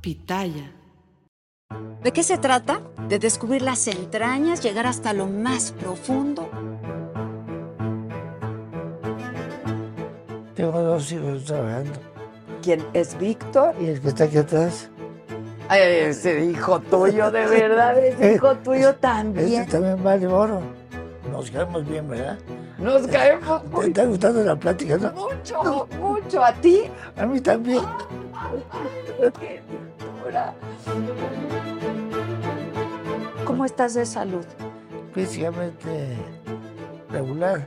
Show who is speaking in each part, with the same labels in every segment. Speaker 1: Pitaya.
Speaker 2: ¿De qué se trata? De descubrir las entrañas, llegar hasta lo más profundo.
Speaker 3: Tengo dos hijos trabajando.
Speaker 4: ¿Quién es Víctor?
Speaker 3: Y el que está aquí atrás,
Speaker 4: Ese hijo tuyo, de verdad, ese hijo tuyo
Speaker 3: este
Speaker 4: también.
Speaker 3: también vale oro. Nos quedamos bien, ¿verdad? Eh,
Speaker 4: Nos caemos
Speaker 3: ¿Te está gustando la plática, no?
Speaker 4: mucho, mucho. A ti,
Speaker 3: A mí también.
Speaker 4: qué dura.
Speaker 2: ¿Cómo estás de salud?
Speaker 3: Físicamente regular,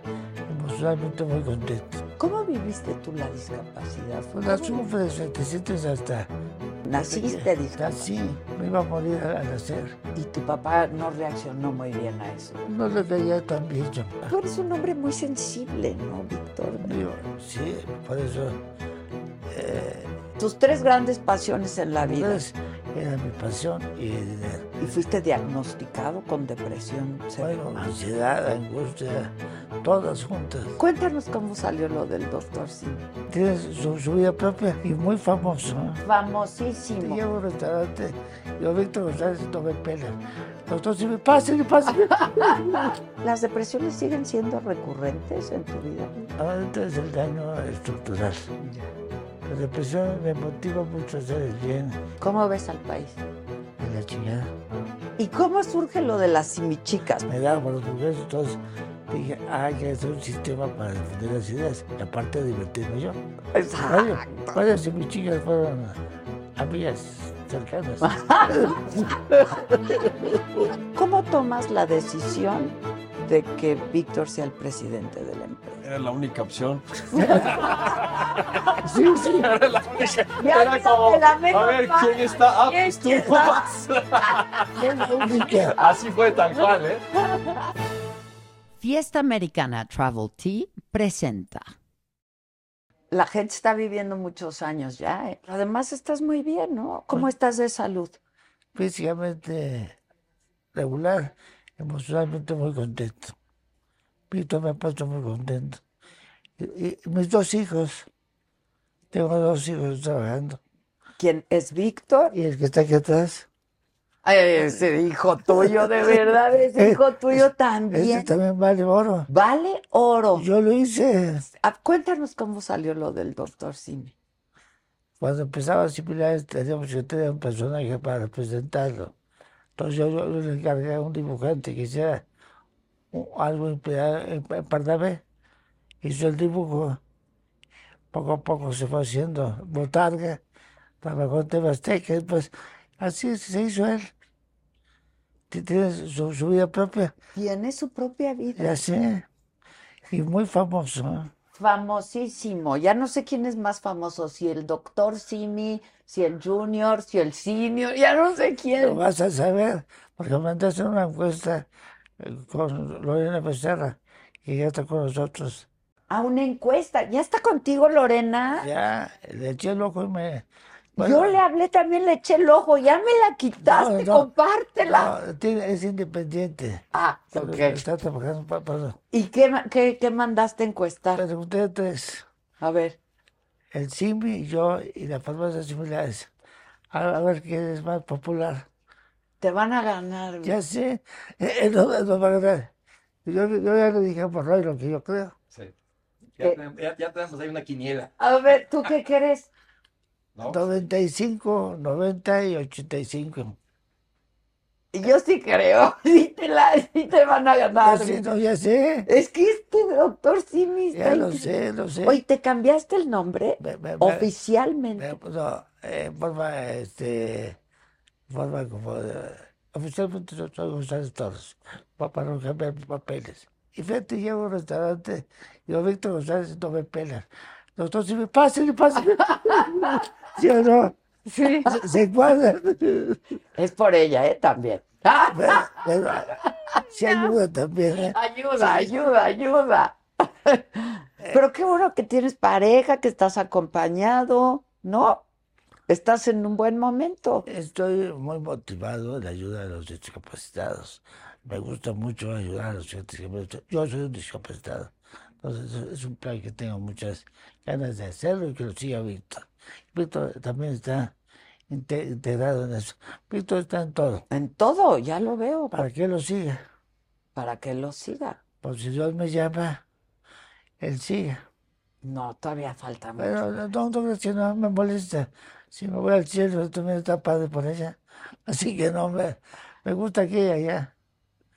Speaker 3: emocionalmente muy contento.
Speaker 4: ¿Cómo viviste tú la discapacidad?
Speaker 3: Pues la sufres, te sientes hasta...
Speaker 4: Naciste discapacidad.
Speaker 3: Así, me iba a morir al nacer.
Speaker 4: Y tu papá no reaccionó muy bien a eso.
Speaker 3: No le veía tan bien, chamaco.
Speaker 2: Tú eres un hombre muy sensible, ¿no, Víctor?
Speaker 3: Digo, sí, por eso... eh,
Speaker 4: Tus tres grandes pasiones en la vida.
Speaker 3: entonces, pues, era mi pasión y el dinero.
Speaker 4: Y fuiste diagnosticado con depresión. severa.
Speaker 3: Bueno, ansiedad, angustia, todas juntas.
Speaker 4: Cuéntanos cómo salió lo del doctor Sim.
Speaker 3: Tiene su, su vida propia y muy famoso. ¿no? Te
Speaker 4: Famosísimo.
Speaker 3: llevo a un restaurante, yo Víctor González no me pela. Nosotros sí me pasen, pasen.
Speaker 4: ¿Las depresiones siguen siendo recurrentes en tu vida?
Speaker 3: Ahorita Ah, este es el daño estructural. La depresión me motiva mucho a hacer el bien
Speaker 4: ¿Cómo ves al país?
Speaker 3: de la chingada.
Speaker 4: ¿Y cómo surge lo de las simichicas?
Speaker 3: Me daba por los lugares, entonces dije, hay que hacer un sistema para defender las ideas y aparte divertirme yo. Varias, varias de mis chicas fueron amigas cercanas.
Speaker 4: ¿Cómo tomas la decisión de que Víctor sea el presidente de la empresa?
Speaker 5: Era la única opción.
Speaker 3: Sí, sí.
Speaker 5: Era la única.
Speaker 4: Ya
Speaker 5: Era
Speaker 4: me
Speaker 5: como,
Speaker 4: la menos
Speaker 5: a ver,
Speaker 4: mal.
Speaker 5: ¿quién está? Ah, pues tú
Speaker 4: ¿Quién
Speaker 5: vas.
Speaker 3: Es la única.
Speaker 5: Así fue tal cual, ¿eh?
Speaker 1: Fiesta Americana Travel Tea presenta.
Speaker 4: La gente está viviendo muchos años ya. ¿eh? Además, estás muy bien, ¿no? ¿Cómo estás de salud?
Speaker 3: Físicamente regular, emocionalmente muy contento. Víctor me ha puesto muy contento. Y, y mis dos hijos, tengo dos hijos trabajando.
Speaker 4: ¿Quién es Víctor?
Speaker 3: Y el que está aquí atrás,
Speaker 4: Ese hijo tuyo, de verdad, ese
Speaker 3: Eh,
Speaker 4: hijo tuyo
Speaker 3: este
Speaker 4: también.
Speaker 3: también vale oro.
Speaker 4: Vale oro.
Speaker 3: Yo lo hice.
Speaker 4: Ah, Cuéntanos cómo salió lo del doctor Simi.
Speaker 3: Cuando empezaba a similar, teníamos que tener "Pues, un personaje para presentarlo. Entonces yo, yo- yo le encargué a un dibujante que hiciera u- algo inspirado en, en Pardavé. Hizo el dibujo. Poco a poco se fue haciendo botarga, trabajó en Tebasteca, pues así es- se hizo él. Ti- Tiene su, su vida propia,
Speaker 4: Tiene su propia vida.
Speaker 3: y así, y muy famoso. ¿eh?
Speaker 4: Famosísimo. Ya no sé quién es más famoso, si el doctor Simi, si el junior, si el senior, ya no sé
Speaker 3: Lo
Speaker 4: quién.
Speaker 3: vas a saber, porque mandaste una encuesta eh, con Lorena Becerra, que ya está con nosotros.
Speaker 4: A una encuesta. ¿Ya está contigo, Lorena?
Speaker 3: Ya le eché el ojo y me.
Speaker 4: Yo
Speaker 3: Bueno,
Speaker 4: le hablé también, le eché el ojo, ya me la quitaste,
Speaker 3: No, no,
Speaker 4: compártela.
Speaker 3: no, tiene- es independiente.
Speaker 4: Ah,
Speaker 3: pero
Speaker 4: ok.
Speaker 3: Está trabajando para. para
Speaker 4: ¿Y qué, ma- qué, qué mandaste a encuestar?
Speaker 3: pregunté a tres:
Speaker 4: A ver,
Speaker 3: el CIMI, yo y las farmacias similares. A, a ver quién es más popular.
Speaker 4: te van a ganar.
Speaker 3: Ya sé, eh, eh, no, no va a ganar. Yo, yo ya le dije a Monroy lo que yo creo.
Speaker 5: Sí. Ya,
Speaker 4: Eh.
Speaker 5: tenemos, ya, ya tenemos ahí una quiniela,
Speaker 4: A ver, ¿tú qué crees?
Speaker 5: ¿no?
Speaker 3: 95, 90 y 85.
Speaker 4: Yo sí creo. Sí te, la, sí te van a ganar.
Speaker 3: Ya sé, no, ya sé.
Speaker 4: Es que este doctor Simi está
Speaker 3: Ya lo
Speaker 4: increíble.
Speaker 3: sé, lo sé.
Speaker 4: Oye, ¿te cambiaste el nombre?
Speaker 3: Me- me- me-
Speaker 4: Oficialmente.
Speaker 3: me- no, eh, en forma, este, en forma como de- oficialmente yo soy González Torres, pa- para no cambiar mis papeles. Y fíjate, llego a un restaurante y digo, Víctor González no me pela. Doctor Simi, pásale, pásale. ¿Sí o no?
Speaker 4: Sí.
Speaker 3: Se, se encuadra.
Speaker 4: Es por ella, ¿eh? También.
Speaker 3: Bueno, bueno, se ayuda también, ¿eh?
Speaker 4: Ayuda, ayuda, ayuda.
Speaker 3: Eh.
Speaker 4: Pero qué bueno que tienes pareja, que estás acompañado, ¿no? Estás en un buen momento.
Speaker 3: Estoy muy motivado en la ayuda de los discapacitados. Me gusta mucho ayudar a los discapacitados. Yo soy un discapacitado. Entonces es- es un plan que tengo muchas ganas de hacerlo y que lo siga Víctor. Víctor también está inte- integrado en eso. Víctor está en todo.
Speaker 4: En todo, ya lo veo,
Speaker 3: ¿Para qué lo siga?
Speaker 4: para que lo siga.
Speaker 3: Por si Dios me llama, él siga.
Speaker 4: No, todavía falta mucho.
Speaker 3: Pero no, no, no creas que no me molesta. Si me voy al cielo, también está padre por ella. Así que no, me, me gusta aquí y allá.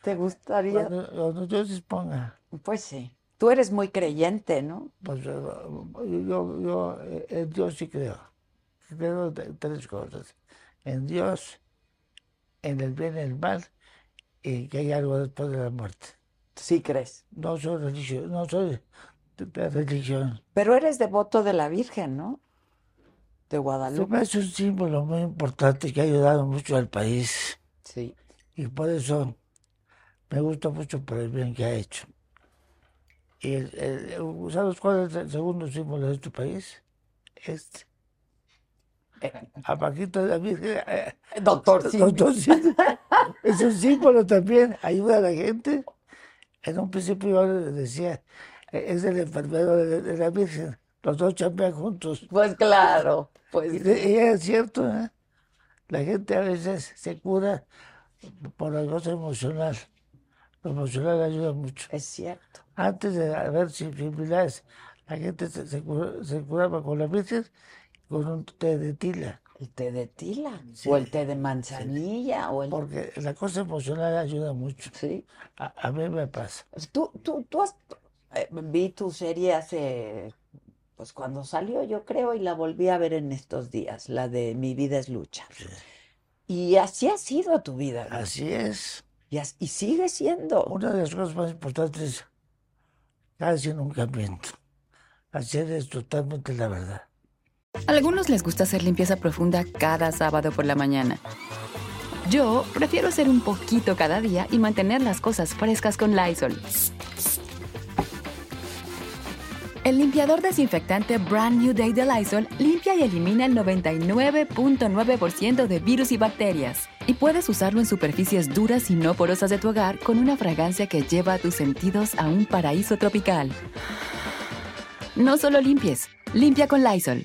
Speaker 4: ¿Te gustaría?
Speaker 3: Cuando, cuando Dios disponga,
Speaker 4: Pues sí. Tú eres muy creyente, ¿no?
Speaker 3: pues eh, yo, yo eh, en Dios sí creo. Creo en tres cosas. En Dios, en el bien y el mal, y que hay algo después de la muerte.
Speaker 4: Sí crees.
Speaker 3: No soy religioso, no soy de, de religión.
Speaker 4: Pero eres devoto de la Virgen, ¿no? De
Speaker 3: Se
Speaker 4: Guadalupe.
Speaker 3: me hace un símbolo muy importante que ha ayudado mucho al país.
Speaker 4: Sí.
Speaker 3: Y por eso me gusta mucho por el bien que ha hecho. Y el- el- ¿sabes cuál es el segundo símbolo de tu país? Este. A Paquito de la Virgen, eh,
Speaker 4: Doctor Simi.
Speaker 3: doctor Simi. Es un símbolo también, ayuda a la gente. En un principio yo le decía, eh, es el enfermero de, de la Virgen, los dos chambean juntos.
Speaker 4: Pues claro, pues
Speaker 3: Y, de- y es cierto, ¿eh? La gente a veces se cura por la cosa emocional. Lo emocional ayuda mucho.
Speaker 4: es cierto.
Speaker 3: Antes de haber sensibilidades, la gente se, se cura- se curaba con la Virgen con un té de tila,
Speaker 4: El té de tila,
Speaker 3: Sí,
Speaker 4: o el té de manzanilla, o el...
Speaker 3: porque la cosa emocional ayuda mucho.
Speaker 4: Sí.
Speaker 3: A, a mí me pasa.
Speaker 4: Tú, tú, tú has... eh, vi tu serie hace... Pues cuando salió, yo creo, y la volví a ver en estos días, la de Mi vida es lucha. Y así ha sido tu vida, Luis,
Speaker 3: Así es.
Speaker 4: Y, as- y sigue siendo.
Speaker 3: Una de las cosas más importantes, casi nunca miento. Hacer es totalmente la verdad.
Speaker 6: A algunos les gusta hacer limpieza profunda cada sábado por la mañana. Yo prefiero hacer un poquito cada día y mantener las cosas frescas con Lysol. El limpiador desinfectante Brand New Day de Lysol limpia y elimina el 99.9% de virus y bacterias. Y puedes usarlo en superficies duras y no porosas de tu hogar con una fragancia que lleva a tus sentidos a un paraíso tropical. No solo limpies, limpia con Lysol.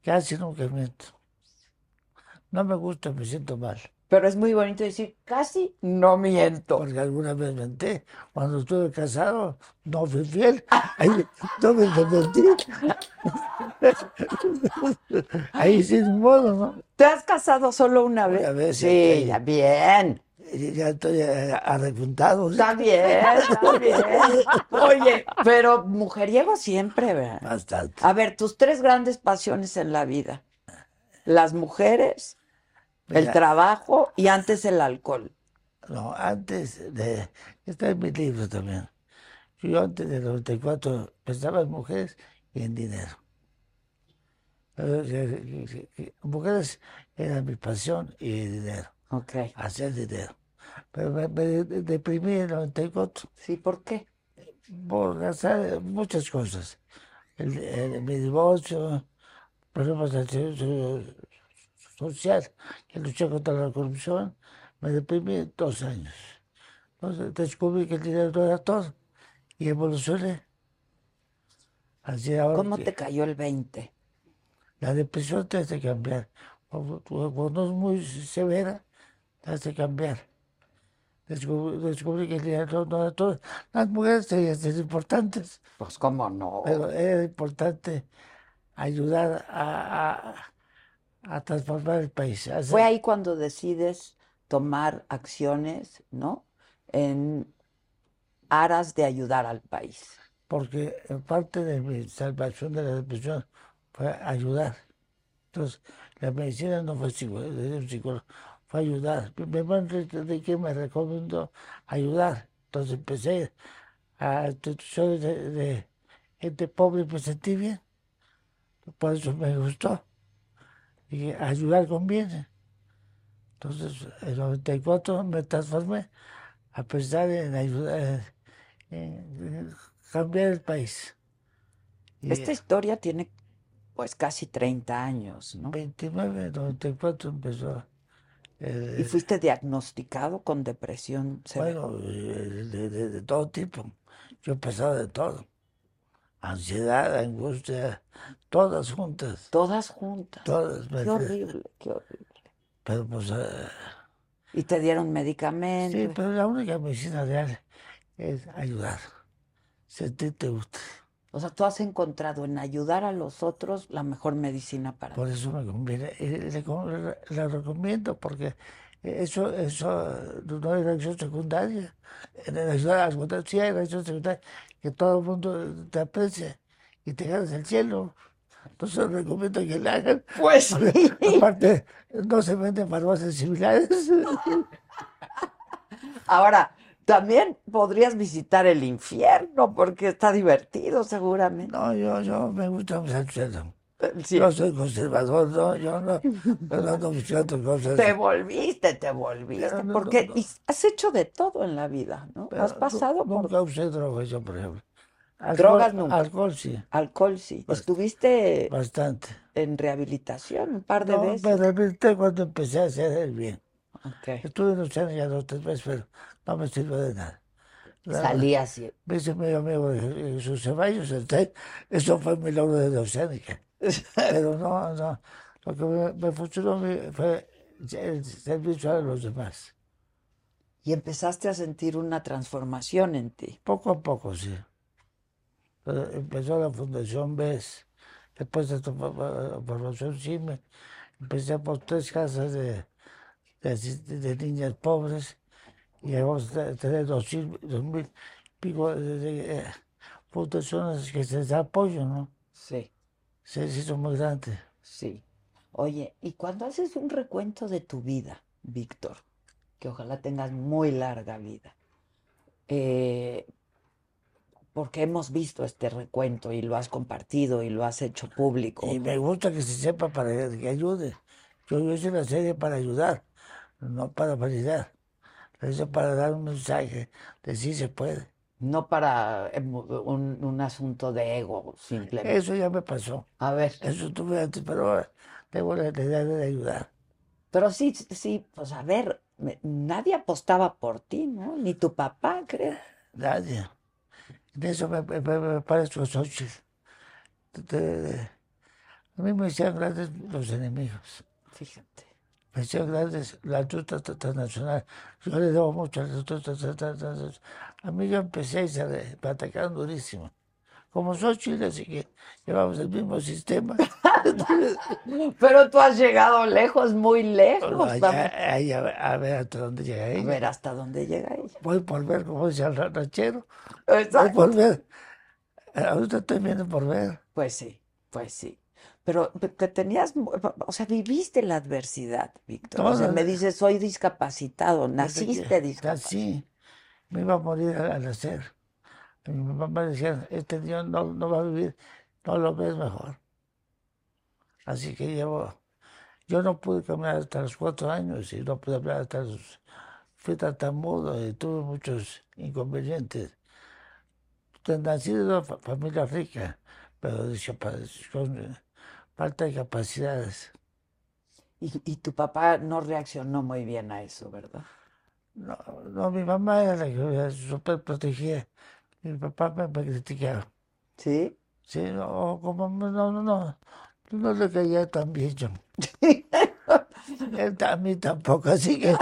Speaker 3: Casi nunca miento. No me gusta, me siento mal.
Speaker 4: Pero es muy bonito decir, casi no miento.
Speaker 3: Porque alguna vez menté. Cuando estuve casado, no fui fiel. Ahí no me arrepentí. Ahí sin modo, ¿no?
Speaker 4: ¿Te has casado solo una vez?
Speaker 3: Una vez,
Speaker 4: Sí,
Speaker 3: sí.
Speaker 4: ya bien.
Speaker 3: Y Ya estoy eh, arrepentado.
Speaker 4: Está bien, está bien. Oye, pero mujeriego siempre, ¿verdad?
Speaker 3: Bastante.
Speaker 4: A ver, tus tres grandes pasiones en la vida. Las mujeres, el Pues
Speaker 3: Mira,
Speaker 4: trabajo y antes el alcohol.
Speaker 3: No, antes de... Está en mi libro también. Yo antes del 94 pensaba en mujeres y en dinero. Pero, eh, eh, eh, Mujeres era mi pasión y el dinero.
Speaker 4: Ok.
Speaker 3: hacer dinero. Pero me, me de- deprimí en el 94.
Speaker 4: Sí, ¿por qué?
Speaker 3: por gastar muchas cosas. El, el- mi divorcio, problemas de acción so- social, que luché contra la corrupción, me deprimí dos años. Entonces descubrí que el dinero no era todo y evolucioné. Así ahora
Speaker 4: ¿Cómo
Speaker 3: que-
Speaker 4: te cayó el 20?
Speaker 3: la depresión te hace cambiar. Cuando, tú- cuando es muy severa, te hace cambiar. Descubrí, descubrí que el dinero no era todo. Las mujeres serían ser importantes,
Speaker 4: Pues cómo no.
Speaker 3: pero era importante ayudar a, a- a transformar el país. a hacer-
Speaker 4: Fue ahí cuando decides tomar acciones, ¿no? En aras de ayudar al país.
Speaker 3: porque parte de mi salvación de la depresión fue ayudar. Entonces, la medicina no fue psico- de un psicólogo, fue ayudar. Mi mi hermano Enrique- Enrique me recomendó ayudar. Entonces empecé a instituciones de, de gente pobre y me sentí bien. Por eso me gustó. Y ayudar conviene. Entonces, en 94 me transformé a pensar en ayudar, en- en cambiar el país. Y
Speaker 4: Esta historia tiene pues casi 30 años, ¿no?
Speaker 3: 29, 94 empezó. eh,
Speaker 4: Y
Speaker 3: el-
Speaker 4: fuiste diagnosticado con depresión severa.
Speaker 3: bueno, eh, de, de- de todo tipo. Yo he pasado de todo. Ansiedad, angustia, todas juntas.
Speaker 4: Todas juntas.
Speaker 3: Todas. me-
Speaker 4: Qué horrible, qué horrible.
Speaker 3: Pero pues, eh,
Speaker 4: Y te dieron
Speaker 3: sí, pues.
Speaker 4: medicamentos.
Speaker 3: pero la única medicina real es ayudar. Sentirte útil.
Speaker 4: O sea, tú has encontrado en ayudar a los otros la mejor medicina para ti.
Speaker 3: Por eso me conviene. eh, Le, con- le- le recomiendo porque eso, eso eh, no es acción secundaria. En la ayuda al contrario, sí hay acción secundaria, que todo el mundo te aprecie y te ganes el cielo. Entonces recomiendo que la hagan.
Speaker 4: Pues sí.
Speaker 3: Aparte, no se venden farmacias similares.
Speaker 4: Ahora, también podrías visitar el infierno porque está divertido seguramente. Eh,
Speaker 3: No, yo, yo me gusta más el cielo.
Speaker 4: Sí,
Speaker 3: Yo soy conservador, no, yo no, yo no ando buscando cosas.
Speaker 4: te volviste, te volviste.
Speaker 3: Pero no,
Speaker 4: porque
Speaker 3: no, no.
Speaker 4: y has hecho de todo en la vida, ¿no?
Speaker 3: Pero
Speaker 4: has
Speaker 3: nu-
Speaker 4: pasado por
Speaker 3: Nunca usé drogas, yo, por ejemplo. Alcohol-
Speaker 4: Drogas nunca.
Speaker 3: Alcohol sí,
Speaker 4: alcohol, sí.
Speaker 3: Pues-
Speaker 4: Estuviste
Speaker 3: bastante.
Speaker 4: en rehabilitación un par de
Speaker 3: No,
Speaker 4: veces.
Speaker 3: me rehabilité cuando empecé a hacer el bien.
Speaker 4: Ok.
Speaker 3: Estuve en Oceania dos tres veces, pero no me sirvió de nada. La-
Speaker 4: Salías y-
Speaker 3: Me dice mi amigo Je- Jesús Ceballos, el TEC, eso fue un milagro de la Oceánica. Pero no, no. Lo que me, me funcionó mi- fue el servicio a los demás.
Speaker 4: y empezaste a sentir una transformación en ti.
Speaker 3: Poco a poco, sí. Pero empezó la Fundación BES, después de tu for- for- formación CIME, empecé por tres casas de, de, asi- de niñas pobres y vamos a tener dos mil, dos mil pico de, de, eh, fundaciones que se les da apoyo, ¿no?
Speaker 4: Sí,
Speaker 3: Se les hizo muy grande.
Speaker 4: sí. Oye, y cuando haces un recuento de tu vida, Víctor, que ojalá tengas muy larga vida, eh, porque hemos visto este recuento y lo has compartido y lo has hecho público.
Speaker 3: Y me gusta que se sepa para que ayude. Yo, yo hice la serie para ayudar, no para validar. Lo hice para dar un mensaje de sí se puede.
Speaker 4: No para emo- un, un asunto de ego, simplemente.
Speaker 3: Eso ya me pasó.
Speaker 4: A ver,
Speaker 3: Eso tuve antes, pero ahora tengo la necesidad de ayudar.
Speaker 4: pero sí, sí, pues a ver, me- nadie apostaba por ti, ¿no? Ni tu papá, creo.
Speaker 3: Nadie. En eso me, me, me- me parezco a Xochitl. Te- te- A mí me hacían grandes los enemigos.
Speaker 4: Fíjate.
Speaker 3: Me hacían grandes la lucha transnacional. Yo le debo mucho a la lucha transnacional. A mí yo empecé y se le- me atacaron durísimo. Como Xochitl, así que llevamos el mismo sistema.
Speaker 4: Pero tú has llegado lejos, muy lejos.
Speaker 3: Allá-
Speaker 4: Vamos
Speaker 3: allá- a ver hasta dónde llega
Speaker 4: a
Speaker 3: ella.
Speaker 4: ver hasta dónde llega ella.
Speaker 3: Voy por ver, como dice el ranchero. Voy
Speaker 4: Exacto.
Speaker 3: por ver. Eh, Ahorita estoy viendo por ver.
Speaker 4: Pues sí, pues sí. Pero pe- te tenías, mu- eh, o sea, viviste la adversidad, Víctor. O sea,
Speaker 3: Todas.
Speaker 4: me dices, soy discapacitado,
Speaker 3: Desde que
Speaker 4: naciste discapacitado.
Speaker 3: Nací. Me iba a morir al al nacer. Y Mi mamá decía, este niño no, no va a vivir, no lo ves mejor. Así que llevo... Yo no pude caminar hasta los cuatro años y no pude hablar hasta los... Fui tartamudo y tuve muchos inconvenientes. de nacido de una fa- familia rica, pero discapa- con eh, falta de capacidades.
Speaker 4: Y, y tu papá no reaccionó muy bien a eso, ¿verdad?
Speaker 3: No, no, mi mamá era la que me súper protegía. Mi papá me, me criticaba.
Speaker 4: Sí.
Speaker 3: Sí, no, como no, no, no, tú no le caía tan bien yo. Él ta- a mí tampoco, así que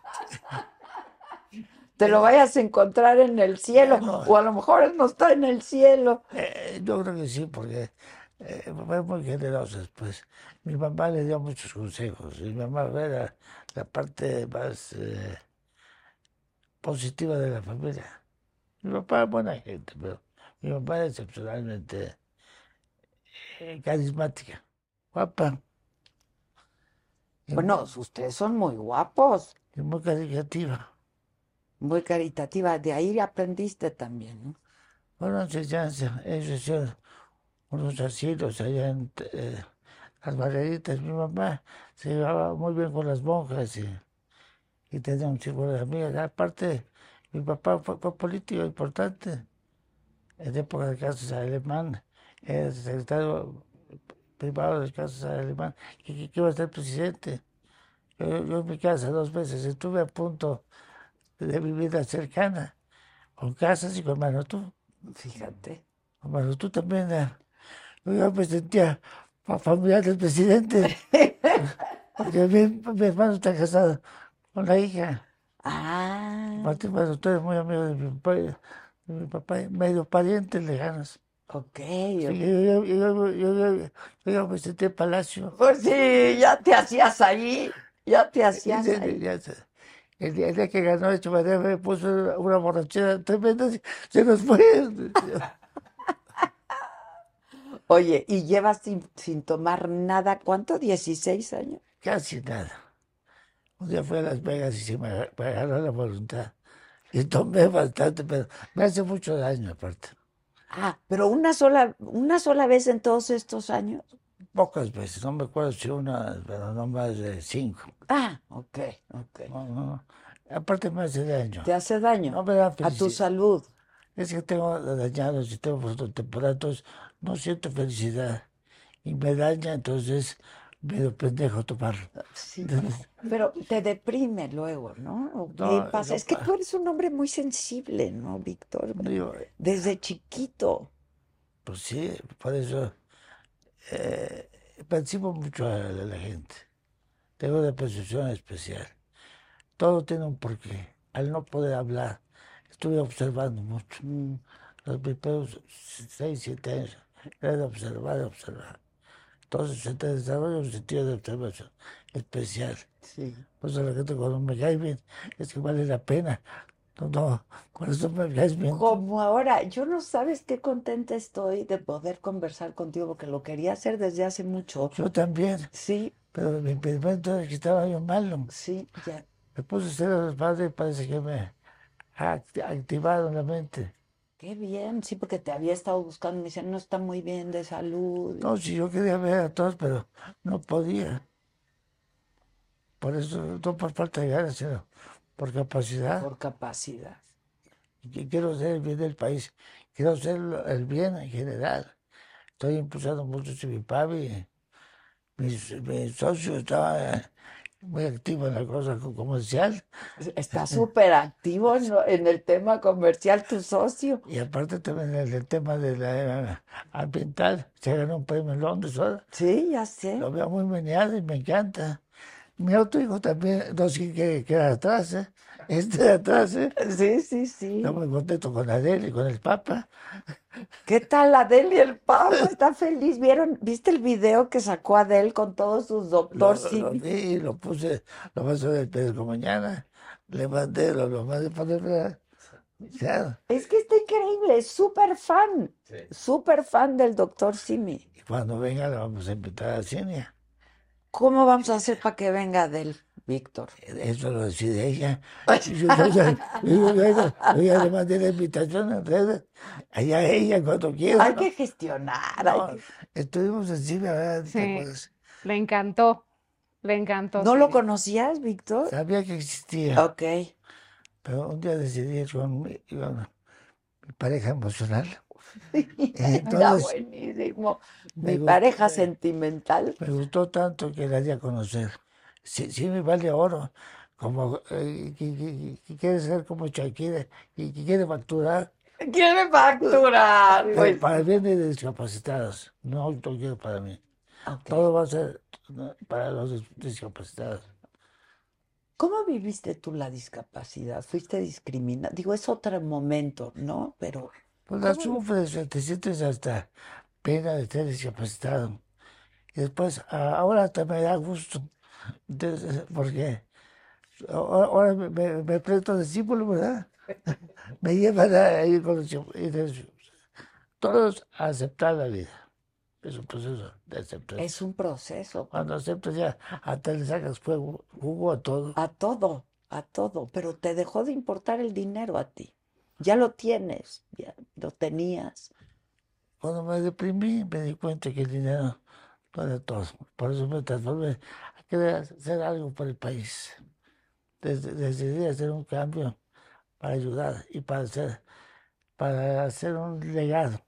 Speaker 4: Te lo vayas a encontrar en el cielo,
Speaker 3: Bueno.
Speaker 4: o a lo mejor él no está en el cielo.
Speaker 3: eh, yo creo que sí, porque eh, fue muy generoso después. Mi mamá le dio muchos consejos. Mi mamá era la parte más eh, positiva de la familia. Mi papá es buena gente, pero mi mamá era excepcionalmente eh, carismática, guapa. y
Speaker 4: Bueno, ustedes son muy guapos,
Speaker 3: muy- y muy caritativa.
Speaker 4: muy caritativa. De ahí aprendiste también, ¿no?
Speaker 3: Bueno, enseñanza, ellos hicieron unos asilos allá en eh, las Margaritas. Mi mamá se llevaba muy bien con las monjas y, y tenía un círculo de amigas. Aparte, mi papá fue, fue político importante. En época de Casas Alemán, era secretario privado de Casas Alemán, que, que- que iba a ser presidente. Yo, yo en mi casa dos veces estuve a punto de mi vida cercana, con Casas y con Manotú.
Speaker 4: Fíjate.
Speaker 3: Bueno, tú también. eh. Yo ya me sentía fa- familiar del presidente. Porque mi, mi hermano está casado con la hija.
Speaker 4: Ah,
Speaker 3: Martín Manuel, tú eres muy amigo de mi papá, de mi papá medio parientes lejanos.
Speaker 4: ok.
Speaker 3: Sí, yo, yo, yo- yo- yo- yo- yo ya me sentí en Palacio.
Speaker 4: Pues sí, ya te hacías ahí, ya te
Speaker 3: Y
Speaker 4: hacías
Speaker 3: ya-
Speaker 4: ahí.
Speaker 3: ya se- El día, el día que ganó el Madera me puso una, una borrachera tremenda, se- se nos fue.
Speaker 4: Oye, y llevas sin, sin tomar nada, ¿cuánto? ¿16 años?
Speaker 3: Casi nada. Un día fui a Las Vegas y se me, aga- me agarró la voluntad. Y tomé bastante, pero me hace mucho daño aparte.
Speaker 4: Ah, pero una sola, una sola vez en todos estos años.
Speaker 3: Pocas veces, no me acuerdo si una, pero no más de cinco.
Speaker 4: Ah, ok, ok.
Speaker 3: No, no, no. Aparte me hace daño.
Speaker 4: ¿Te hace
Speaker 3: No pues
Speaker 4: daño
Speaker 3: me da
Speaker 4: a tu
Speaker 3: felicidad.
Speaker 4: salud?
Speaker 3: Es que tengo dañados y tengo fototemporada, entonces no siento felicidad. Y me daña, entonces medio pendejo tomarlo.
Speaker 4: Sí. Pero te deprime luego, ¿no? ¿O qué
Speaker 3: No,
Speaker 4: pasa?
Speaker 3: no
Speaker 4: Es que
Speaker 3: pa-
Speaker 4: tú eres un hombre muy sensible, ¿no, Víctor?
Speaker 3: Digo,
Speaker 4: Desde chiquito.
Speaker 3: Pues sí, por eso eh, percibo mucho a la, a la gente. Tengo una percepción especial. Todo tiene un porqué. Al no poder hablar, estuve observando mucho. Los primeros seis, siete años era de observar, observar. Entonces se te desarrolla un sentido de observación especial.
Speaker 4: Sí.
Speaker 3: Por eso la gente cuando me cae bien, es que vale la pena. No, no, cuando tú me caes bien,
Speaker 4: Como ahora, yo no sabes qué contenta estoy de poder conversar contigo, porque lo quería hacer desde hace mucho.
Speaker 3: yo también.
Speaker 4: Sí,
Speaker 3: Pero mi impedimento era que estaba yo malo.
Speaker 4: sí, ya.
Speaker 3: Me puse a hacer a los padres y parece que me act- activaron la mente.
Speaker 4: Qué bien, sí, porque te había estado buscando. Me decían, no está muy bien de salud.
Speaker 3: No, si yo quería ver a todos, pero no podía. Por eso, no por falta de ganas, sino por capacidad.
Speaker 4: Por capacidad.
Speaker 3: Y Quiero ser el bien del país, quiero ser lo- el bien en general. Estoy impulsando mucho Civipavi. Mi, mi socio estaba eh, muy activo en la cosa co- comercial
Speaker 4: Está súper activo en, lo- en el tema comercial tu socio.
Speaker 3: y aparte también en el tema de la era ambiental. Se ganó un premio en Londres ahora.
Speaker 4: Sí, ya sé.
Speaker 3: Lo veo muy meneado y me encanta. Mi otro hijo también, no sé qué queda atrás, ¿eh? Este de atrás, ¿eh?
Speaker 4: Sí, sí, sí.
Speaker 3: Yo muy contento con Adele y con el Papa.
Speaker 4: ¿Qué tal Adele y el Papa? Está feliz. ¿Vieron? ¿Viste el video que sacó Adele con todos sus
Speaker 3: Lo,
Speaker 4: doctor
Speaker 3: lo
Speaker 4: Simi?
Speaker 3: vi y lo puse, lo vas a ver el periódico mañana. Le mandé, lo, lo mandé para ver. Ya.
Speaker 4: Es que está increíble, es súper fan,
Speaker 5: Sí.
Speaker 4: súper fan del doctor Simi.
Speaker 3: Y cuando venga lo vamos a invitar al cine.
Speaker 4: ¿Cómo vamos a hacer para que venga Adele, Víctor?
Speaker 3: Eso lo decide ella. Y Yo, yo ya, yo- yo- yo- yo ya le mandé la invitación en redes. Allá ella cuando quiera.
Speaker 4: Hay
Speaker 3: ¿no?
Speaker 4: que gestionar. hay
Speaker 3: No,
Speaker 4: que-
Speaker 3: estuvimos encima, ¿verdad? ¿Te
Speaker 7: Sí.
Speaker 3: acuerdas?
Speaker 7: Le encantó. Le encantó.
Speaker 4: ¿No lo
Speaker 7: sí.
Speaker 4: conocías, Víctor? Oh.
Speaker 3: Sabía que existía,
Speaker 4: Ok.
Speaker 3: pero un día decidí ir con mi, con mi pareja emocional.
Speaker 4: Está
Speaker 3: Entonces,
Speaker 4: buenísimo.
Speaker 3: me
Speaker 4: Mi
Speaker 3: gustó,
Speaker 4: pareja
Speaker 3: eh,
Speaker 4: sentimental.
Speaker 3: Me gustó tanto que la di a conocer. Sí, sí me vale oro. Como eh, que, que- que quiere ser como Shakira y que quiere facturar
Speaker 4: Quiere facturar.
Speaker 3: pero
Speaker 4: Pues.
Speaker 3: para bienes de discapacitados. No lo quiero para mí.
Speaker 4: Ok.
Speaker 3: Todo va a ser eh, para los dis- discapacitados.
Speaker 4: ¿Cómo viviste tú la discapacidad? ¿Fuiste discriminada? Digo, es otro momento, ¿no? Pero,
Speaker 3: Pues la
Speaker 4: ¿Cómo?
Speaker 3: sufres, te sientes hasta pena de ser discapacitado. Y después, a- ahora hasta me da gusto, de- porque ahora ahora me, me, me presto discípulo, ¿verdad? Me llevan a ir con los discípulos, y des- todos a aceptar la vida. Es un proceso de aceptación.
Speaker 4: es un proceso.
Speaker 3: Cuando aceptas ya, hasta le sacas juego, jugo a todo.
Speaker 4: A todo, a todo. Pero te dejó de importar el dinero a ti. Ya lo tienes, ya lo tenías.
Speaker 3: Cuando me deprimí, me di cuenta que el dinero no era todo. Por eso me transformé a querer hacer algo por el país. Desde- decidí hacer un cambio para ayudar y para hacer, para hacer un legado.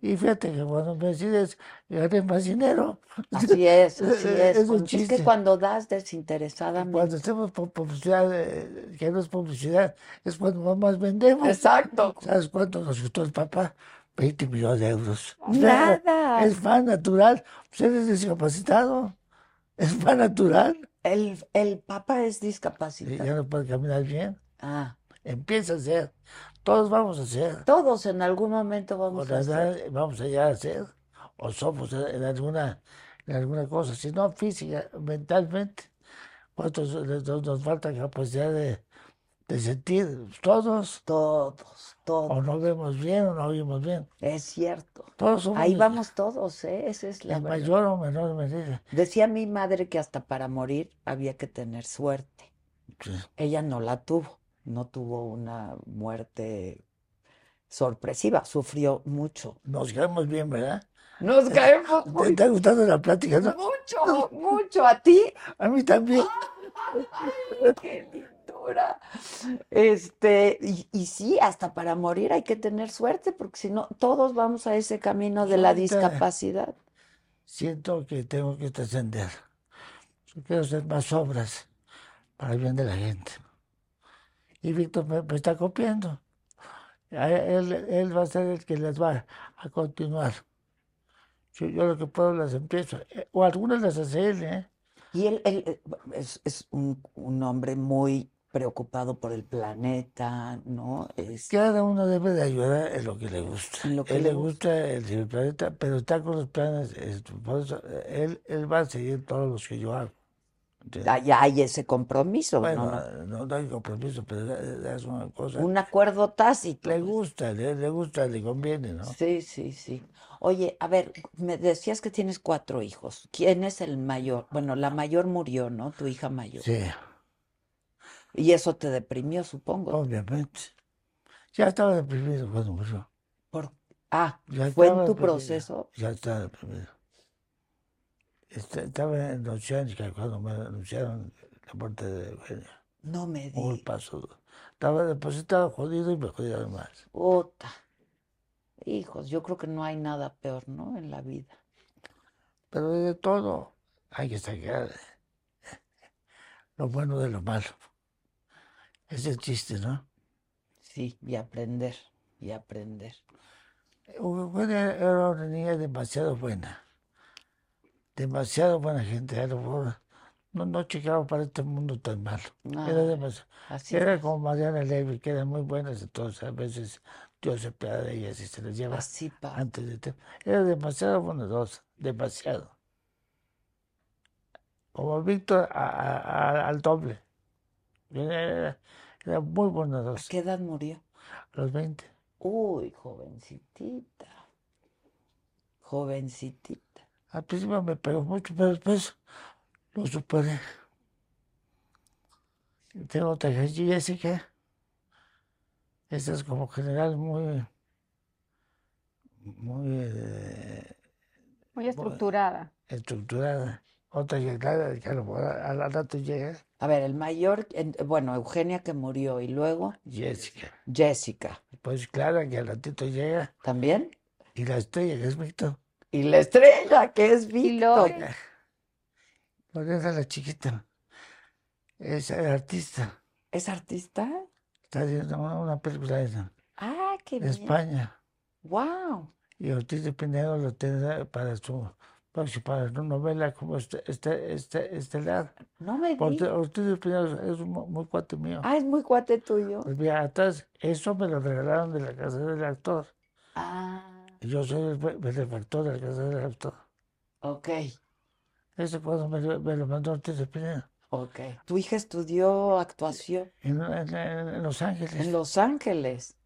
Speaker 3: Y fíjate que cuando me decides, gané más dinero.
Speaker 4: Así es, así es.
Speaker 3: Eh, Es un
Speaker 4: Cuando- es que
Speaker 3: chiste.
Speaker 4: cuando das
Speaker 3: Cuando
Speaker 4: desinteresadamente.
Speaker 3: hacemos pu- publicidad, eh, que no es publicidad, es cuando más vendemos.
Speaker 4: Exacto.
Speaker 3: ¿Sabes cuánto nos gustó el papá? 20 millones de euros. O sea,
Speaker 4: Nada.
Speaker 3: Es fan natural. Usted es discapacitado. Es fan natural.
Speaker 4: El, el papá es
Speaker 3: Y
Speaker 4: discapacitado.
Speaker 3: ya no puede caminar bien.
Speaker 4: Ah,
Speaker 3: Empieza a ser. Todos vamos a ser.
Speaker 4: todos en algún momento
Speaker 3: Con
Speaker 4: vamos
Speaker 3: la
Speaker 4: a ser.
Speaker 3: edad eh, vamos a llegar a ser. O somos en en alguna, en alguna cosa. Si no física, mentalmente. ¿Cuántos nos, nos falta capacidad de, de sentir? Todos.
Speaker 4: Todos,
Speaker 3: O
Speaker 4: todos.
Speaker 3: no vemos bien o no oímos bien.
Speaker 4: Es cierto.
Speaker 3: Todos somos.
Speaker 4: Ahí vamos todos, ¿eh? Esa es la
Speaker 3: En
Speaker 4: verdad.
Speaker 3: mayor o menor medida.
Speaker 4: Decía mi madre que hasta para morir había que tener suerte.
Speaker 3: Sí.
Speaker 4: Ella no la tuvo, no tuvo una muerte sorpresiva, sufrió mucho.
Speaker 3: Nos quedamos bien, ¿verdad?
Speaker 4: Nos caemos
Speaker 3: ¿Te está gustando la plática? no?
Speaker 4: mucho, mucho a ti.
Speaker 3: A mí también.
Speaker 4: ¡Qué pintura! Este, y, y sí, hasta para morir hay que tener suerte, porque si no, todos vamos a ese camino de la
Speaker 3: Ahorita-
Speaker 4: discapacidad.
Speaker 3: Siento que tengo que trascender. Yo quiero hacer más obras para el bien de la gente. Y Víctor me, me está copiando. A Él, él va a ser el que las va a continuar. Yo, yo lo que puedo las empiezo. Eh, O algunas las hace él, ¿eh?
Speaker 4: Y él, él, eh, bu- es, es un, un hombre muy preocupado por el planeta, ¿no? Es-
Speaker 3: Cada uno debe de ayudar en lo que le gusta.
Speaker 4: En lo que
Speaker 3: él
Speaker 4: le
Speaker 3: le gusta el, el planeta, pero está con los planes. eh, por eso, eh, él, él va a seguir todos los que yo hago. ¿entiendes?
Speaker 4: hay, hay ese compromiso, ¿no?
Speaker 3: Bueno,
Speaker 4: No,
Speaker 3: no, no hay compromiso, pero es es una cosa.
Speaker 4: Un acuerdo tácito.
Speaker 3: Le
Speaker 4: pues.
Speaker 3: gusta, le, le gusta, le conviene, ¿no?
Speaker 4: Sí, sí, sí. Oye, a ver, me decías que tienes cuatro hijos. ¿Quién es el mayor? Bueno, la mayor murió, ¿no? Tu hija mayor.
Speaker 3: Sí,
Speaker 4: Y eso te deprimió,
Speaker 3: Oh.
Speaker 4: supongo.
Speaker 3: obviamente. Ya estaba deprimido cuando murió.
Speaker 4: Por- Ah,
Speaker 3: Ya
Speaker 4: fue en
Speaker 3: estaba
Speaker 4: tu
Speaker 3: deprimido,
Speaker 4: proceso.
Speaker 3: Ya estaba deprimido. Est- Estaba en Oceánica cuando me anunciaron la muerte de Eugenia.
Speaker 4: No me
Speaker 3: Un
Speaker 4: di.
Speaker 3: paso. duro. Estaba depositado, jodido y me jodieron más.
Speaker 4: Puta. Hijos, yo creo que no hay nada peor, ¿no? En la vida.
Speaker 3: Pero de todo hay que sacar lo bueno de lo malo. Es el chiste, ¿no?
Speaker 4: Sí, y aprender, y aprender.
Speaker 3: Eugenia era una niña demasiado buena, demasiado buena gente, a lo mejor no, no checaba para este mundo tan malo. Era
Speaker 4: Ay,
Speaker 3: demasiado,
Speaker 4: Ah, Así
Speaker 3: era
Speaker 4: es,
Speaker 3: como Mariana Levy, que eran muy buenas, entonces a veces Dios se piada de ellas y se las lleva
Speaker 4: así pasa.
Speaker 3: antes de tiempo. Era demasiado bondadosa, demasiado. Como Víctor a- a- a- al doble. Era, era- era muy
Speaker 4: ¿A
Speaker 3: bondadosa,
Speaker 4: qué edad murió?
Speaker 3: a los 20.
Speaker 4: Uy, jovencitita. Jovencitita.
Speaker 3: Al principio me pegó mucho, pero después lo superé. Y Tengo otra hija, Jessica. Esta es como general muy, muy eh,
Speaker 7: Muy estructurada.
Speaker 3: estructurada. Otra que claro, que a lo mejor al al rato llega
Speaker 4: A ver, el mayor, en- bueno, Eugenia que murió y luego
Speaker 3: Jessica.
Speaker 4: Jessica,
Speaker 3: Pues Clara, que al ratito llega,
Speaker 4: ¿también?
Speaker 3: y la estrella, que es Víctor.
Speaker 4: Y la estrella, que es
Speaker 7: Y luego-
Speaker 4: Víctor.
Speaker 3: Lorena Pues la chiquita. Es artista.
Speaker 4: ¿Es artista?
Speaker 3: Está haciendo una, una película esa,
Speaker 4: Ah, qué
Speaker 3: en
Speaker 4: bien.
Speaker 3: España.
Speaker 4: Wow.
Speaker 3: Y Ortiz de Pinedo lo tendrá para su, para su, para su novela como este, este, este- estelar.
Speaker 4: No me
Speaker 3: Orti-
Speaker 4: digas.
Speaker 3: Ortiz de Pinedo es un mu- muy cuate mío.
Speaker 4: Ah, es muy cuate tuyo.
Speaker 3: Pues mira, atrás, eso me lo regalaron de la casa del actor.
Speaker 4: Ah,
Speaker 3: Y yo soy el be- benefactor de la casa del actor.
Speaker 4: ok,
Speaker 3: Eso cuando me, lo- me lo mandó Ortiz de Pinedo.
Speaker 4: ok. Tu hija estudió actuación
Speaker 3: En, en- en- en Los Ángeles.
Speaker 4: en Los Ángeles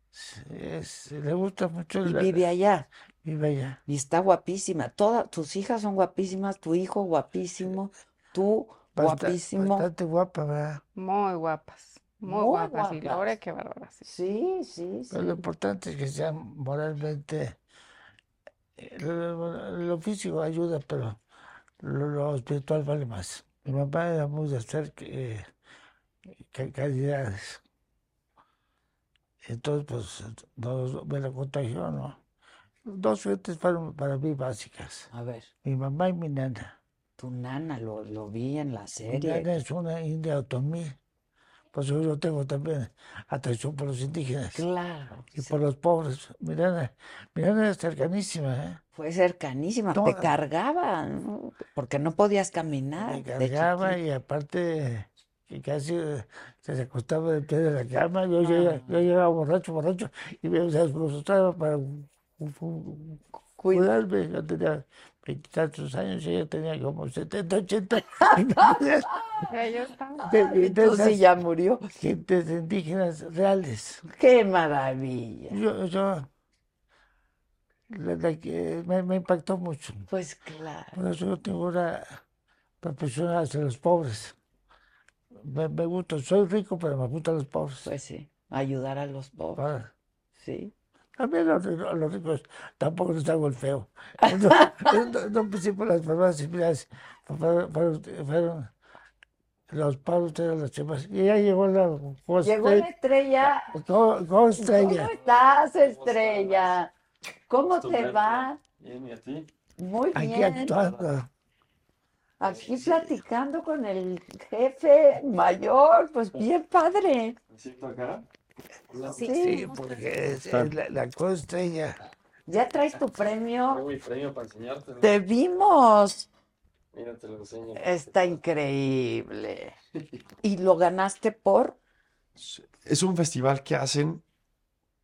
Speaker 3: Es- le gusta mucho
Speaker 4: y
Speaker 3: la-
Speaker 4: vive allá.
Speaker 3: vive allá.
Speaker 4: Y está guapísima. Todas tus hijas son guapísimas, tu hijo guapísimo, tú
Speaker 3: Basta-
Speaker 4: guapísimo.
Speaker 3: Bastante guapa, ¿verdad?
Speaker 7: Muy guapas. Muy
Speaker 4: Muy
Speaker 7: guapas. Y
Speaker 4: guapas.
Speaker 7: Laura, qué bárbara. sí.
Speaker 4: Sí, sí,
Speaker 3: Pero lo
Speaker 4: sí.
Speaker 3: importante es que sea moralmente. eh, Lo, lo físico ayuda, pero lo, lo espiritual vale más. Mi papá era muy de hacer eh, ca- caridades. Entonces, pues, no- me lo contagió, ¿no? Dos fuentes fueron para mí básicas:
Speaker 4: A ver,
Speaker 3: mi mamá y mi nana.
Speaker 4: tu nana lo, lo vi en la
Speaker 3: Mi
Speaker 4: serie.
Speaker 3: nana es una india otomí. Pues yo lo tengo también atracción por los indígenas.
Speaker 4: Claro,
Speaker 3: y
Speaker 4: sí,
Speaker 3: por los pobres. Miranda, Miranda es cercanísima, ¿eh?
Speaker 4: fue cercanísima, te
Speaker 3: Todas.
Speaker 4: cargaba, ¿no? porque no podías caminar
Speaker 3: Me
Speaker 4: Ah, de
Speaker 3: cargaba
Speaker 4: chiquita.
Speaker 3: y aparte que casi eh, se acostaba del pie de la cama. Yo, llega- yo
Speaker 4: Ah.
Speaker 3: llegaba borracho, borracho y me desconsultaba para cu- cu- cuidarme. Yo tenía veintitantos años y ella tenía como 70, 80.
Speaker 7: Ya yo estaba.
Speaker 3: de,
Speaker 4: Y
Speaker 3: de
Speaker 4: tú sí
Speaker 3: esas
Speaker 4: ya murió.
Speaker 3: gentes indígenas reales.
Speaker 4: ¡Qué maravilla!
Speaker 3: Yo, yo la- la que me, me impactó mucho.
Speaker 4: Pues claro.
Speaker 3: Por eso yo tengo una propensión hacia los pobres. Me, me gusta, soy rico, pero me gustan los pobres.
Speaker 4: Pues sí, ayudar a los pobres,
Speaker 3: Para-
Speaker 4: sí.
Speaker 3: También los, ri- a los ricos tampoco les hago el feo. No, no, no empecé por las farmacias, mira, es- fueron, fueron- fueron los pobres eran los chivas. Y ya llegó la
Speaker 4: Llegó la
Speaker 3: Costa,
Speaker 4: estrella.
Speaker 3: Co- Costa
Speaker 4: ¿Cómo
Speaker 3: ella.
Speaker 4: estás, estrella? ¿Cómo te va?
Speaker 5: Bien, ¿y a ti?
Speaker 4: Muy
Speaker 3: aquí
Speaker 4: bien.
Speaker 3: actuando.
Speaker 4: Aquí platicando con el jefe mayor, pues bien padre.
Speaker 5: ¿Me siento acá? Hola.
Speaker 3: Sí,
Speaker 4: Sí.
Speaker 3: porque es- es la, la Costa ella.
Speaker 4: Ya traes tu premio.
Speaker 5: Tengo mi premio para enseñarte. ¿no?
Speaker 4: Te vimos.
Speaker 5: Mira, te lo enseño.
Speaker 4: Está increíble. Y lo ganaste por.
Speaker 8: Es un festival que hacen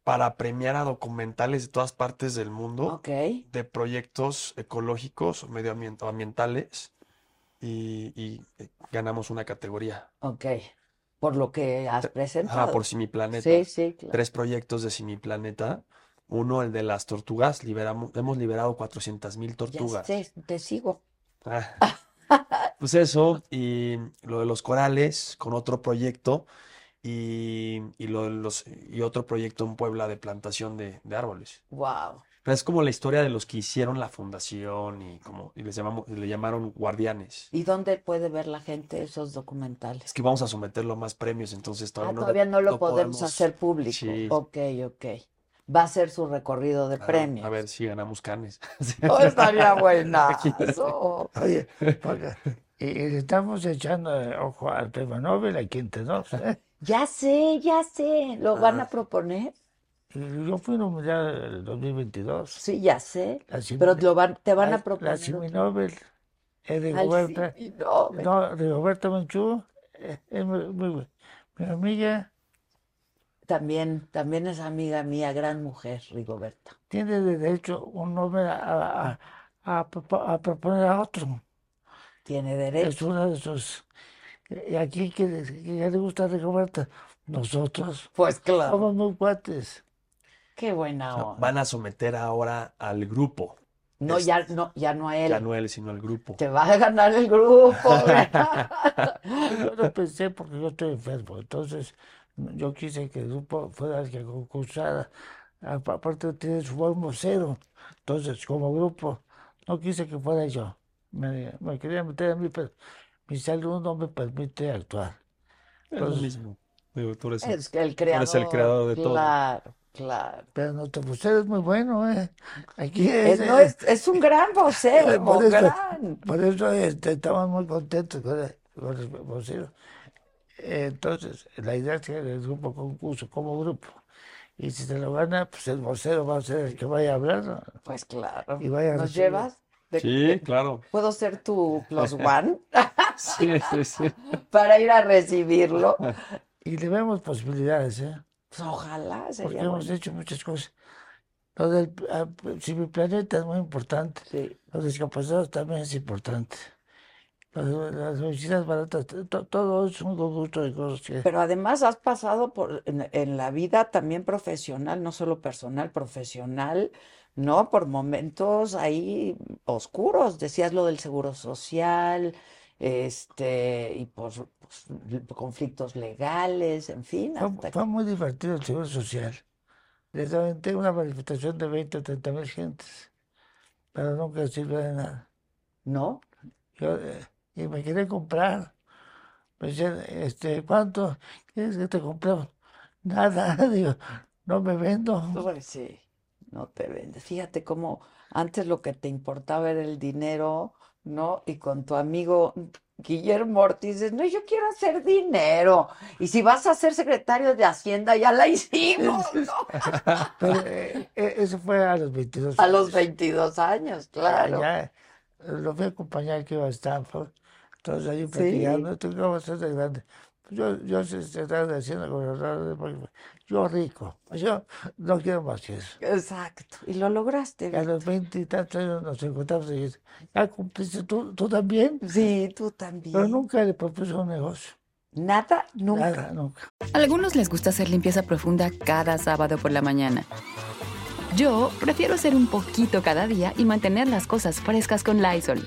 Speaker 8: para premiar a documentales de todas partes del mundo
Speaker 4: Ok.
Speaker 8: de proyectos ecológicos o medioambientales y, y, eh, ganamos una categoría.
Speaker 4: Ok. Por lo que has
Speaker 8: Ah,
Speaker 4: presentado.
Speaker 8: por Si Mi Planeta.
Speaker 4: Sí, sí, claro.
Speaker 8: Tres proyectos de Si Mi Planeta. Uno, el de las tortugas. Liberamos, hemos liberado 400.000
Speaker 4: Ya
Speaker 8: tortugas.
Speaker 4: sé, te sigo.
Speaker 8: Ah. Pues eso, y lo de los corales con otro proyecto y, y lo de los, y otro proyecto en Puebla de plantación de, de árboles.
Speaker 4: Wow.
Speaker 8: Pero es como la historia de los que hicieron la fundación y como y les llamamos, le llamaron guardianes.
Speaker 4: ¿Y dónde puede ver la gente esos documentales?
Speaker 8: Es que vamos a someterlo a más premios, entonces
Speaker 4: Ah,
Speaker 8: todavía no lo,
Speaker 4: todavía no lo
Speaker 8: no
Speaker 4: podemos
Speaker 8: podemos-
Speaker 4: hacer público.
Speaker 8: Sí.
Speaker 4: Ok, ok. Va a ser su recorrido de
Speaker 8: Ah,
Speaker 4: premios.
Speaker 8: A ver si ganamos canes.
Speaker 4: Oh, estaría buenazo.
Speaker 3: Oye, porque- y, y le estamos echando eh, ojo al tema Nobel, a quien tenemos, ¿eh?
Speaker 4: Ya sé, ya sé.
Speaker 8: Ah.
Speaker 4: ¿Lo van a proponer?
Speaker 3: Y yo fui nominado en el 2022.
Speaker 4: Sí, ya sé.
Speaker 3: La Simi-
Speaker 4: Pero lo van, te van
Speaker 3: la-
Speaker 4: a proponer
Speaker 3: La Simi
Speaker 4: otro.
Speaker 3: Nobel, eh,
Speaker 4: Al
Speaker 3: Rigoberta,
Speaker 4: sí, no, me-
Speaker 3: no, Rigoberta Menchú, eh, es mi, mi- mi amiga,
Speaker 4: También, también es amiga mía, gran mujer, Rigoberta.
Speaker 3: tiene derecho un Nobel a, a- a propo- a proponer a otro.
Speaker 4: Tiene
Speaker 3: Es
Speaker 4: derecho.
Speaker 3: uno de sus. ¿Y aquí que le gusta a Rigoberta? Nosotros
Speaker 4: Pues claro.
Speaker 3: somos muy cuates.
Speaker 4: Qué buena
Speaker 8: No,
Speaker 4: onda.
Speaker 8: Van a someter ahora al grupo,
Speaker 4: No, ya no, ya no a él.
Speaker 8: ya no él, sino al grupo.
Speaker 4: Te va a ganar el grupo. güey.
Speaker 3: Yo lo pensé porque yo estoy enfermo, entonces yo quise que el grupo fuera el que concursara. Apa- Aparte tiene su buen vocero, entonces como grupo no quise que fuera yo. Me, me quería meter a mí, pero mi salud no me permite actuar.
Speaker 8: Es lo mismo. Digo, tú eres el-
Speaker 4: pues Es que el
Speaker 8: tú eres el creador de todo.
Speaker 4: Claro, claro.
Speaker 3: Pero nuestro vocero es muy bueno, ¿eh? Aquí es,
Speaker 4: Es, Eh,
Speaker 3: eh,
Speaker 4: no, es, es un gran vocero,
Speaker 3: Por eso-
Speaker 4: gran.
Speaker 3: por eso este, estamos muy contentos con, el- con el vocero. Eh, Entonces, la idea es que el grupo concurso como grupo. Y si se lo gana, pues el vocero va a ser el que vaya a hablar, ¿no?
Speaker 4: Pues claro.
Speaker 3: Y vaya a
Speaker 4: ¿Nos
Speaker 3: recibir.
Speaker 4: llevas? ¿De-
Speaker 8: Sí, claro.
Speaker 4: ¿Puedo ser tu plus one
Speaker 8: Sí, sí, sí.
Speaker 4: para ir a recibirlo?
Speaker 3: Y le vemos posibilidades, ¿eh?
Speaker 4: Pues ojalá
Speaker 3: Porque
Speaker 4: sería
Speaker 3: hemos
Speaker 4: bueno.
Speaker 3: hecho muchas cosas. Lo del ah, si mi planeta es muy importante.
Speaker 4: Sí.
Speaker 3: Los discapacitados también es importante. Las, las medicinas baratas, to- to- todo es un conjunto de cosas que...
Speaker 4: Pero además has pasado por en, en la vida también profesional, no solo personal, profesional, ¿no? Por momentos ahí oscuros. Decías lo del seguro social, este, y por, pues, conflictos legales, en fin,
Speaker 3: Fue,
Speaker 4: hasta
Speaker 3: fue muy divertido el Seguro Social. Les aventé una manifestación de 20 o 30 mil gentes, pero nunca sirvió de nada.
Speaker 4: ¿no?
Speaker 3: Yo, eh, y me quería comprar. Me decían, este, ¿cuánto quieres que te compremos? Nada, digo, no me vendo.
Speaker 4: Pues sí, no te vendes. Fíjate cómo antes lo que te importaba era el dinero, ¿no? Y con tu amigo Guillermo Ortiz dices, no, yo quiero hacer dinero. Y si vas a ser secretario de Hacienda, ya la hicimos, ¿no?
Speaker 3: Pero eh, eh, eso fue a los 22
Speaker 4: A los
Speaker 3: años.
Speaker 4: 22 años, claro.
Speaker 3: Allá, eh, lo fui a acompañar que iba a Stanford. Entonces ahí platicando, tú qué vas a ser de grande. Pues Yo, yo se se estaba diciendo gobernador de México, yo rico, pues yo no quiero más que eso.
Speaker 4: Exacto. Y lo lograste.
Speaker 3: Y a
Speaker 4: Vic.
Speaker 3: los veintitantos años nos encontramos y dice, ya cumpliste tú, tú también,
Speaker 4: Sí, tú
Speaker 3: pero
Speaker 4: también.
Speaker 3: nunca le propuso un negocio,
Speaker 4: Nada, nunca.
Speaker 3: nada, nunca.
Speaker 6: Algunos les gusta hacer limpieza profunda cada sábado por la mañana. Yo prefiero hacer un poquito cada día y mantener las cosas frescas con Lysol.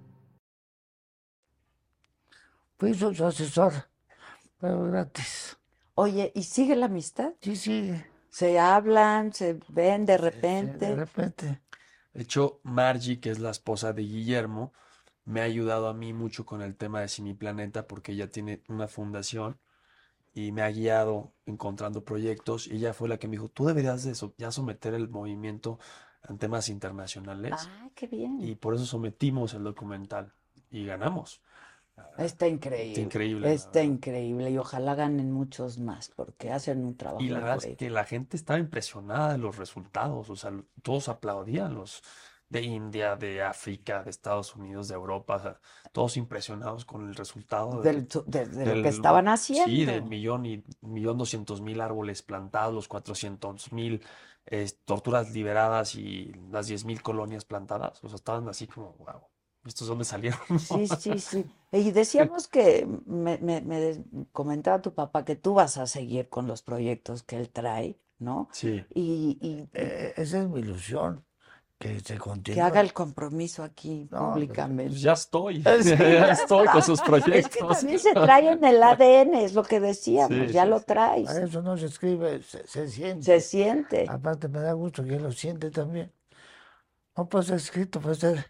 Speaker 3: Fui su, su asesor, pero gratis.
Speaker 4: Oye, ¿y sigue la amistad?
Speaker 3: Sí, sí, Este,
Speaker 4: Se hablan, se ven de repente.
Speaker 3: de repente.
Speaker 8: De hecho, Margie, que es la esposa de Guillermo, me ha ayudado a mí mucho con el tema de Si Mi Planeta, porque ella tiene una fundación y me ha guiado encontrando proyectos. Y ella fue la que me dijo, tú deberías de so- ya someter el movimiento a temas internacionales.
Speaker 4: Ah, qué bien.
Speaker 8: Y por eso sometimos el documental y ganamos.
Speaker 4: Está increíble.
Speaker 8: increíble, la
Speaker 4: Está
Speaker 8: verdad.
Speaker 4: increíble y ojalá ganen muchos más porque hacen un trabajo
Speaker 8: Y la verdad es
Speaker 4: increíble.
Speaker 8: que la gente estaba impresionada de los resultados, o sea, lo- todos aplaudían los de India, de África, de Estados Unidos, de Europa, o sea, todos impresionados con el resultado de,
Speaker 4: Del tu- de, de lo que
Speaker 8: del-
Speaker 4: estaban
Speaker 8: sí, del
Speaker 4: haciendo.
Speaker 8: millón y millón doscientos mil árboles plantados, los cuatrocientos mil eh, torturas liberadas y las diez mil colonias plantadas, o sea, estaban así como, wow, ¿estos dónde salieron?
Speaker 4: Sí, sí, sí. Y decíamos que me, me- me des- comentaba tu papá que tú vas a seguir con los proyectos que él trae, ¿no?
Speaker 8: Sí.
Speaker 4: Y, y
Speaker 3: Eh, esa es mi ilusión, que se
Speaker 4: que haga
Speaker 3: continúe.
Speaker 4: el compromiso aquí
Speaker 3: No, pues,
Speaker 4: públicamente.
Speaker 8: Pues ya estoy,
Speaker 4: Sí,
Speaker 8: ya
Speaker 4: ya
Speaker 8: estoy con
Speaker 4: está.
Speaker 8: sus
Speaker 4: Es que
Speaker 8: proyectos.
Speaker 4: también se trae en el ADN, es lo que decíamos,
Speaker 8: Sí,
Speaker 4: ya
Speaker 8: sí,
Speaker 4: lo
Speaker 8: sí.
Speaker 4: traes,
Speaker 3: Para eso no se escribe, se, se siente.
Speaker 4: ¿Eh? se siente.
Speaker 3: Aparte me da gusto que lo siente también. No puede ser escrito, puede ser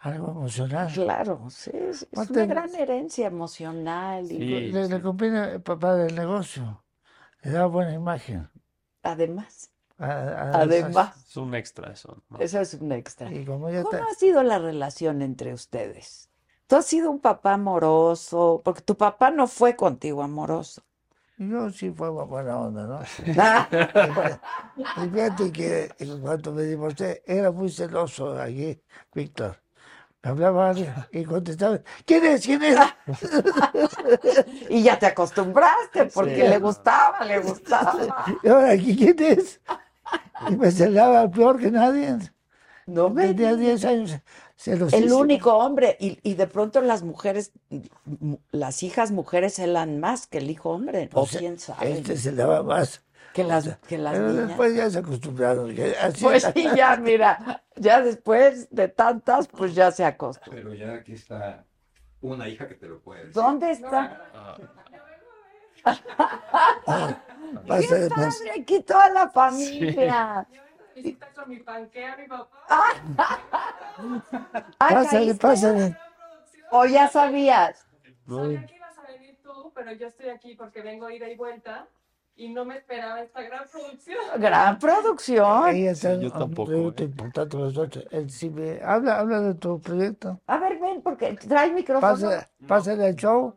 Speaker 3: algo emocional.
Speaker 4: Claro, sí, es, es una
Speaker 3: Ah. Aparte-
Speaker 4: gran herencia emocional y
Speaker 8: Sí,
Speaker 3: Le, le
Speaker 8: sí.
Speaker 3: conviene el papá del negocio. Le da buena imagen.
Speaker 4: además,
Speaker 3: a- a-
Speaker 4: además,
Speaker 8: Es un extra eso, ¿no?
Speaker 4: eso es un extra.
Speaker 3: Y como ya
Speaker 4: ¿Cómo
Speaker 3: está,
Speaker 4: ha sido la relación entre ustedes? Tú has sido un papá amoroso, Ah, porque tu papá no fue contigo amoroso.
Speaker 3: Yo sí fue bu- buena onda, ¿no? Y fíjate- y fíjate que en cuanto me divorcié, era muy celoso aquí, Víctor. Me hablaba alguien y contestaba, ¿quién es? ¿Quién es?
Speaker 4: Y ya te acostumbraste porque
Speaker 3: Sí.
Speaker 4: le gustaba, le gustaba.
Speaker 3: Y ahora aquí, ¿quién es? Y me celaba peor que nadie.
Speaker 4: No me
Speaker 3: Tenía
Speaker 4: digas.
Speaker 3: 10 años, celosísimo.
Speaker 4: El único hombre. Y, y de pronto las mujeres, mm, las hijas mujeres celan más que el hijo hombre.
Speaker 3: Pues,
Speaker 4: o quién sabe.
Speaker 3: Este celaba más.
Speaker 4: que las, que las
Speaker 3: Pero
Speaker 4: niñas.
Speaker 3: después ya se acostumbraron. que así
Speaker 4: Pues
Speaker 3: era.
Speaker 4: sí, ya, mira, ya después de tantas, pues ya se acostó.
Speaker 9: Pero ya aquí está una hija que te lo puede decir.
Speaker 4: ¿Dónde está?
Speaker 3: Pasa
Speaker 4: ¡Qué
Speaker 3: después.
Speaker 4: padre! Aquí toda la familia. Ah,
Speaker 3: Pásale,
Speaker 4: caíste.
Speaker 3: pásale.
Speaker 4: O Oh, ya sabías.
Speaker 8: No,
Speaker 10: que ibas a venir tú, pero yo estoy aquí porque vengo ida y vuelta y no me esperaba esta gran producción.
Speaker 4: Gran producción.
Speaker 3: Ahí está
Speaker 8: yo
Speaker 3: un
Speaker 8: tampoco,
Speaker 3: proyecto
Speaker 8: ¿eh?
Speaker 3: importante para nosotros. Él sí me- habla, habla de tu proyecto.
Speaker 4: A ver, ven, porque trae el micrófono.
Speaker 3: Pásale, pásale al show.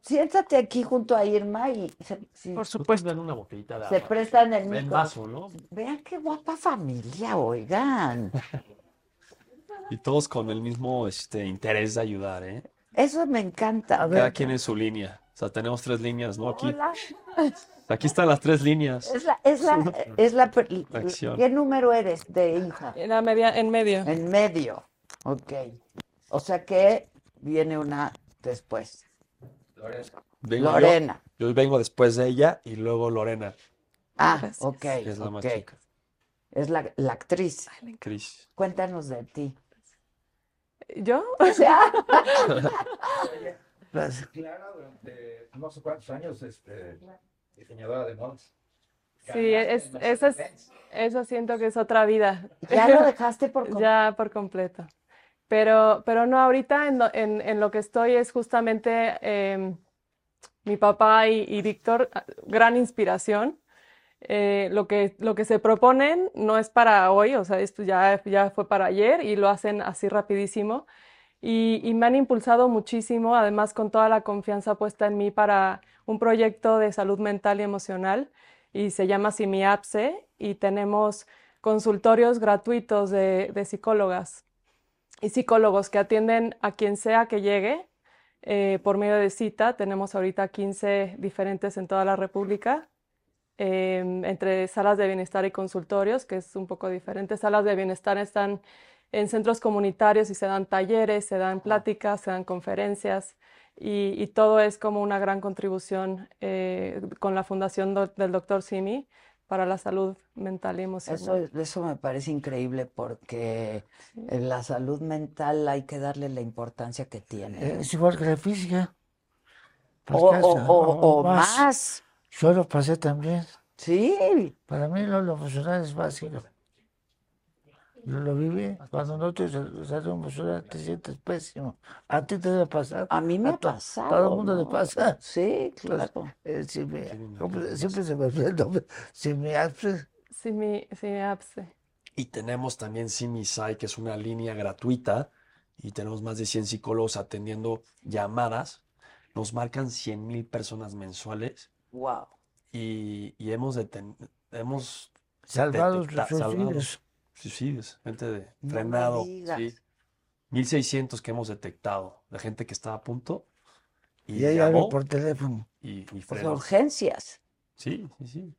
Speaker 4: Siéntate aquí junto a Irma y se, si
Speaker 7: Por
Speaker 8: ¿no te
Speaker 7: supuesto.
Speaker 8: dan una botellita de
Speaker 4: se
Speaker 8: agua?
Speaker 4: prestan el
Speaker 8: En
Speaker 4: micrófono.
Speaker 8: vaso, ¿no?
Speaker 4: Vean qué guapa familia, oigan.
Speaker 8: Y todos con el mismo este, interés de ayudar, ¿eh?
Speaker 4: Eso me encanta.
Speaker 3: A ver.
Speaker 8: Cada quien en su línea. O sea, tenemos tres líneas, ¿no? Aquí,
Speaker 4: Hola.
Speaker 8: aquí están las tres líneas.
Speaker 4: Es la, es la, es la, per-
Speaker 8: Acción.
Speaker 4: ¿qué número eres de hija?
Speaker 10: En, la media, en medio.
Speaker 4: En medio. Ok. O sea que viene una después.
Speaker 8: Vengo yo,
Speaker 4: Lorena.
Speaker 8: yo vengo después de ella y luego Lorena,
Speaker 4: Ah,
Speaker 10: Gracias.
Speaker 4: ok.
Speaker 8: que es la más
Speaker 4: ok.
Speaker 8: chica.
Speaker 4: Es la, la actriz.
Speaker 8: Cris.
Speaker 4: Cuéntanos de ti.
Speaker 10: ¿Yo?
Speaker 4: O sea,
Speaker 9: Clara, durante no sé cuántos años, este, diseñadora de modas.
Speaker 10: Sí, es-
Speaker 9: Ganaste
Speaker 10: esa es-
Speaker 9: Mercedes-Benz.
Speaker 10: Eso siento que es otra vida.
Speaker 4: ya lo dejaste por com-
Speaker 10: Ya por completo. Pero, pero no, ahorita en lo, en, en lo que estoy es justamente em, mi papá y, y Víctor, ah, gran inspiración. Eh, lo que, lo que se proponen no es para hoy, o sea, esto ya, ya fue para ayer y lo hacen así rapidísimo. Y, y me han impulsado muchísimo, además con toda la confianza puesta en mí para un proyecto de salud mental y emocional y se llama Simiapse y tenemos consultorios gratuitos de, de psicólogas y psicólogos que atienden a quien sea que llegue eh, por medio de cita. Tenemos ahorita 15 diferentes en toda la República, eh, entre salas de bienestar y consultorios, que es un poco diferente. Salas de bienestar están en centros comunitarios y se dan talleres, se dan pláticas, se dan conferencias. Y, y todo es como una gran contribución eh, con la fundación do- del doctor Simi para la salud mental y emocional.
Speaker 4: Eso, eso me parece increíble porque eh, la salud mental hay que darle la importancia que tiene.
Speaker 3: Eh, Es igual que la física. Pues
Speaker 4: O,
Speaker 3: casi,
Speaker 4: o- o- o
Speaker 3: o
Speaker 4: más.
Speaker 3: Yo lo pasé también.
Speaker 4: Sí.
Speaker 3: Para mí lo, lo emocional es básico. Yo lo viví. Cuando no te sale emocional, te sientes pésimo. A ti te debe pasar.
Speaker 4: A mí me ha
Speaker 3: to-
Speaker 4: pasado.
Speaker 3: Todo el mundo le
Speaker 4: ¿no?
Speaker 3: pasa.
Speaker 4: Sí,
Speaker 3: Pues,
Speaker 4: claro.
Speaker 3: eh, si me-
Speaker 8: lindo.
Speaker 3: ¿cómo se- siempre se me olvida el nombre. Si me haces,
Speaker 10: Sí, mi, sí, mi apse.
Speaker 8: Y tenemos también Simisai, que es una línea gratuita, y tenemos más de 100 psicólogos atendiendo llamadas. Nos marcan 100 mil personas mensuales
Speaker 4: Wow.
Speaker 8: y, y hemos, deten- hemos
Speaker 3: salvados
Speaker 8: Detecta-
Speaker 3: sus
Speaker 8: salvados.
Speaker 3: hijos.
Speaker 8: suicidios, gente de,
Speaker 4: me
Speaker 8: frenado,
Speaker 4: digas.
Speaker 8: sí. 1600 que hemos detectado, de gente que estaba a punto y
Speaker 3: Y ahí hablo
Speaker 8: llamó
Speaker 3: por teléfono.
Speaker 8: y, y
Speaker 4: Pues
Speaker 8: frenó.
Speaker 4: urgencias.
Speaker 8: Sí, sí, sí.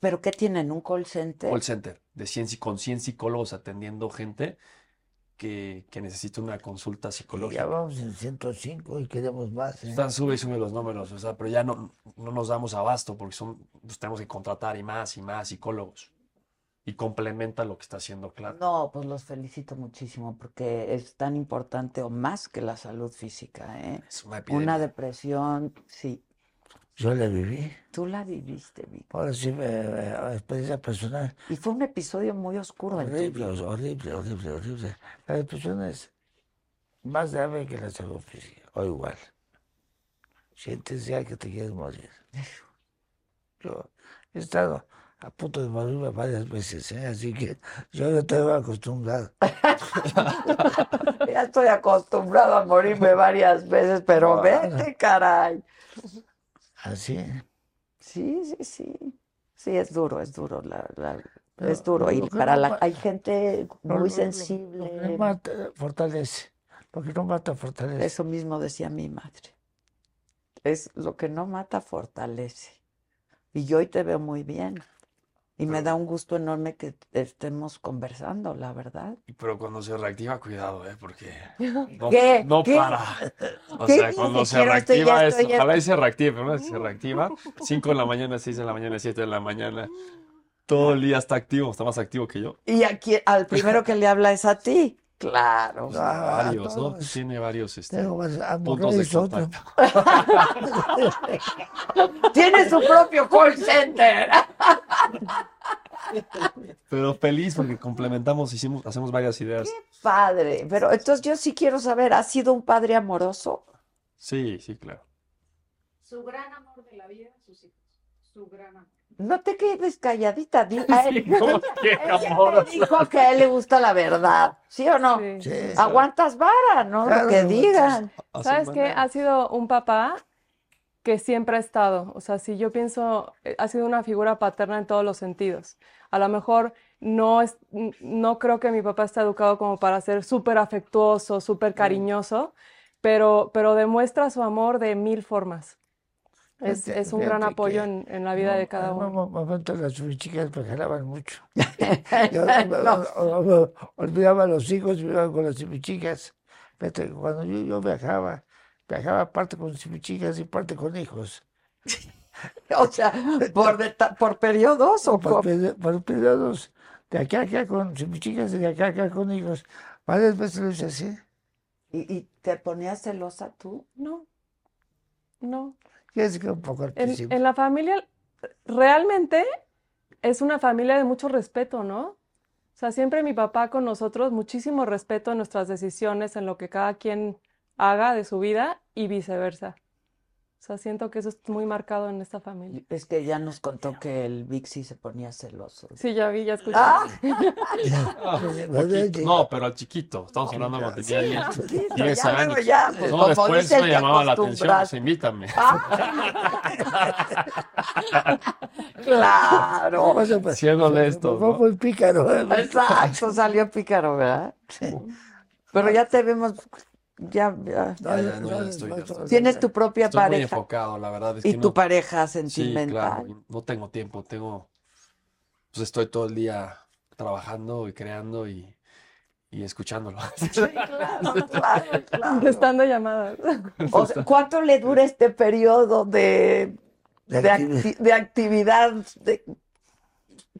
Speaker 4: ¿Pero qué tienen? ¿Un call center?
Speaker 8: Call center, de 100, psi- con 100 psicólogos atendiendo gente que, que necesita una consulta
Speaker 3: Y ya
Speaker 8: psicológica.
Speaker 3: vamos en 105 y queremos más. ¿eh?
Speaker 8: Están sube y sube los números, o sea, pero ya no, no nos damos abasto porque son, pues, tenemos que contratar y más y más psicólogos. Y complementa lo que está haciendo Clara.
Speaker 4: No, pues los felicito muchísimo porque es tan importante o más que la salud física, ¿eh?
Speaker 8: Es una
Speaker 4: Una
Speaker 8: epidemia.
Speaker 4: depresión, sí.
Speaker 3: Yo la viví.
Speaker 4: Tú la viviste, Vic.
Speaker 3: Ahora sí, me, me- experiencia personal.
Speaker 4: Y fue un episodio muy oscuro en tu
Speaker 3: Horrible,
Speaker 4: vida.
Speaker 3: horrible, horrible, horrible. La depresión es más grave que la salud física, o igual. Sientes ya que te quieres morir. Yo he estado a punto de morirme varias veces, ¿eh? así que yo ya tengo acostumbrado.
Speaker 4: Ya estoy acostumbrado a morirme varias veces, pero
Speaker 3: Ah.
Speaker 4: vete, caray.
Speaker 3: Así,
Speaker 4: Sí, sí, sí. Sí, es duro, es duro, la, la-
Speaker 3: Pero
Speaker 4: es duro. Y
Speaker 3: lo que
Speaker 4: para
Speaker 3: no
Speaker 4: la,
Speaker 3: pa-
Speaker 4: hay gente
Speaker 3: Lo- lo-
Speaker 4: muy
Speaker 3: lo-
Speaker 4: sensible.
Speaker 3: Lo que no mata, fortalece. Lo que no mata, fortalece.
Speaker 4: Eso mismo decía mi madre. Es lo que no mata, fortalece. Y yo hoy te veo muy bien. Y me da un gusto enorme que estemos conversando, la verdad.
Speaker 8: Pero cuando se reactiva, cuidado, ¿eh? Porque no,
Speaker 4: ¿Qué?
Speaker 8: no
Speaker 4: ¿Qué?
Speaker 8: para. O
Speaker 4: ¿Qué
Speaker 8: sea,
Speaker 4: dices?
Speaker 8: cuando se
Speaker 4: Quiero esto y
Speaker 8: reactiva
Speaker 4: esto
Speaker 8: es,
Speaker 4: y
Speaker 8: ojalá y
Speaker 4: esto.
Speaker 8: se reactive, ¿no? Se reactiva, 5 de la mañana, 6 de la mañana, 7 de la mañana, todo el día está activo, está más activo que yo.
Speaker 4: Y aquí al primero que le habla es a ti. Claro.
Speaker 8: Tiene varios, ¿no? Tiene varios este,
Speaker 3: Tengo más
Speaker 8: puntos de
Speaker 3: amores, otro.
Speaker 8: contacto.
Speaker 4: Tiene su propio call center.
Speaker 8: Pero feliz porque complementamos, hicimos, hacemos varias ideas.
Speaker 4: Padre. Pero entonces yo sí quiero saber, ¿has sido un padre amoroso?
Speaker 8: Sí, sí, claro.
Speaker 7: Su gran amor de la vida, sus hijos. Su gran amor.
Speaker 4: No te quedes calladita. di- a él.
Speaker 7: ¿cómo que
Speaker 4: Ella te
Speaker 7: amoroso?
Speaker 4: dijo que a él le gusta la verdad. ¿Sí o no?
Speaker 3: Sí.
Speaker 4: Aguantas vara, ¿no?
Speaker 3: Claro,
Speaker 4: Lo que
Speaker 3: aguantas.
Speaker 4: digan.
Speaker 8: Ah,
Speaker 10: ¿Sabes qué? Ha sido un papá que siempre ha estado. O sea, si yo pienso, eh, ha sido una figura paterna en todos los sentidos. A lo mejor no es, n- no creo que mi papá esté educado como para ser súper afectuoso, súper cariñoso, pero, pero demuestra su amor de mil formas. Es,
Speaker 3: Fíjate-
Speaker 10: es un gran
Speaker 3: fíjate
Speaker 10: apoyo
Speaker 3: que
Speaker 10: en, en la vida
Speaker 3: mo-
Speaker 10: de cada
Speaker 3: en un
Speaker 10: uno.
Speaker 3: mo- momento las chicas me jalaban mucho. Yo o- o- o- olvidaba a los hijos, me iba con las chicas. Fíjate, Cuando yo, yo viajaba, viajaba parte con chicas y parte con hijos.
Speaker 4: O sea, por, deta- por periodos o
Speaker 3: por,
Speaker 4: cómo?
Speaker 3: peri- por periodos de acá a acá con chicas y de acá a acá con hijos. Varias veces lo hice así.
Speaker 4: ¿Y, y te ponías celosa tú?
Speaker 10: No, no.
Speaker 3: Y es que un poco al
Speaker 10: En,
Speaker 3: principio.
Speaker 10: en la familia, realmente es una familia de mucho respeto, ¿no? O sea, siempre mi papá con nosotros, muchísimo respeto en nuestras decisiones, en lo que cada quien haga de su vida y viceversa. O sea, siento que eso es muy marcado en esta familia.
Speaker 4: Es que ya nos contó que el Vixi se ponía celoso.
Speaker 10: Sí, ya vi, ya
Speaker 4: Ah,
Speaker 10: escuché.
Speaker 8: Ah,
Speaker 3: Pues,
Speaker 8: poquito. No, pero al chiquito, estamos hablando cuando tenía
Speaker 10: Sí, chiquito,
Speaker 8: 10, 10
Speaker 10: ya luego
Speaker 8: años.
Speaker 10: ya, pues,
Speaker 8: no,
Speaker 10: como
Speaker 8: después
Speaker 10: dices,
Speaker 8: me
Speaker 10: te
Speaker 8: llamaba la atención, pues
Speaker 10: acostumbras.
Speaker 8: invítame.
Speaker 4: Ah, Claro.
Speaker 8: Siendo honesto, ¿no?
Speaker 3: muy pícaro. ¿eh?
Speaker 4: Exacto, salió pícaro, ¿verdad? Pero ya te vemos, ya, ya. pues,
Speaker 8: Ya, ya, no, ya estoy, ya estoy.
Speaker 4: Tienes tu propia
Speaker 8: Estoy muy
Speaker 4: pareja.
Speaker 8: enfocado, la verdad es
Speaker 4: y
Speaker 8: que
Speaker 4: tu
Speaker 8: no-
Speaker 4: pareja
Speaker 8: Sí,
Speaker 4: sentimental.
Speaker 8: claro, y no tengo tiempo, tengo, pues estoy todo el día trabajando y creando y, y escuchándolo.
Speaker 10: Contestando llamadas.
Speaker 4: O sea, ¿cuánto le dura este periodo de,
Speaker 3: De
Speaker 4: de
Speaker 3: actividad.
Speaker 4: acti- de actividad de-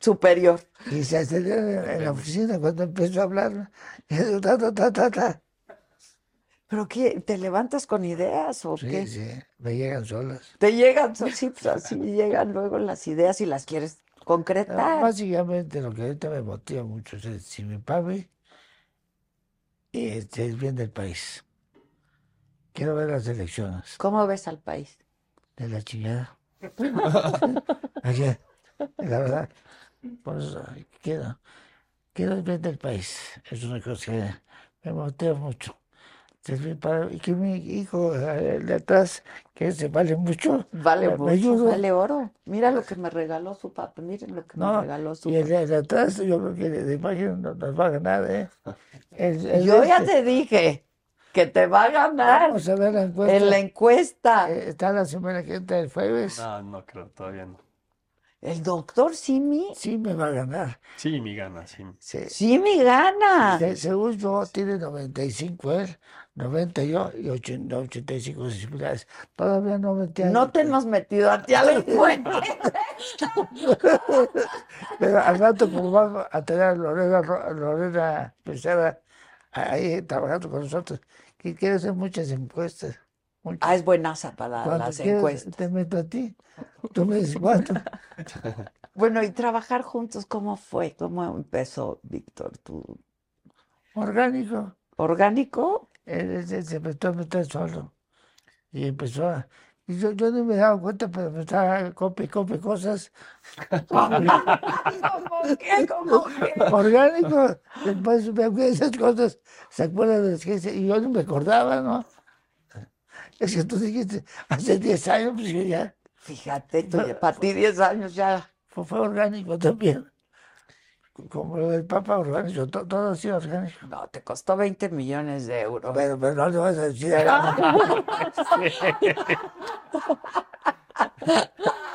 Speaker 4: superior?
Speaker 3: Y se aceleran en, en la oficina cuando empezó a hablar. Y yo, ta, ta, ta, ta, ta.
Speaker 4: ¿Pero qué? ¿Te levantas con ideas o
Speaker 3: Sí,
Speaker 4: qué?
Speaker 3: sí, me llegan solas.
Speaker 4: Te llegan, so- sí, pues así llegan luego las ideas y las quieres concretar.
Speaker 3: Ah, Básicamente lo que ahorita me motiva mucho es el- si mi padre y este, es bien del país. Quiero ver las elecciones
Speaker 4: ¿Cómo ves al país?
Speaker 3: de la chingada. Así, la verdad, pues, por eso quiero, quiero el bien del país. Es una cosa que me motiva mucho. Es mi padre, y que mi hijo, eh, el de atrás, que se vale mucho,
Speaker 4: Vale
Speaker 3: me- me
Speaker 4: mucho,
Speaker 3: ayuda.
Speaker 4: vale oro. Mira lo que me regaló su papá, miren lo que me
Speaker 3: No,
Speaker 4: regaló su
Speaker 3: y el de, el de atrás yo creo que de, de imagen no- nos va a ganar, ¿eh? El- el
Speaker 4: Yo
Speaker 3: de
Speaker 4: ya
Speaker 3: este.
Speaker 4: te dije que te va a ganar
Speaker 3: Vamos a ver la encuesta.
Speaker 4: en la encuesta.
Speaker 3: Eh, está la semana que entra el jueves.
Speaker 8: No, no creo, todavía no.
Speaker 4: El doctor Simi,
Speaker 3: Sí me va a ganar.
Speaker 8: Sí, mi gana, sí.
Speaker 3: Sí.
Speaker 4: Simi gana.
Speaker 3: Se- según yo, tiene 95 él, 90 yo ¿eh? y 80 85 similares. Todavía no me entiendo.
Speaker 4: No te hemos metido a ti a la encuesta.
Speaker 3: Pero al rato, como vamos a tener a Lorena, Ro- Lorena Pesada ahí trabajando con nosotros, que quiere hacer muchas encuestas. muchas.
Speaker 4: Ah, es buenaza para
Speaker 3: Cuando
Speaker 4: las
Speaker 3: quieras,
Speaker 4: encuestas.
Speaker 3: te meto a ti. Tú me dices, ¿cuánto?
Speaker 4: Bueno, y trabajar juntos, ¿cómo fue? ¿Cómo empezó, Víctor? ¿Tú
Speaker 3: Orgánico.
Speaker 4: orgánico?
Speaker 3: Él, él se se empezó a meter solo. Y empezó a... y yo, yo no me daba cuenta, pero me estaba copia y copia cosas.
Speaker 4: ¿Cómo qué? ¿Cómo qué?
Speaker 3: Orgánico. Después me acuerdo de esas cosas. ¿Se acuerdan de las que hice? Y yo no me acordaba, ¿no? Es que tú dijiste, hace 10 años, pues yo ya...
Speaker 4: Fíjate, tú, ya- para ti 10 años ya.
Speaker 3: Fue, fue orgánico también. Como lo del Papa orgánico, to- todo ha sido orgánico.
Speaker 4: No, te costó 20 millones de euros.
Speaker 3: Pero, pero no le vas a decir a la-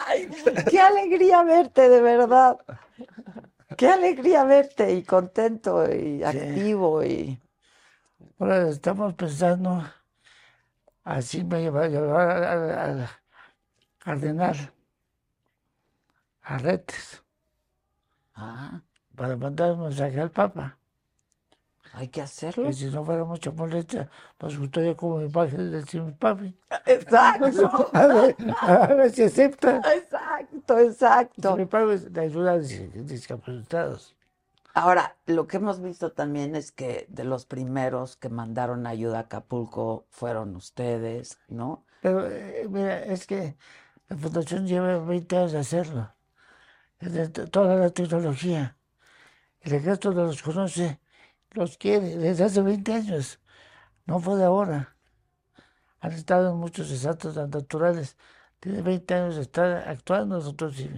Speaker 4: Ay, qué alegría verte, de verdad. Qué alegría verte y contento y activo y
Speaker 3: Ahora estamos pensando, así me lleva a llevar al, al cardenal, a Retes, para mandar un mensaje al Papa.
Speaker 4: hay que hacerlo.
Speaker 3: Que si no fuera mucha molestia, nos gustaría como imagen decir papi.
Speaker 4: Exacto.
Speaker 3: A ver, a ver si acepta.
Speaker 4: Exacto, exacto.
Speaker 3: Mi padre es de ayuda a dis- discapacitados.
Speaker 4: Ahora, lo que hemos visto también es que de los primeros que mandaron ayuda a Acapulco fueron ustedes, ¿no?
Speaker 3: Pero eh, mira, es que la fundación lleva 20 años de hacerlo. Es de to- Toda la tecnología. El ejército no los conoce, los quiere desde hace 20 años. No fue de ahora. Han estado en muchos desastres naturales. Tiene 20 años de estar actuando nosotros y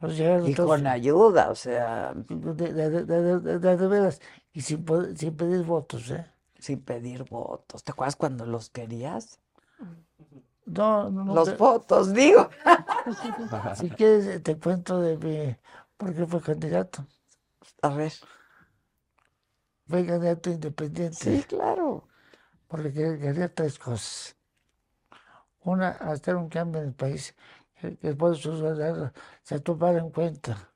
Speaker 3: nos llegaron
Speaker 4: Y
Speaker 3: todos
Speaker 4: con ayuda, o sea,
Speaker 3: de, de- de- de- de- de- de veras y sin, poder- sin pedir votos, ¿eh?
Speaker 4: sin pedir votos. ¿Te acuerdas cuando los querías?
Speaker 3: No, no, no,
Speaker 4: Los
Speaker 3: pero-
Speaker 4: votos, digo.
Speaker 3: Si quieres, eh, te cuento de mi, por qué fue candidato.
Speaker 4: A ver.
Speaker 3: Fue candidato independiente.
Speaker 4: Sí, claro.
Speaker 3: Porque quería, quería tres cosas. Una, hacer un cambio en el país, que, que por sus ciudadanos se tomara en cuenta.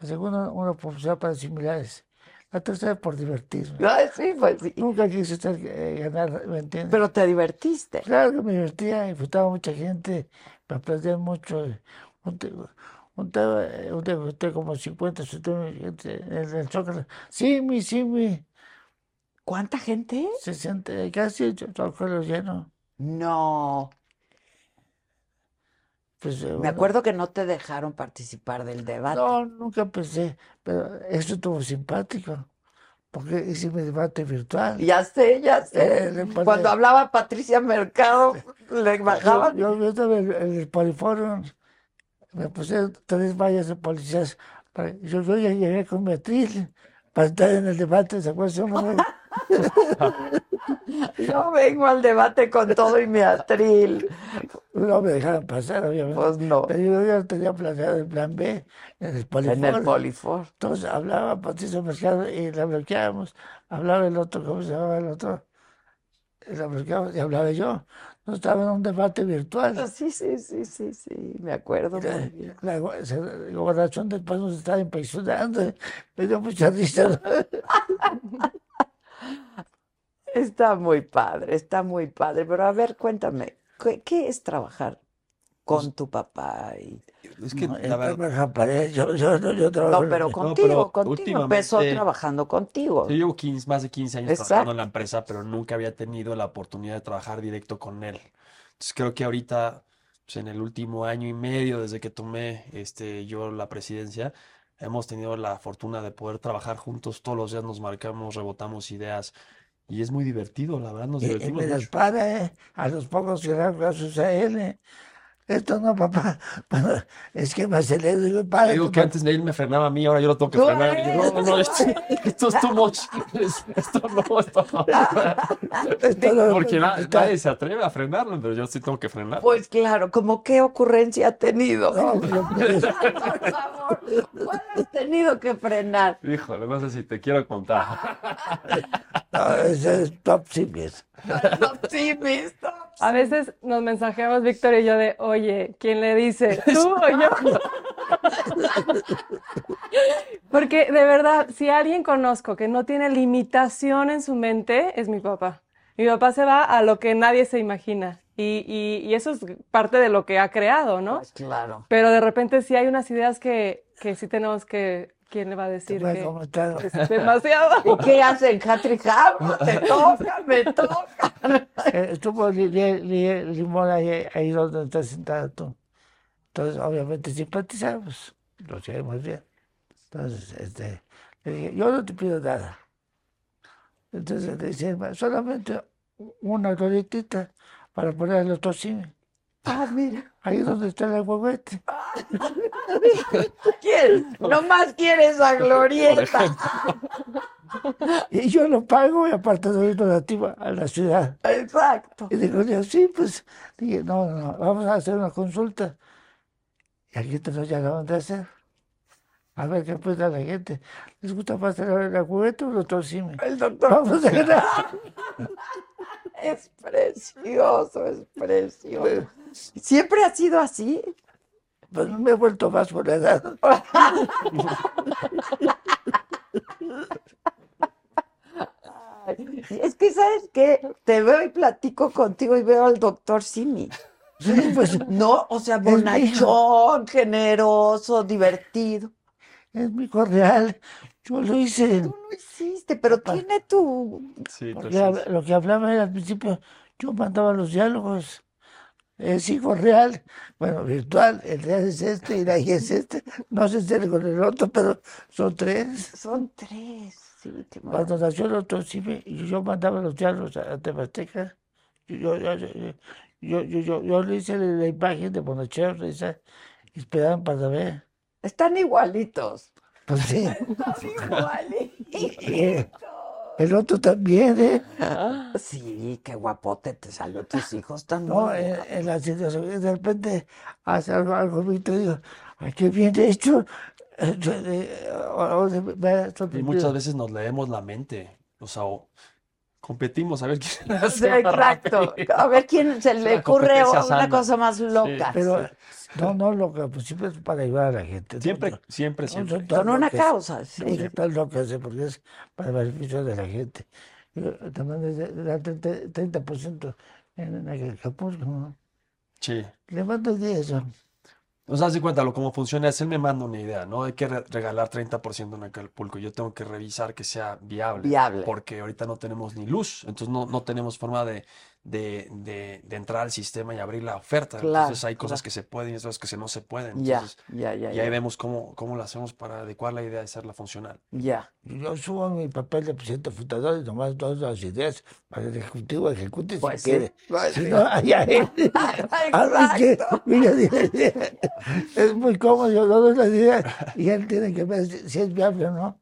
Speaker 3: La segunda, una oportunidad para similares. La tercera, por divertirme.
Speaker 4: Ay, sí, pues sí.
Speaker 3: Nunca quise estar, eh, ganar, ¿me entiendes?
Speaker 4: Pero te divertiste.
Speaker 3: Claro que me divertía, disfrutaba mucha gente, me aplaudían mucho. eh, Un, te- un, te- un degusté como 50, 60 gente en el Zócalo. Sí, mi, sí, mi.
Speaker 4: ¿Cuánta gente?
Speaker 3: 60, casi el Zócalo lleno.
Speaker 4: No.
Speaker 3: Pues, eh,
Speaker 4: Me
Speaker 3: bueno,
Speaker 4: acuerdo que no te dejaron participar del debate.
Speaker 3: No, nunca pensé, pero eso estuvo simpático, porque hice mi debate virtual.
Speaker 4: Ya sé, ya
Speaker 3: Eh,
Speaker 4: sé.
Speaker 3: le pone-
Speaker 4: Cuando hablaba Patricia Mercado, le
Speaker 3: Yo,
Speaker 4: bajaban.
Speaker 3: yo, yo estaba en, en el Poliforum, me puse tres vallas de policías. para- yo, yo ya llegué con mi atril para estar en el debate, ¿se acuerdan? Yo me-
Speaker 4: Yo vengo al debate con todo y mi atril.
Speaker 3: No me dejaron pasar, obviamente.
Speaker 4: Pues no.
Speaker 3: Pero yo ya tenía planeado el plan B en el Poliforum.
Speaker 4: En el Polifor.
Speaker 3: Entonces hablaba Patricio Mercado y la bloqueábamos. Hablaba el otro, ¿cómo se llamaba el otro? Y La bloqueábamos y hablaba yo. No estaba en un debate virtual.
Speaker 4: Sí, sí, sí, sí, sí. Me acuerdo
Speaker 3: La,
Speaker 4: muy bien.
Speaker 3: la go- se- la gobernación del país nos estaba impresionando. Me dio mucha risa.
Speaker 4: Está muy padre, está muy padre. Pero a ver, cuéntame, ¿qué, qué es trabajar con tu papá? y-
Speaker 8: Es que,
Speaker 3: No,
Speaker 8: la
Speaker 3: el
Speaker 8: verdad-
Speaker 3: tema japonés, yo, yo, yo, yo trabajo
Speaker 4: No,
Speaker 3: en-
Speaker 4: pero
Speaker 8: pero
Speaker 4: contigo, contigo. Empezó
Speaker 8: últimamente-
Speaker 4: trabajando contigo.
Speaker 8: Yo llevo 15 más de 15 años trabajando
Speaker 4: Exacto.
Speaker 8: en la empresa, pero nunca había tenido la oportunidad de trabajar directo con él. Entonces creo que ahorita, pues, en el último año y medio, desde que tomé este, yo la presidencia, hemos tenido la fortuna de poder trabajar juntos todos los días, nos marcamos, rebotamos ideas y es muy divertido, la verdad, nos
Speaker 4: Eh,
Speaker 3: Y, y
Speaker 8: divertimos
Speaker 3: me las
Speaker 8: mucho.
Speaker 3: para, ¿eh? A los pocos que dan gracias a él, ¿eh? Esto no, papá. Bueno, es que me acelero. Digo,
Speaker 8: Te
Speaker 3: para,
Speaker 8: digo que antes de él me frenaba a mí, ahora yo lo tengo que
Speaker 4: No,
Speaker 8: frenar. Digo, no, no,
Speaker 4: no,
Speaker 8: esto, esto es too much. Esto no, esto no.
Speaker 3: Esto no-
Speaker 8: Porque na-
Speaker 3: está-
Speaker 8: nadie se atreve a frenarlo, pero yo sí tengo que frenar.
Speaker 4: Pues claro, como qué ocurrencia ha tenido.
Speaker 3: no, pero-
Speaker 4: Por favor, ¿cuál has tenido que frenar?
Speaker 8: Híjole, no sé si te quiero contar.
Speaker 3: No, ese es top secret.
Speaker 4: Optimista.
Speaker 10: A veces nos mensajeamos Víctor y yo de, oye, ¿quién le dice? ¿Tú o yo? Porque de verdad, si alguien conozco que no tiene limitación en su mente, es mi papá. Mi papá se va a lo que nadie se imagina. Y, y- y eso es parte de lo que ha creado, ¿no?
Speaker 4: Pues claro.
Speaker 10: Pero de repente sí hay unas ideas que, que sí tenemos que, ¿quién le va a decir
Speaker 3: Bueno,
Speaker 10: que
Speaker 3: ¿cómo está?
Speaker 10: es demasiado?
Speaker 4: ¿Y qué hacen, Hattrick Ham? Te toca, me toca.
Speaker 3: Eh, Estuvo Li- Li- Li- Limón ahí, ahí donde estás sentado tú. Entonces, obviamente simpatizamos, lo llevamos bien. Entonces, este, le dije, yo no te pido nada. Entonces le dije, "Ma, solamente u- una doletita para poner los tocino.
Speaker 4: Ah, mira.
Speaker 3: Ahí es donde está el agüete.
Speaker 4: ¿Quieres? Nomás quieres a Glorieta.
Speaker 3: Y yo lo pago y aparte doy donativa a la ciudad.
Speaker 4: Exacto.
Speaker 3: Y digo, yo, sí, pues, dije, no, no, vamos a hacer una consulta. Y aquí te lo llamaron de hacer. A ver qué puede la gente. ¿Les gusta más celebrar el agujeto o el doctor Simi?
Speaker 4: El doctor.
Speaker 3: Vamos a ganar.
Speaker 4: Es precioso, es precioso. ¿Siempre ha sido así?
Speaker 3: Pues me he vuelto más por la edad.
Speaker 4: Ay, Es que, ¿sabes qué? Te veo y platico contigo y veo al doctor Simi.
Speaker 3: Sí, pues,
Speaker 4: No, o sea, bonachón, generoso, divertido.
Speaker 3: es mi cordial. Yo lo hice.
Speaker 4: Tú lo hiciste, pero tiene tu...
Speaker 8: Sí,
Speaker 3: Porque
Speaker 8: entonces,
Speaker 3: hab- lo que hablaba era al principio, yo mandaba los diálogos. Es hijo real, bueno, virtual, el real es este y la I es este. No sé si era con el otro, pero son tres.
Speaker 4: Son tres, sí, qué maravilla.
Speaker 3: Cuando nació el otro, sí, me- y yo mandaba los diálogos a, a Tebasteca. Yo, yo, yo, yo, yo, yo- yo le hice la, la imagen de Bonachero, le hice, y esperaban para ver.
Speaker 4: Están igualitos.
Speaker 3: Pues sí,
Speaker 4: Están igualitos.
Speaker 3: eh, el otro también, ¿eh?
Speaker 4: Sí, qué guapote te salió. Tus hijos están
Speaker 3: No,
Speaker 4: muy
Speaker 3: en,
Speaker 4: guapos.
Speaker 3: en la situación, de repente hace algo, algo Víctor, digo, ay, qué bien hecho. Eh, yo, eh, o- o se me- me ha
Speaker 8: y
Speaker 3: sorprendido.
Speaker 8: muchas veces nos leemos la mente. O sea, o- competimos a ver quién la
Speaker 4: Sí,
Speaker 8: hace más
Speaker 4: Exacto.
Speaker 8: rápido.
Speaker 4: A ver quién se le
Speaker 8: una
Speaker 4: ocurre
Speaker 8: competencia
Speaker 4: una
Speaker 8: sana.
Speaker 4: cosa más loca.
Speaker 3: Pero no, no, lo que pues, siempre es para ayudar a la gente. no-
Speaker 8: Siempre,
Speaker 3: no-
Speaker 8: siempre,
Speaker 3: no
Speaker 8: siempre.
Speaker 3: son tan
Speaker 4: Con una
Speaker 3: locas,
Speaker 4: causa.
Speaker 3: No
Speaker 4: sí.
Speaker 3: son tan locas, eh, porque es para beneficio de la gente. Yo también le de- le da 30%, 30% en, en Acapulco, ¿no?
Speaker 8: Sí.
Speaker 3: Le mando 10, ¿no?
Speaker 8: O sea, haz de cuenta, lo cómo funciona es él me manda una idea, ¿no? Hay que re- regalar 30% en Acapulco. Yo tengo que revisar que sea viable.
Speaker 4: Viable.
Speaker 8: Porque ahorita no tenemos ni luz. Entonces no, no tenemos forma de, de, de, de entrar al sistema y abrir la oferta.
Speaker 4: Claro,
Speaker 8: Entonces hay cosas
Speaker 4: claro.
Speaker 8: que se pueden y otras que se no se pueden.
Speaker 4: Ya,
Speaker 8: Entonces,
Speaker 4: ya, ya,
Speaker 8: y ahí
Speaker 4: ya.
Speaker 8: vemos cómo, cómo lo hacemos para adecuar la idea y hacerla funcional.
Speaker 4: Ya.
Speaker 3: Y Yo subo mi papel de presidente fundador y nomás todas las ideas para el ejecutivo ejecute si
Speaker 4: Pues sí,
Speaker 3: quiere.
Speaker 4: pues
Speaker 3: Si
Speaker 4: sí.
Speaker 3: no, allá él. Ahora es que,
Speaker 4: Exacto.
Speaker 3: mira, es muy cómodo, yo no doy las ideas y él tiene que ver si si es viable o no.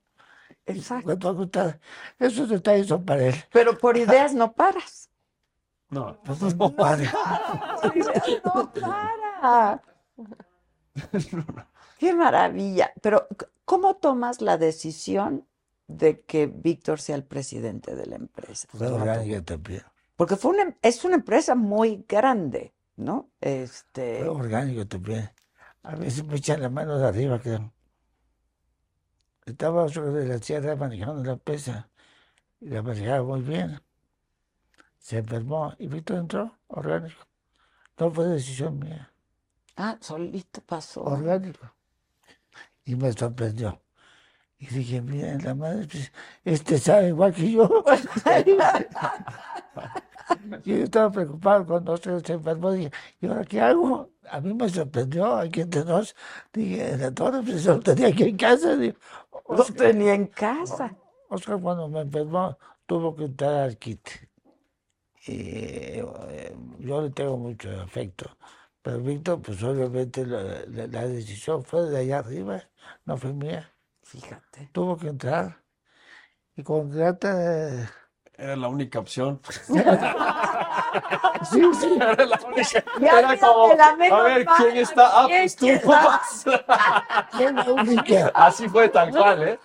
Speaker 3: y
Speaker 4: Exacto.
Speaker 3: cuánto va a costar. Esos detalles son para él.
Speaker 4: Pero por ideas no paras.
Speaker 8: No,
Speaker 4: pues,
Speaker 3: No, padre.
Speaker 4: Por ideas no para. Qué maravilla. Pero, c- ¿cómo tomas la decisión de que Víctor sea el presidente de la empresa?
Speaker 8: Pues
Speaker 3: Fue orgánica también.
Speaker 4: Porque fue una, em- es una empresa muy grande, ¿no?
Speaker 3: Fue
Speaker 4: Este,
Speaker 3: orgánico también. A veces me echan la mano de arriba, creo. Estaba sobre la sierra manejando la pesa y la manejaba muy bien. Se enfermó y Víctor entró orgánico. No fue decisión mía,
Speaker 4: ah, solito pasó.
Speaker 3: orgánico. Y me sorprendió. Y dije, mira, la madre, pues, este sabe igual que yo. Y yo estaba preocupado cuando se, se enfermó. Dije, ¿y ahora qué hago? A mí me sorprendió aquí entre nos. Dije, en la torre, pues yo lo tenía aquí en casa. Digo,
Speaker 4: Lo
Speaker 3: Oscar,
Speaker 4: tenía en casa.
Speaker 8: Ah.
Speaker 3: Oscar, cuando me enfermó, tuvo que entrar al kit. Y eh, yo le tengo mucho afecto. Pero Víctor, pues obviamente la, la- la decisión fue de allá arriba, no fue mía.
Speaker 4: Fíjate.
Speaker 3: Tuvo que entrar. Y con grata. eh,
Speaker 8: Era la única opción.
Speaker 3: Sí, sí.
Speaker 8: Era la única.
Speaker 4: Ya
Speaker 8: Era
Speaker 4: olvídate,
Speaker 8: como,
Speaker 4: la
Speaker 8: a
Speaker 4: menos
Speaker 8: ver,
Speaker 4: mala,
Speaker 8: ¿quién está? Ah,
Speaker 4: ¿quién
Speaker 8: pues tú
Speaker 4: está?
Speaker 8: vas.
Speaker 3: Fue la única.
Speaker 8: Así fue tal cual, ¿eh?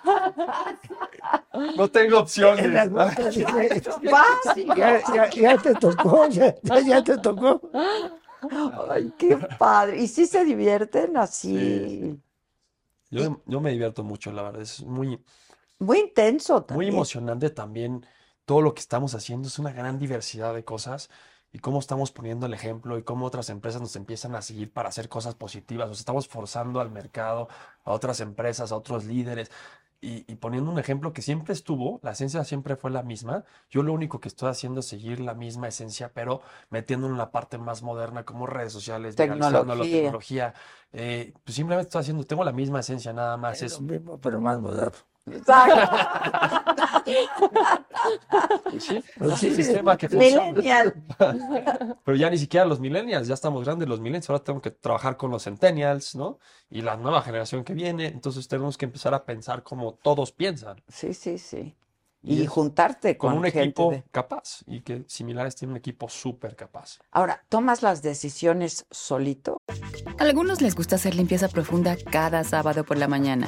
Speaker 8: No tengo opciones.
Speaker 3: En la gota dije,
Speaker 4: Fácil.
Speaker 3: Ya, ya, ya te tocó, ya, ya, ya te tocó.
Speaker 4: Ay, qué padre. Y sí se divierten así.
Speaker 8: sí. Yo, yo me divierto mucho, la verdad. Es muy,
Speaker 4: Muy intenso
Speaker 8: muy
Speaker 4: también.
Speaker 8: emocionante también todo lo que estamos haciendo. Es una gran diversidad de cosas y cómo estamos poniendo el ejemplo y cómo otras empresas nos empiezan a seguir para hacer cosas positivas. O sea, estamos forzando al mercado, a otras empresas, a otros líderes. Y, y poniendo un ejemplo que siempre estuvo, la esencia siempre fue la misma. Yo lo único que estoy haciendo es seguir la misma esencia, pero metiendo en la parte más moderna, como redes sociales, viralizando la
Speaker 4: Tecnología.
Speaker 8: tecnología. Eh, pues simplemente estoy haciendo, tengo la misma esencia nada más.
Speaker 3: Es
Speaker 8: Es
Speaker 3: lo mismo, pero más moderno.
Speaker 8: Sí,
Speaker 3: Pues sí.
Speaker 8: es un sistema que funciona.
Speaker 4: Millennial.
Speaker 8: Pero ya ni siquiera los millennials, ya estamos grandes los millennials, ahora tenemos que trabajar con los centennials, ¿no? Y la nueva generación que viene, entonces tenemos que empezar a pensar como todos piensan.
Speaker 4: Sí, sí, sí.
Speaker 8: Y
Speaker 4: Y,
Speaker 8: es
Speaker 4: juntarte con,
Speaker 8: Con un
Speaker 4: gente
Speaker 8: equipo
Speaker 4: de-
Speaker 8: capaz y que similares tiene un equipo súper capaz.
Speaker 4: Ahora, ¿tomas las decisiones solito?
Speaker 6: Algunos les gusta hacer limpieza profunda cada sábado por la mañana.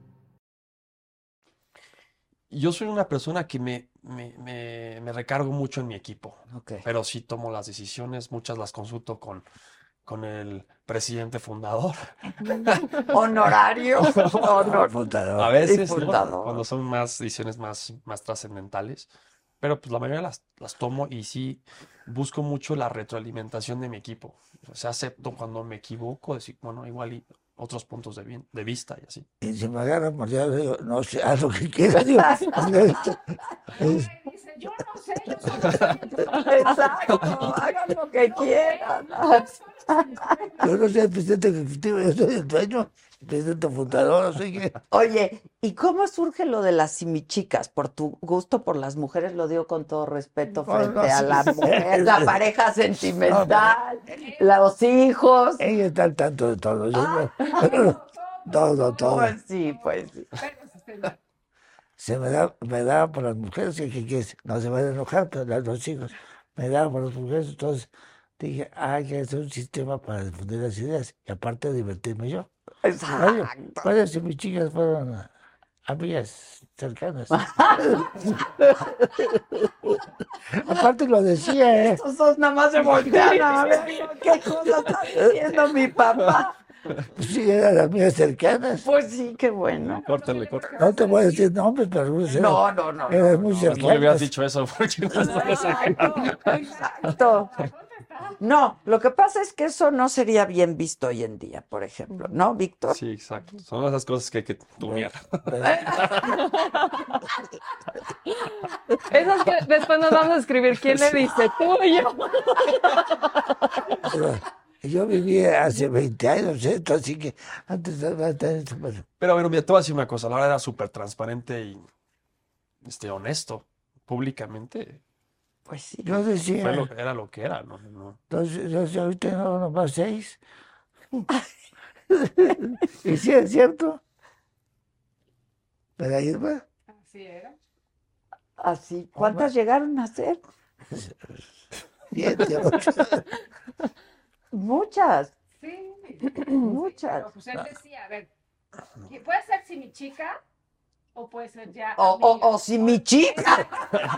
Speaker 8: Yo soy una persona que me, me, me- me recargo mucho en mi equipo, pero sí tomo las decisiones, muchas las consulto con, con el presidente fundador.
Speaker 4: Honorario. honor-
Speaker 8: A veces, ¿no?
Speaker 4: Diputado.
Speaker 8: pues, Cuando son más decisiones más, más trascendentales. Pero pues la mayoría las, las tomo y sí busco mucho la retroalimentación de mi equipo. O sea, acepto cuando me equivoco, decir, bueno, igual y otros puntos de, vi- de vista y así.
Speaker 3: Y si me agarran por allá, digo, no sé, haz lo que quieras. Digo, Este,
Speaker 7: Dice, yo no sé, yo soy
Speaker 4: Exacto, hagan lo que quieran.
Speaker 3: yo no soy el presidente ejecutivo, yo soy el dueño, el presidente fundador, no sé qué.
Speaker 4: Oye, ¿y cómo surge lo de las simichicas? Por tu gusto por las mujeres, lo digo con todo respeto
Speaker 3: No, no,
Speaker 4: frente a
Speaker 3: sí,
Speaker 4: la
Speaker 3: sí.
Speaker 4: mujer, la pareja sentimental, los hijos.
Speaker 3: Ella está al tanto de todo. yo no- todo, todo.
Speaker 4: Pues sí, pues sí.
Speaker 3: Se me da, me da por las mujeres, que, que- que no se van a enojar, pero las dos hijos. Me da por las mujeres, entonces dije, hay que hacer un sistema para difundir las ideas y aparte divertirme yo. Varios-
Speaker 4: Exacto.
Speaker 3: varias de mis chicas fueron ah, amigas cercanas. aparte lo decía, ¿eh?
Speaker 4: Esos nada más se voltean a ver qué cosa está diciendo mi papá.
Speaker 3: Sí, eran amigas cercanas.
Speaker 4: Pues sí, qué bueno.
Speaker 8: Córtale, córtale.
Speaker 3: No te voy a decir nombres, pero algunos eran,
Speaker 4: No, no, no,
Speaker 3: eran muy
Speaker 8: No, no le hubieras
Speaker 3: cercanas.
Speaker 8: dicho eso porque no estás
Speaker 4: Exacto. No, lo que pasa es que eso no sería bien visto hoy en día, por ejemplo, ¿no, Víctor?
Speaker 8: Sí, exacto. Son esas cosas que hay que tunear.
Speaker 10: Esas que después nos vamos a escribir quién le dice, tú y yo.
Speaker 3: Pero Yo vivía hace 20 años esto, así que antes era tan súper-
Speaker 8: Pero bueno, mira, te voy a decir una cosa, la verdad era súper transparente y este, honesto. Públicamente
Speaker 4: Pues sí.
Speaker 3: Yo decía,
Speaker 8: fue lo- era lo que era, ¿no? no.
Speaker 3: entonces, yo decía, ahorita no, nomás seis. Y sí, es cierto. Pero ahí va.
Speaker 7: Así era.
Speaker 4: Así, ¿cuántas llegaron a ser?
Speaker 3: Siete, ocho.
Speaker 4: Muchas,
Speaker 7: Sí. Pero
Speaker 4: muchas.
Speaker 7: pues él decía, a ver, ¿y puede ser si mi chica o puede ser ya.
Speaker 4: O,
Speaker 7: amiga?
Speaker 4: o, o si mi chica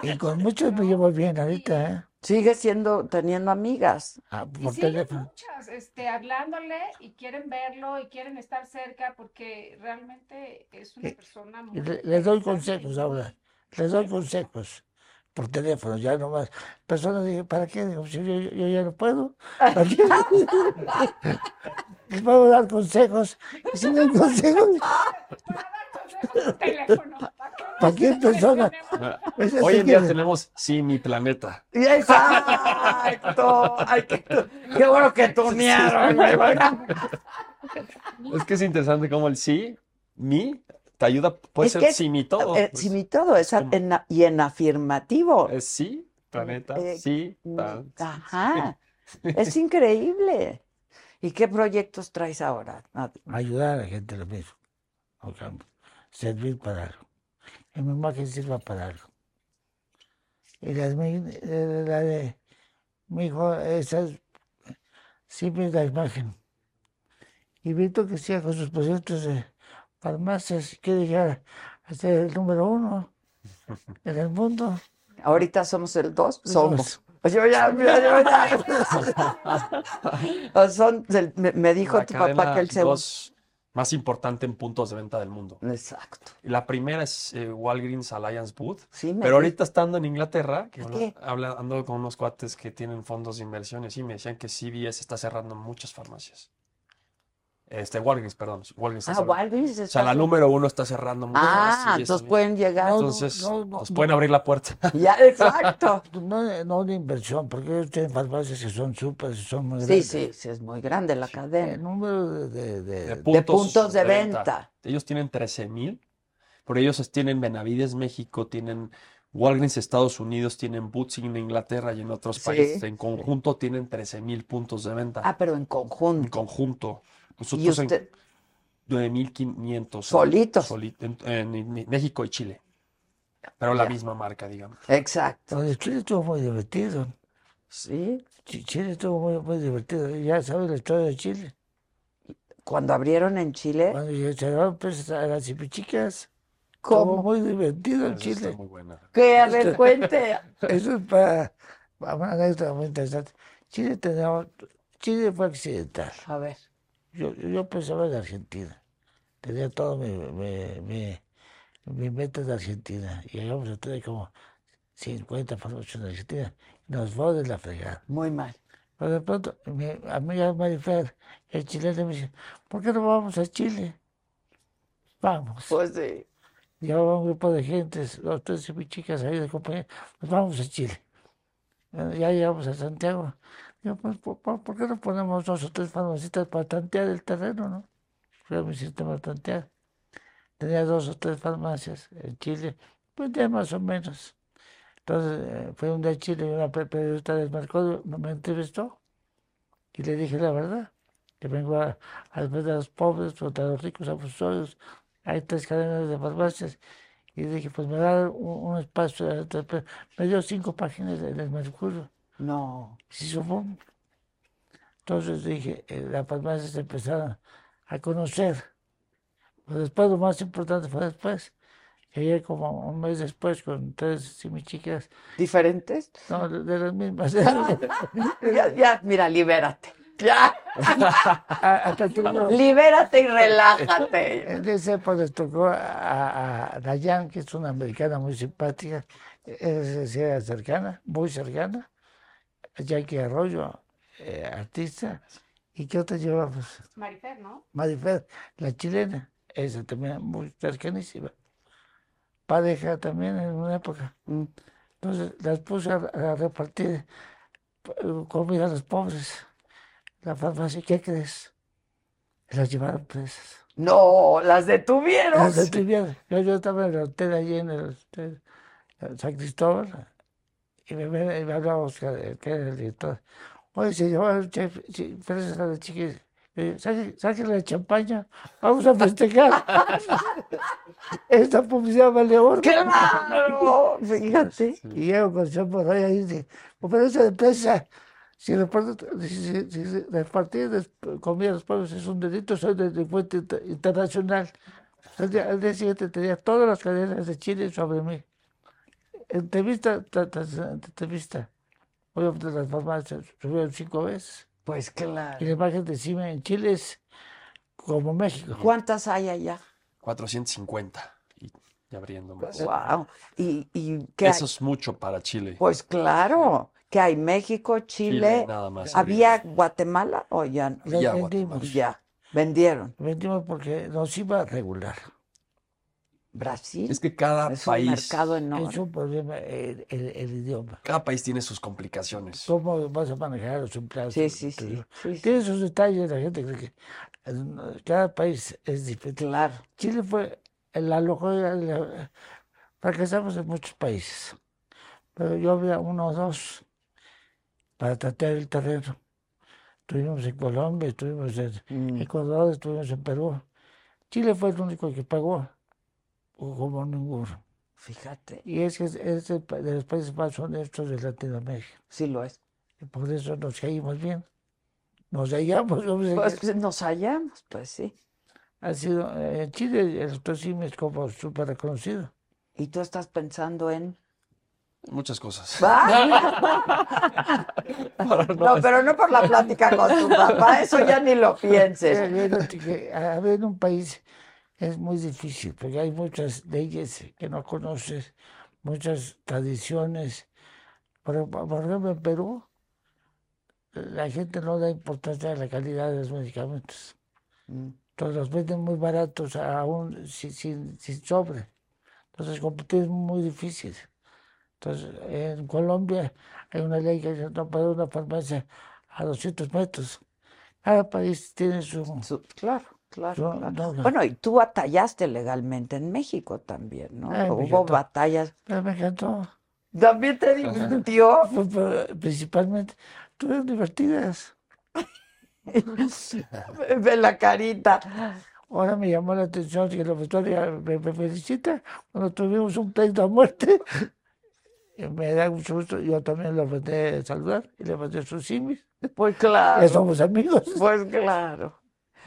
Speaker 3: Y con muchos me llevo bien ahorita, ¿eh?
Speaker 4: sigue siendo, teniendo amigas.
Speaker 3: Ah,
Speaker 10: pues
Speaker 7: Y
Speaker 3: por
Speaker 7: siguen
Speaker 3: teléfono.
Speaker 7: muchas, este, hablándole y quieren verlo y quieren estar cerca porque realmente es una
Speaker 3: Eh,
Speaker 7: persona
Speaker 3: Y
Speaker 7: muy
Speaker 3: le- Les doy
Speaker 7: interesante
Speaker 3: consejos
Speaker 7: y
Speaker 3: ahora. Les doy consejos por teléfono, ya nomás. Personas dicen, ¿para qué? Digo, "Pues, si yo, yo- yo ya no puedo. ¿Para qué? Les puedo dar consejos. Y si no hay consejos,
Speaker 7: Para dar consejos por teléfono. ¿Para qué
Speaker 3: cualquier persona. Ese
Speaker 8: Hoy
Speaker 3: sí
Speaker 8: en día
Speaker 3: que-
Speaker 8: tenemos Sí, mi planeta.
Speaker 4: Y Eh, Exacto. Ay, qué, qué bueno que tunearon. güey, bueno.
Speaker 8: Es que es interesante cómo el sí, mi, te ayuda, puede
Speaker 4: Es
Speaker 8: ser
Speaker 4: que es-
Speaker 8: sí, mi todo.
Speaker 4: Eh,
Speaker 8: pues.
Speaker 4: Si mi todo es
Speaker 8: como-
Speaker 4: en, y en afirmativo.
Speaker 8: Es sí, planeta,
Speaker 4: Eh,
Speaker 8: sí,
Speaker 4: Mm,
Speaker 8: tal.
Speaker 4: Ajá, es increíble. ¿Y qué proyectos traes ahora? Ah,
Speaker 3: Ayudar a la gente lo mismo. O sea, servir para algo. Y mi imagen sirva para algo. Y la, de mi- eh, la de Me dijo, esa es siempre la imagen. Y Víctor que siga con sus proyectos de farmacias y quiere llegar a ser el número uno en el mundo.
Speaker 4: Ahorita somos el 2, somos. Pues Yo ya, mira, yo ya. O son- el- me, me dijo
Speaker 8: La
Speaker 4: tu papá
Speaker 8: cadena
Speaker 4: que el segundo.
Speaker 8: dos más importante en puntos de venta del mundo.
Speaker 4: Exacto.
Speaker 8: La primera es eh, Walgreens Alliance Booth,
Speaker 4: me
Speaker 8: pero
Speaker 4: di-
Speaker 8: ahorita estando en Inglaterra, que
Speaker 4: ¿Por
Speaker 8: habla-
Speaker 4: qué?
Speaker 8: habla- ando con unos cuates que tienen fondos de inversiones y me decían que CVS está cerrando muchas farmacias. Este, Walgreens, perdón. Walgreens está
Speaker 4: Ah,
Speaker 8: cerrando.
Speaker 4: Walgreens
Speaker 8: O sea,
Speaker 4: está
Speaker 8: la
Speaker 4: cerrando.
Speaker 8: número uno está cerrando muchas
Speaker 4: Ah,
Speaker 8: CVS
Speaker 4: entonces
Speaker 8: también.
Speaker 4: pueden llegar. No, no,
Speaker 8: Entonces,
Speaker 4: no, no,
Speaker 8: nos
Speaker 4: no.
Speaker 8: pueden abrir la puerta.
Speaker 4: Ya, exacto.
Speaker 3: No, no de inversión, porque ellos tienen farmacias que son súper, son muy
Speaker 4: Sí,
Speaker 3: grandes.
Speaker 4: sí, sí, es muy grande la cadena.
Speaker 3: El número de, de- de-
Speaker 8: de
Speaker 4: puntos de venta.
Speaker 8: Ellos tienen 13 mil, pero ellos tienen Benavides, México, tienen Walgreens, Estados Unidos, tienen Boots en Inglaterra y en otros
Speaker 4: Sí,
Speaker 8: países. En
Speaker 4: sí.
Speaker 8: conjunto tienen 13 mil puntos de venta.
Speaker 4: Ah, pero en conjunto.
Speaker 8: En conjunto. Nosotros en
Speaker 4: usted-
Speaker 8: 9.500. en-
Speaker 4: Solitos.
Speaker 8: soli- en, en- en México y Chile. Pero la misma marca, digamos.
Speaker 4: Exacto.
Speaker 3: Lo de Chile estuvo muy divertido.
Speaker 4: Sí.
Speaker 3: Chile estuvo muy, muy divertido. Ya sabes la historia de Chile.
Speaker 4: Cuando abrieron en Chile.
Speaker 3: Cuando llegaron pues, a las chipichicas.
Speaker 4: ¿Cómo?
Speaker 3: Estuvo muy divertido en
Speaker 8: Eso está
Speaker 3: Chile.
Speaker 8: muy buena.
Speaker 4: Que a ver, cuente.
Speaker 3: Eso es para, para una anécdota muy interesante. Chile, tenía- Chile fue accidental.
Speaker 4: A ver.
Speaker 3: Yo, yo- yo pensaba en Argentina. Tenía todo mi, mi, mi, mi meta de Argentina. Y llegamos a tener como 50 formaciones en Argentina. Nos fue de la fregada.
Speaker 4: Muy mal.
Speaker 3: Pero de pronto, mi amiga Marifer, el chileno, me dice, ¿por qué no vamos a Chile? Vamos.
Speaker 4: Pues sí.
Speaker 3: Llevaba un grupo de gentes, los tres y mis chicas ahí de compañía, pues vamos a Chile. Bueno, ya llegamos a Santiago. Digo, pues, ¿por, por- por qué no ponemos dos o tres farmacitas para tantear el terreno, no? Fue mi sistema de tantear. Tenía dos o tres farmacias en Chile, pues ya más o menos. Entonces, eh, fue un día a Chile y una pe- periodista del Mercurio me me entrevistó y le dije la verdad, que vengo a, a defender a los pobres contra los ricos abusorios. Hay tres cadenas de farmacias. Y dije, pues me da un, un espacio. de otra pe- Me dio cinco páginas en el Mercurio.
Speaker 4: No.
Speaker 3: Sí, supongo. Entonces dije, eh, las farmacias se empezaron a conocer. Pero después, lo más importante fue después. Llegué como un mes después con tres y mis chicas.
Speaker 4: ¿Diferentes?
Speaker 3: No, de, de las mismas.
Speaker 4: Pues Ya, ya, mira, libérate. Ya.
Speaker 3: A- Ah, hasta tuvimos-
Speaker 4: Libérate y relájate.
Speaker 3: En Eh, esa época les tocó a, a Dayan, que es una americana muy simpática, es, era cercana, muy cercana, a Jackie Arroyo, eh, artista, y ¿qué otra llevamos?
Speaker 7: Marifer, ¿no?
Speaker 3: Marifer, la chilena, esa también muy cercanísima. Pareja también en una época. Entonces las puse a, a repartir eh, comida a los pobres. La farmacia, ¿qué crees? Las llevaron presas.
Speaker 4: No, las detuvieron.
Speaker 3: Las detuvieron. Yo, yo estaba en el hotel allí en el hotel eh, San Cristóbal y me, ven- y me hablaba Oscar, eh, que era el director. Oye, se llevaron chef, chi- presas a las chiquillas. Eh, saque- Saquen la champaña, vamos a festejar. Esta publicidad vale oro.
Speaker 4: ¡Claro! Fíjate.
Speaker 3: Y llego con Sean Borraya y dice, conferencia de prensa, si reparto- si- si- si- si repartir des- comida a los pueblos es un delito, soy delincuente inter- internacional. Al día, al día siguiente tenía todas las cadenas de Chile sobre mí. Entrevista tras entrevista. Voy a las farmacias, subieron cinco veces.
Speaker 4: Pues
Speaker 3: Y
Speaker 4: claro.
Speaker 3: la imagen de CIMA en Chile es como México.
Speaker 4: ¿Cuántas hay allá?
Speaker 8: 450 y, y abriendo
Speaker 3: Pues,
Speaker 8: más.
Speaker 4: Wow. ¿Y, y Pues, qué hay?
Speaker 8: Eso es mucho para Chile.
Speaker 4: Pues claro. ¿Qué hay? México, Chile.
Speaker 8: Chile, nada más.
Speaker 4: ¿Había Guatemala o ya no?
Speaker 3: Lo Ya, Guatemala. vendimos.
Speaker 4: Ya. Vendieron.
Speaker 3: Vendimos porque nos iba a regular.
Speaker 4: Brasil.
Speaker 8: Es que cada
Speaker 4: Es un
Speaker 8: país,
Speaker 4: mercado enorme.
Speaker 3: Es un problema el- el- el idioma.
Speaker 8: cada país tiene sus complicaciones.
Speaker 3: ¿Cómo vas a manejar a los empleados?
Speaker 4: Sí, sí,
Speaker 3: Te
Speaker 4: sí,
Speaker 3: digo,
Speaker 4: sí, sí.
Speaker 3: Tiene sus detalles, la gente cree que eh, no, cada país es diferente.
Speaker 4: Claro.
Speaker 3: Chile fue la locura, la- fracasamos en muchos países, pero yo había uno o dos para tratar el terreno. Estuvimos en Colombia, estuvimos en
Speaker 4: Mm,
Speaker 3: Ecuador, estuvimos en Perú. Chile fue el único que pagó, o como ninguno.
Speaker 4: Fíjate.
Speaker 3: Y es que es, es el pa- de los países más honestos de Latinoamérica.
Speaker 4: Sí lo es.
Speaker 3: y por eso nos caímos bien. Nos hallamos, vamos a
Speaker 4: Pues,
Speaker 3: decir.
Speaker 4: pues, nos hallamos, pues sí.
Speaker 3: Ha sido, eh, en Chile el tocino es como súper reconocido.
Speaker 4: Y tú estás pensando en...
Speaker 8: Muchas cosas.
Speaker 4: no, pero no por la plática con tu papá, eso ya ni lo
Speaker 3: Eh,
Speaker 4: pienses.
Speaker 3: fíjate que a ver, en un país es muy difícil porque hay muchas leyes que no conoces, muchas tradiciones. Por, ej- por ejemplo, en Perú, la gente no da importancia a la calidad de los medicamentos. Entonces los venden muy baratos, aún sin, sin, sin sobre. Entonces competir es muy difícil. Entonces en Colombia hay una ley que dice no puede una farmacia a 200 metros. Cada país tiene su...
Speaker 4: claro, claro.
Speaker 3: su-
Speaker 4: claro.
Speaker 3: no, no.
Speaker 4: Bueno, y tú batallaste legalmente en México también, ¿no?
Speaker 3: Ay, pues me
Speaker 4: Hubo
Speaker 3: encantó.
Speaker 4: batallas.
Speaker 3: Pero me encantó. Ah,
Speaker 4: También te divirtió.
Speaker 3: Fue por- eh, Principalmente, estuvieron divertidas.
Speaker 4: Ve la carita.
Speaker 3: Ahora me llamó la atención que la victoria me, me felicita cuando tuvimos un pleito a muerte. Y Me da mucho gusto. Yo también lo mandé a saludar y le mandé sus simis.
Speaker 4: Pues claro.
Speaker 3: Ya somos amigos.
Speaker 4: Pues claro.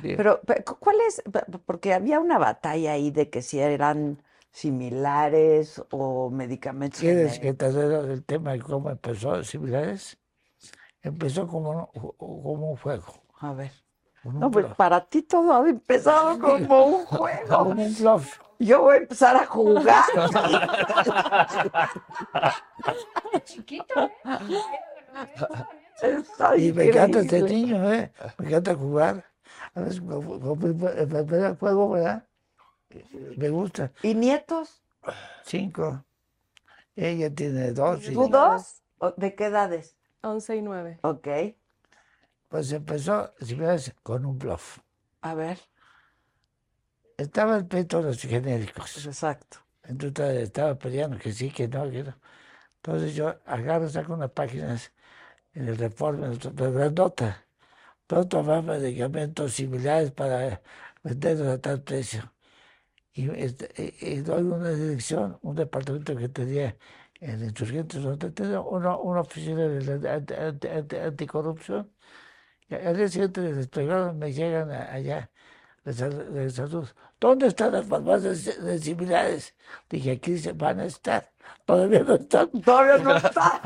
Speaker 3: Bien.
Speaker 4: Pero, pe- cu- ¿cuál es? Pe- pe- Porque había una batalla ahí de que si eran similares o medicamentos
Speaker 3: ¿Quieres
Speaker 4: genéricos.
Speaker 3: que te dé el tema de cómo empezó similares? Empezó como, un- como un juego.
Speaker 4: A ver.
Speaker 3: Como un
Speaker 4: No, pues
Speaker 3: bluff.
Speaker 4: para ti todo ha empezado como un juego.
Speaker 3: Como un bluff.
Speaker 4: Yo voy a empezar a jugar.
Speaker 7: Chiquito, ¿eh?
Speaker 4: Está
Speaker 3: Y me encanta este
Speaker 4: increíble.
Speaker 3: niño, ¿eh? Me encanta jugar. A veces como- como el primer juego, ¿verdad? Me gusta.
Speaker 4: ¿Y nietos?
Speaker 3: Cinco. Ella tiene dos. y-
Speaker 4: ¿Tú dos? ¿O ¿De qué edades?
Speaker 10: 11 y 9.
Speaker 4: Ok.
Speaker 3: Pues empezó, si miras, con un bluff.
Speaker 4: A ver.
Speaker 3: Estaba el peto de los genéricos.
Speaker 4: Exacto.
Speaker 3: Entonces estaba peleando que sí, que no, que no. Entonces yo agarro, saco unas páginas en el reforma, de grandota. Pronto habrá medicamentos similares para venderlos a tal precio. Y, este, y- y doy una dirección, un departamento que tenía en Insurgentes Norte, tenía una, una oficina de la anti- anti- anti- anticorrupción. Y al día siguiente les despegaron, me llegan a- allá de, sal- de salud. ¿Dónde están las farmacias de- de similares? Dije, aquí se van a estar. Todavía no están.
Speaker 4: Todavía no está.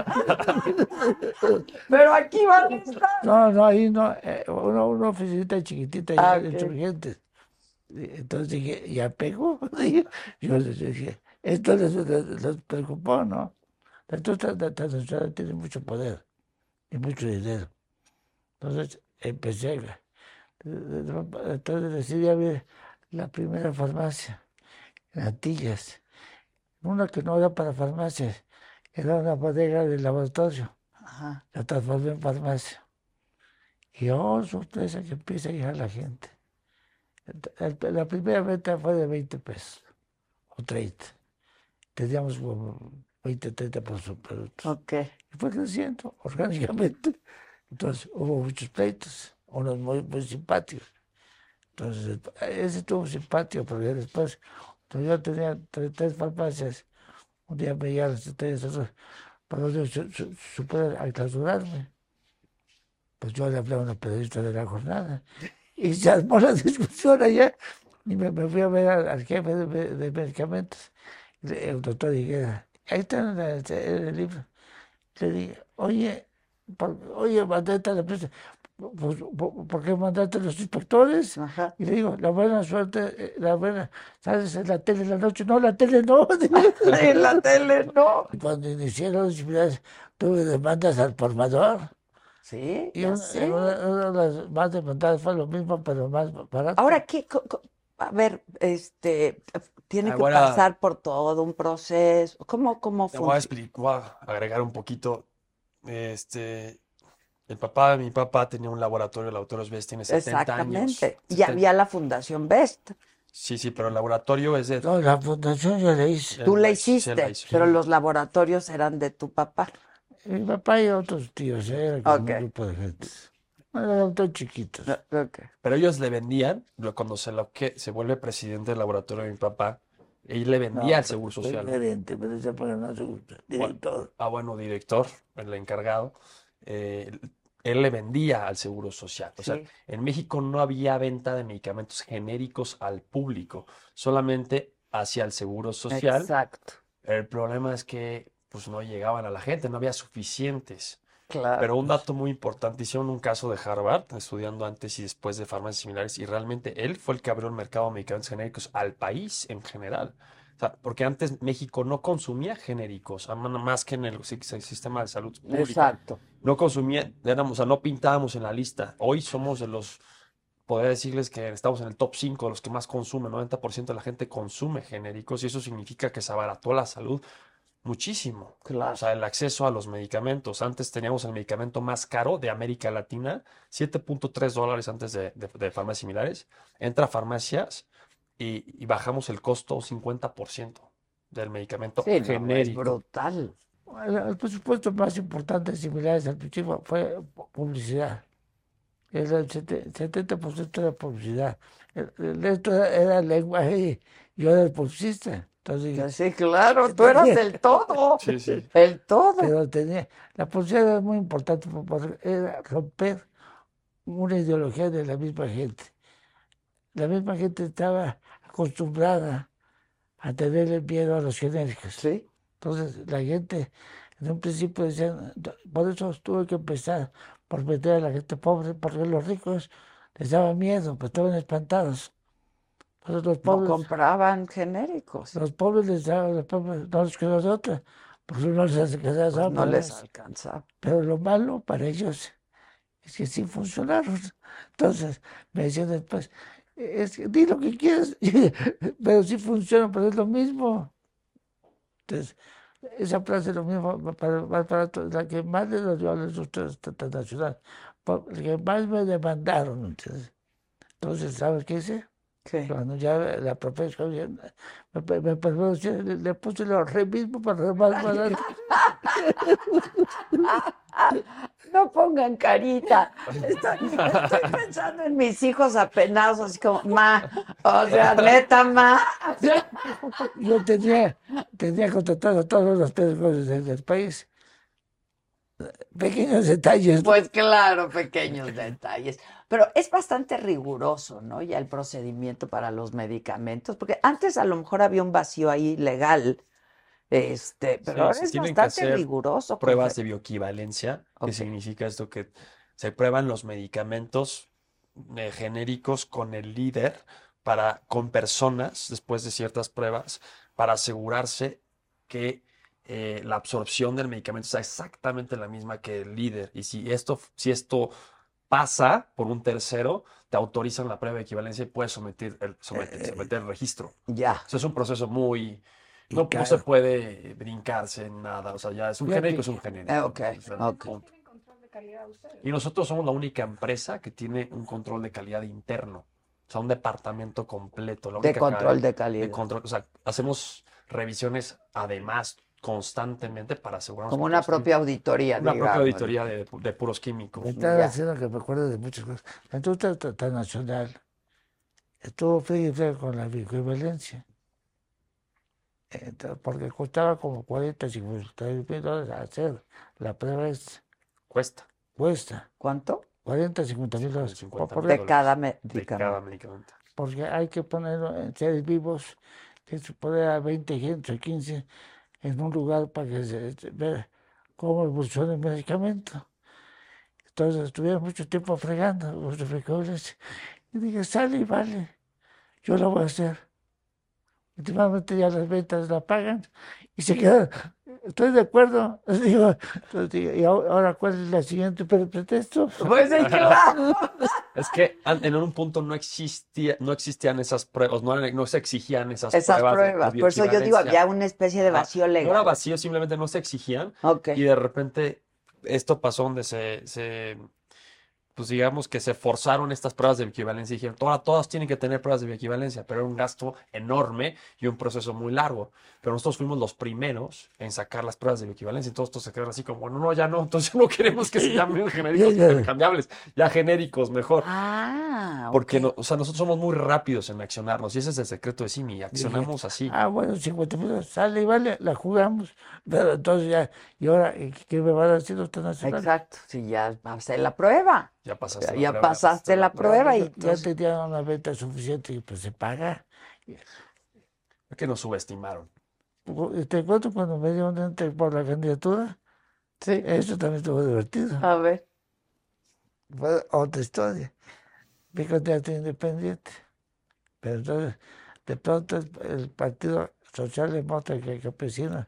Speaker 4: Pero aquí van a estar.
Speaker 3: No, no, ahí no, eh, una, una oficinita chiquitita ya
Speaker 4: Ah,
Speaker 3: de
Speaker 4: ok.
Speaker 3: insurgentes. Y Entonces dije, ¿ya pegó? Dije, Yo les dije, esto les, les- les preocupó, ¿no? La industria de- de- nacional tiene mucho poder y mucho dinero. Entonces empecé, a- entonces decidí abrir la primera farmacia en Antillas. Una que no era para farmacias, era una bodega de laboratorio
Speaker 4: Ajá.
Speaker 3: la transformé en farmacia. Y oh, sorpresa que empieza a llegar la gente. El- el- La primera venta fue de 20 pesos o 30. Teníamos como 20, 30 pesos productos.
Speaker 4: Ok.
Speaker 3: Y fue creciendo orgánicamente. Entonces hubo muchos pleitos, unos muy, muy simpáticos. Entonces, ese estuvo simpático porque después, cuando yo tenía tres, tres farmacias, un día me llegaron las estrellas azules para su, su- superar- al clausurarme. Pues yo le hablé a una periodista de la jornada y se armó la discusión allá. Y me, me fui a ver al, al jefe de, me- de medicamentos, le- el doctor Higuera. Ahí está en, la- en el libro. Le dije, oye, por- oye, mandaste a la prensa. "Pues, ¿Por, por qué mandaste a los inspectores?
Speaker 4: Ajá.
Speaker 3: Y le digo, la buena suerte, eh, la buena, sales en la tele en la noche. No, la tele no.
Speaker 4: En la tele no.
Speaker 3: Y Cuando inicié las disciplinas, tuve demandas al formador.
Speaker 4: Sí,
Speaker 3: Y
Speaker 4: ya
Speaker 3: una,
Speaker 4: sé.
Speaker 3: una- una de las más demandadas fue lo mismo, pero más barato.
Speaker 4: Ahora, ¿qué? co- co- A ver, este, tiene
Speaker 8: Ay,
Speaker 4: que
Speaker 8: Ah, bueno.
Speaker 4: pasar por todo un proceso. ¿Cómo, cómo
Speaker 8: Te voy a
Speaker 4: funciona?
Speaker 8: explicar, voy a agregar un poquito. Este, el papá de mi papá tenía un laboratorio, el Autoros Best tiene 70 años.
Speaker 4: Exactamente. Y
Speaker 8: 70.
Speaker 4: había la Fundación Best.
Speaker 8: Sí, sí, pero el laboratorio es de...
Speaker 3: No, la fundación yo le hice.
Speaker 4: Tú
Speaker 8: él
Speaker 4: la
Speaker 8: la hizo, sí, él la
Speaker 4: hiciste,
Speaker 8: hizo.
Speaker 4: pero los laboratorios eran de tu papá.
Speaker 3: Mi papá y otros tíos, eh, era como
Speaker 4: Ok.
Speaker 3: un grupo de gente. Bueno, eran todos chiquitos.
Speaker 8: Pero ellos le vendían, lo- cuando se, lo que, se vuelve presidente del laboratorio de mi papá, él le vendía el
Speaker 4: pues,
Speaker 8: Seguro
Speaker 3: Fue
Speaker 8: Social.
Speaker 3: gerente, pero ese programa no se gusta. Director.
Speaker 8: Ah, bueno, director, el encargado. eh, él le vendía al Seguro Social. O sea,
Speaker 11: Sí.
Speaker 8: en México no había venta de medicamentos genéricos al público, solamente hacia el Seguro Social.
Speaker 4: Exacto.
Speaker 8: El problema es que pues no llegaban a la gente, no había suficientes.
Speaker 4: Claro.
Speaker 8: Pero un dato muy importante, hicieron un caso de Harvard, estudiando antes y después de farmacias similares, y realmente él fue el que abrió el mercado de medicamentos genéricos al país en general. O sea, porque antes México no consumía genéricos, a- más que en el si- si- sistema de salud pública.
Speaker 4: Exacto.
Speaker 8: No consumía, éramos, o sea, no pintábamos en la lista. Hoy somos de los, podría decirles que estamos en el top 5 de los que más consumen, 90% de la gente consume genéricos y eso significa que se abarató la salud muchísimo. O sea, el acceso a los medicamentos. Antes teníamos el medicamento más caro de América Latina, 7.3 dólares antes de, de- de farmacias similares. Entra a farmacias y, y bajamos el costo un 50% del medicamento
Speaker 3: Sí, no, es
Speaker 8: genérico.
Speaker 4: brutal.
Speaker 3: El, el presupuesto más importante similares al Pichifa fue pu- publicidad. Era el 70% 70% era publicidad. El, el resto era, era lenguaje y yo era el publicista. Entonces,
Speaker 4: sí, claro, tú eras el todo.
Speaker 8: Sí, sí.
Speaker 4: El todo.
Speaker 3: Pero tenía, la publicidad era muy importante por- por- era romper una ideología de la misma gente. La misma gente estaba acostumbrada a tenerle miedo a los genéricos. Entonces la gente en un principio decía, por eso tuve que empezar por meter a la gente pobre, porque los ricos les daba miedo, pues estaban espantados. Entonces los
Speaker 4: No
Speaker 3: pobres,
Speaker 4: compraban genéricos.
Speaker 3: los pobres les daban, los pobres no les quedó de otra, porque no les alcanzaba
Speaker 4: Pues no
Speaker 3: para
Speaker 4: les
Speaker 3: más.
Speaker 4: alcanzaba.
Speaker 3: Pero lo malo para ellos es que sí funcionaron. Entonces me decían después, es que di lo que quieras, pero sí funciona, pero es lo mismo. Entonces, esa frase es lo mismo va para, va para to- la que más les dolió a la industria transnacional, por- la que más me demandaron. Entonces, entonces ¿sabes qué hice? Cuando ya la profesora me, me, me perdonó, sí, le, le puse lo re mismo para más barato.
Speaker 4: No pongan carita. Estoy, estoy pensando en mis hijos apenados, así como, ma, o sea, neta, ma.
Speaker 3: Yo tenía, tenía contratado a todos los técnicos del, del país. Pequeños detalles.
Speaker 4: Pues claro, pequeños detalles. Pero es bastante riguroso, ¿no? Ya el procedimiento para los medicamentos, porque antes a lo mejor había un vacío ahí legal, este, pero
Speaker 8: Sí,
Speaker 4: ahora
Speaker 8: se
Speaker 4: es
Speaker 8: tienen que
Speaker 4: bastante
Speaker 8: hacer
Speaker 4: riguroso. con-
Speaker 8: pruebas de bioequivalencia, que significa esto que se prueban los medicamentos eh, genéricos con el líder para con personas después de ciertas pruebas para asegurarse que eh, la absorción del medicamento sea exactamente la misma que el líder y si esto si esto pasa por un tercero te autorizan la prueba de equivalencia y puedes someter el, somet- someter el registro.
Speaker 4: Ya.
Speaker 8: Eso es un proceso muy no, no se
Speaker 4: caro.
Speaker 8: puede brincarse en nada. O sea, ya es un
Speaker 4: Ya
Speaker 8: genérico, es
Speaker 4: pi-
Speaker 8: un genérico.
Speaker 4: Ah, ok,
Speaker 8: O sea, punto. Y nosotros somos la única empresa que tiene un control de calidad interno. O sea, un departamento completo. la
Speaker 4: De
Speaker 8: única
Speaker 4: control
Speaker 8: cadena
Speaker 4: de calidad.
Speaker 8: control. O sea, hacemos revisiones además constantemente para asegurarnos
Speaker 4: Como
Speaker 8: que
Speaker 4: una
Speaker 8: todos tienen-
Speaker 4: propia auditoría,
Speaker 8: Una propia
Speaker 4: digamos.
Speaker 8: auditoría de, de puros químicos.
Speaker 3: Me estaba haciendo que me acuerdo de muchas cosas. La industria tra- transnacional estuvo frente y frente con la bioequivalencia. Entonces, porque costaba como 40, 50 mil dólares hacer la prueba esta.
Speaker 8: Cuesta.
Speaker 3: Cuesta.
Speaker 4: ¿Cuánto?
Speaker 3: 40, 50 mil dólares. Por-
Speaker 4: de
Speaker 3: por-
Speaker 4: cada
Speaker 8: De
Speaker 4: medicamento.
Speaker 8: cada medicamento.
Speaker 3: porque hay que ponerlo en seres vivos, que se poner a 20 gente o 15 en un lugar para que se se vea cómo evoluciona el medicamento. Entonces estuvieron mucho tiempo fregando los refrigeradores y dije, sale y vale, yo lo voy a hacer. Últimamente ya las ventas la pagan y se quedan, estoy de acuerdo. Digo, entonces digo, ¿y ahora ahora cuál es la siguiente pre- pretexto?
Speaker 4: Pues sí, claro.
Speaker 8: Es que an- en un punto no existía, no existían esas pruebas, no, eran- no se exigían esas
Speaker 4: Esas
Speaker 8: pruebas de- de
Speaker 4: pruebas. Por eso yo digo,
Speaker 8: bioequivalencia.
Speaker 4: había una especie de
Speaker 8: Ajá.
Speaker 4: vacío
Speaker 8: No era
Speaker 4: legal.
Speaker 8: vacío, simplemente no se exigían. Y de repente esto pasó donde se, se, pues digamos que se forzaron estas pruebas de equivalencia y dijeron, todas, todas tienen que tener pruebas de equivalencia, pero era un gasto enorme y un proceso muy largo. Pero nosotros fuimos los primeros en sacar las pruebas de equivalencia, entonces todos se quedaron así como, no, no, ya no, entonces no queremos que se llamen genéricos intercambiables, ya genéricos mejor.
Speaker 4: Ah,
Speaker 8: Porque no, o sea, nosotros somos muy rápidos en accionarnos y ese es el secreto de Simi, accionamos así.
Speaker 3: Ah, bueno, 50 pesos, sale y vale, la jugamos. Pero entonces ya, ¿y ahora eh, qué me van a decir los transnacionales?
Speaker 4: Exacto, si ya pasé la prueba.
Speaker 8: Ya
Speaker 4: pasaste la Ya prueba, pasaste pasaste la la prueba prueba y
Speaker 3: Ya-
Speaker 4: entonces-
Speaker 3: Ya tenían una venta suficiente y pues se paga.
Speaker 8: Es que nos subestimaron.
Speaker 3: ¿Te cuento cuando me dieron entre por la candidatura?
Speaker 10: Sí.
Speaker 3: Eso también estuvo divertido.
Speaker 4: Ah.
Speaker 10: A ver.
Speaker 3: Fue otra historia. Mi candidato independiente. Pero entonces, de pronto, el, el Partido Socialdemócrata que- Campesino,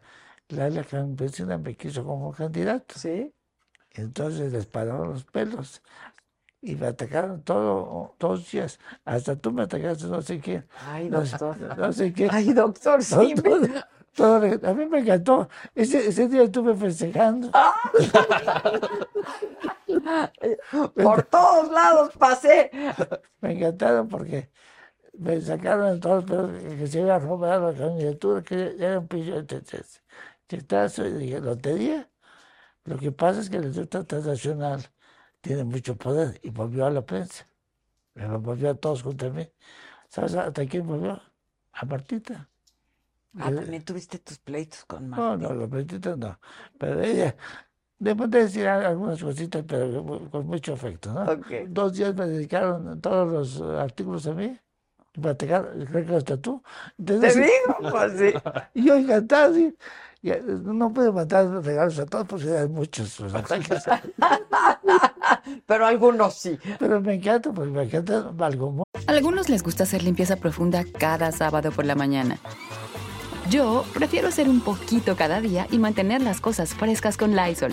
Speaker 3: la ala campesina me quiso como candidato.
Speaker 4: Sí.
Speaker 3: Entonces les pararon los pelos y me atacaron todo, todos los días. Hasta tú me atacaste, no sé quién.
Speaker 4: Ay,
Speaker 3: no sé-
Speaker 4: doctor.
Speaker 3: no sé qué.
Speaker 4: Ay, doctor,
Speaker 3: No,
Speaker 4: sí. me-
Speaker 3: todo- todo le- a mí me encantó. Ese, ese día estuve festejando.
Speaker 4: Ah. Por todos lados pasé.
Speaker 3: Me encantaron porque me sacaron todos los pelos que se iba a robar la candidatura, que era un pillo de chetazo. Y dije, lotería. Lo que pasa es que la industria transnacional tiene mucho poder y volvió a la prensa. Me volvió a todos contra mí. ¿Sabes hasta quién volvió? A Martita.
Speaker 4: Ah,
Speaker 3: Eh,
Speaker 4: también tuviste tus pleitos con
Speaker 3: No,
Speaker 4: Martín.
Speaker 3: no, los benditos no. Pero ella, le mandé decir al- algunas cositas, pero con- con mucho afecto, ¿no?
Speaker 4: Ok.
Speaker 3: Dos días me dedicaron todos los eh, artículos a mí, platicar, creo que hasta tú.
Speaker 4: Te
Speaker 3: Entonces,
Speaker 4: digo, pues sí.
Speaker 3: y yo encantado, sí. Y, eh, no pude mandar regalos a todos porque eran muchos pues, los ataques.
Speaker 4: Pero algunos sí.
Speaker 3: Pero me encanta, porque me encanta Valgomón.
Speaker 6: Algunos les gusta hacer limpieza profunda cada sábado por la mañana. Yo prefiero hacer un poquito cada día y mantener las cosas frescas con Lysol.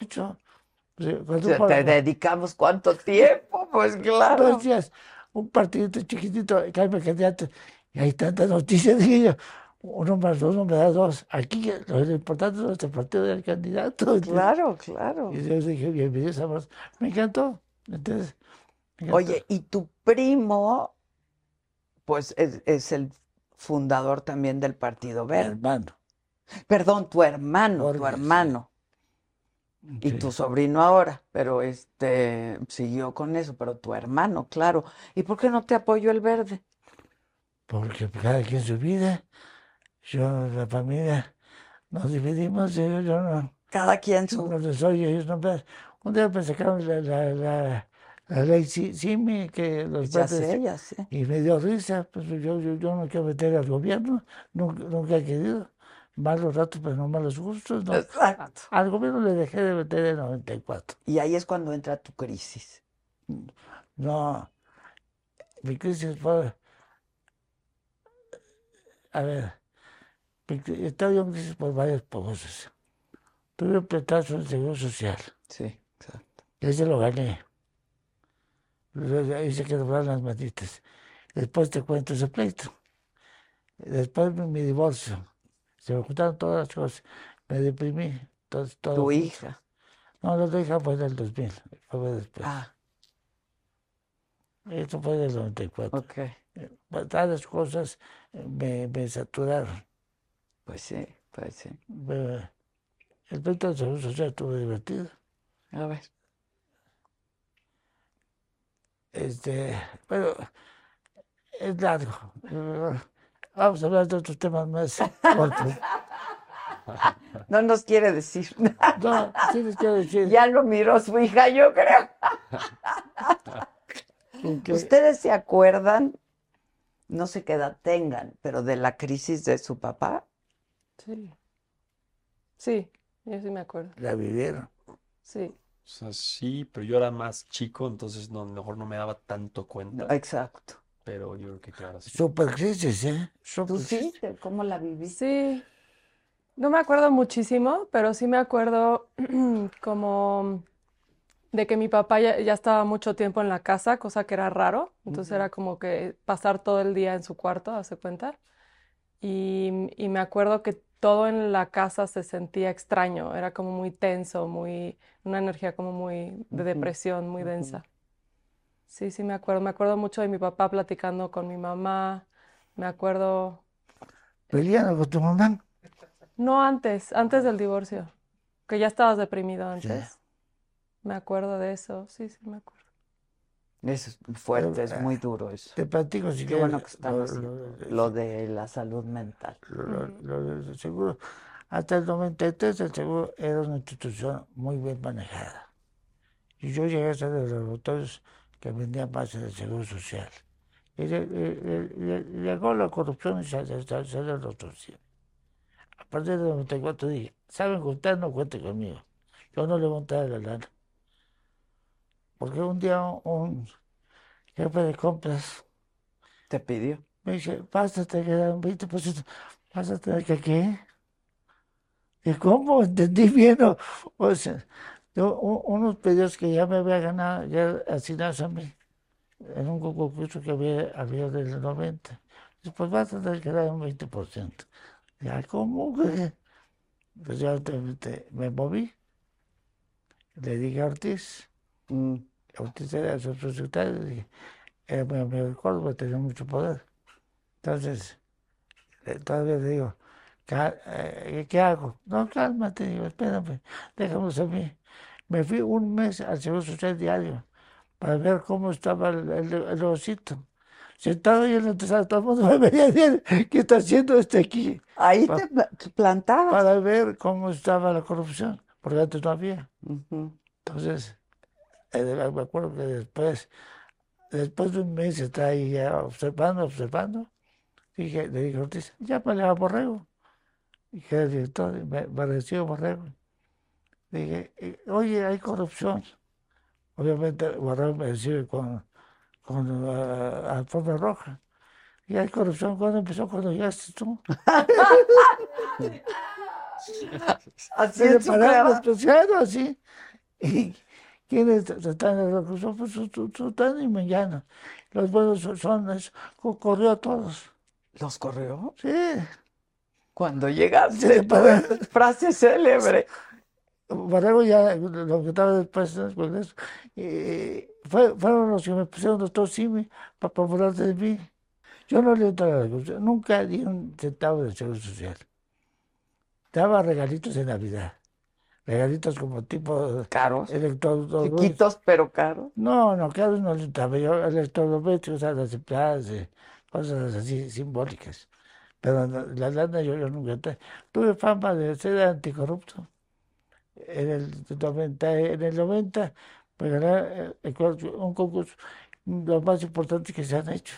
Speaker 3: mucho. Sí, cuando
Speaker 4: Te
Speaker 3: un par-
Speaker 4: te dedicamos cuánto tiempo, pues claro.
Speaker 3: Dos días, un partidito chiquitito, cambio de candidato, y hay tantas noticias, dije yo, uno más dos no me da dos. Aquí lo lo importante es nuestro partido del candidato. entonces,
Speaker 4: Claro, claro.
Speaker 3: Y yo dije, bienvenidos a más. Me encantó. Entonces, me encantó.
Speaker 4: Oye, y tu primo, pues es, es el fundador también del Partido
Speaker 3: Mi
Speaker 4: Verde.
Speaker 3: hermano.
Speaker 4: Perdón, tu hermano, tu
Speaker 3: Jorge, sí.
Speaker 4: hermano. Y
Speaker 3: Sí.
Speaker 4: tu sobrino ahora, pero este siguió con eso, pero tu hermano, claro. ¿Y por qué no te apoyó el verde?
Speaker 3: Porque cada quien su vida, yo, la familia, nos dividimos, yo, yo no.
Speaker 4: Cada quien su.
Speaker 3: No les oye, ellos no me- Un día me sacaron la, la, la, la ley sí, Simi, que los
Speaker 4: pues,
Speaker 3: verdes.
Speaker 4: Ya sé, ya sé.
Speaker 3: Y me dio risa, pues yo, yo, yo no quiero meter al gobierno, nunca, nunca he querido. Malos ratos, pero no malos gustos, ¿no?
Speaker 4: Exacto.
Speaker 3: Al gobierno le dejé de meter en 94.
Speaker 4: Y ahí es cuando entra tu crisis.
Speaker 3: No, mi crisis fue... A ver, mi cri- estaba yo en crisis por pues, varias cosas. Tuve un pletazo en Seguro Social,
Speaker 4: Sí, exacto.
Speaker 3: y ese lo gané. Luego Hice que doblar las manitas. Después te cuento ese pleito. Después mi, mi divorcio. Se me juntaron todas las cosas. Me deprimí. Todo, todo
Speaker 4: Tu
Speaker 3: junto.
Speaker 4: hija.
Speaker 3: No, la hija fue del 2000. Fue después.
Speaker 4: Ah,
Speaker 3: Esto fue del 94.
Speaker 4: ok.
Speaker 3: Eh, pues, Todas las cosas eh, me, me saturaron.
Speaker 4: Pues sí, pues sí.
Speaker 3: Me- el pleito de salud social estuvo divertido.
Speaker 4: A ver.
Speaker 3: Este, pero es largo. eh, Vamos a hablar de otros temas más cortos. Ah.
Speaker 4: No nos quiere decir nada.
Speaker 3: No, sí nos quiere decir.
Speaker 4: Ya lo miró su hija, yo creo.
Speaker 3: Porque-
Speaker 4: ¿Ustedes se acuerdan? No sé qué edad tengan, pero de la crisis de su papá.
Speaker 10: Sí. Sí, yo sí me acuerdo.
Speaker 3: La vivieron.
Speaker 10: Sí.
Speaker 8: O sea, sí, pero yo era más chico, entonces no, a lo mejor no me daba tanto cuenta.
Speaker 4: Exacto.
Speaker 8: Pero yo creo que claro, sí.
Speaker 3: Super crisis, ¿eh? Super
Speaker 4: sí? ¿Cómo la viviste?
Speaker 10: Sí. No me acuerdo muchísimo, pero sí me acuerdo como de que mi papá ya, ya estaba mucho tiempo en la casa, cosa que era raro. Entonces
Speaker 4: Ujú.
Speaker 10: era como que pasar todo el día en su cuarto, hace cuenta. Y, y me acuerdo que todo en la casa se sentía extraño, era como muy tenso, muy, una energía como muy de
Speaker 4: Ujú,
Speaker 10: depresión, muy densa. Sí, sí me acuerdo. Me acuerdo mucho de mi papá platicando con mi mamá. Me acuerdo...
Speaker 3: ¿Pelearon con tu mamá?
Speaker 10: No antes, antes del divorcio, que ya estabas deprimido antes. Me acuerdo de eso, sí, sí, me acuerdo.
Speaker 4: Eso es fuerte, es muy duro eso.
Speaker 3: Te platico si
Speaker 4: Qué
Speaker 3: quieres
Speaker 4: bueno que
Speaker 3: lo-
Speaker 4: estamos
Speaker 3: lo-
Speaker 4: Ah. lo, de la salud mental.
Speaker 3: lo- lo- lo del seguro. Hasta el 93 el seguro era una institución muy bien manejada. Y yo llegué a ser de los doctores que vendían más en el seguro social. Y le- le- le- le- llegó la corrupción y se de los torcieron. A partir del 94 dije, ¿saben contar? No cuenten conmigo. Yo no le voy a entrar a la lana. Porque un día un jefe de compras
Speaker 4: ¿Te pidió?
Speaker 3: me dice, vas a tener que dar un 20%, vas a tener que qué? ¿Y cómo? ¿Entendí bien? O, o sea, yo, u- unos pedidos que ya me había ganado, ya asignados a mí, en un concurso que había, había del 90. Después vas a tener que dar un 20%. Ya, ¿cómo? que? Pues ya te- te- me moví, le dije a Ortiz, mm, Ortiz era su secretario, le dije, "Eh, era mi amigo de Córdoba, tenía mucho poder. Entonces, eh, todavía le digo, "Ca- eh, ¿qué hago? No, cálmate, digo, espérame, déjanos a mí. Me fui un mes al Seguro Social Diario para ver cómo estaba el, el, el osito. Sentado ahí en la antesala, todo el mundo me veía decir, ¿qué está haciendo este aquí?
Speaker 4: Ahí
Speaker 3: Pa-
Speaker 4: te pla- te plantabas.
Speaker 3: para ver cómo estaba la corrupción, porque antes no había.
Speaker 4: Ujú.
Speaker 3: Entonces, eh, me acuerdo que después, después de un mes de estar ahí ya observando, observando, dije, le dije a Ortiz, llámale a Borrego. Y que era el director, y me, me recibió Borrego. Dije, eh, oye, hay corrupción. Obviamente Borrego me recibe con, con ah, alfombra roja. Y hay corrupción cuando empezó, cuando llegaste tú.
Speaker 4: Así
Speaker 3: Me
Speaker 4: es su
Speaker 3: separaron,
Speaker 4: prueba.
Speaker 3: pues, claro, así. Y quienes están en la cruz, pues tú- tú- tú tan y mañana. Los buenos son, son eso. Co- corrió a todos.
Speaker 4: ¿Los corrió?
Speaker 3: Sí.
Speaker 4: Cuando
Speaker 3: Se
Speaker 4: llegaste,
Speaker 3: separaron.
Speaker 4: frase célebre.
Speaker 3: Barrego ya, lo que estaba después, ¿no? Con eso. Eh, fue- fueron los que me pusieron doctor Simi para burlarse de mí. Yo no le entré a la cruz. Nunca di un centavo de seguro social. Daba regalitos de Navidad. Regalitos como tipo
Speaker 4: Caros.
Speaker 3: electrodomésticos.
Speaker 4: Chiquitos, pero caros.
Speaker 3: No, no, claro, no le estaba yo electrodomésticos, a las empleadas, eh, cosas así simbólicas. Pero no, la lana yo, yo nunca te- tuve fama de ser anticorrupto. En el 90, en el 90 me gané eh, el cual- un concurso, los más importantes que se han hecho.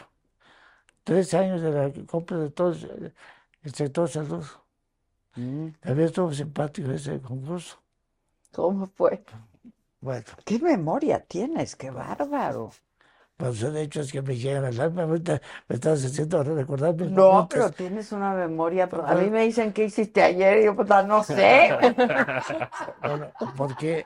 Speaker 3: Tres años de la compra de todo el el sector salud.
Speaker 4: Mm.
Speaker 3: También estuvo simpático ese concurso.
Speaker 4: ¿Cómo fue?
Speaker 3: Bueno.
Speaker 4: ¿Qué memoria tienes? ¡Qué bárbaro!
Speaker 3: Pues son hechos que me llegan al alma. Ahorita me estás haciendo recordar mis
Speaker 4: Pues No, pero
Speaker 3: momentos.
Speaker 4: tienes una memoria. pues,
Speaker 3: Pero-
Speaker 4: A mí me dicen qué hiciste ayer y yo, puta, no sé.
Speaker 3: Bueno, porque,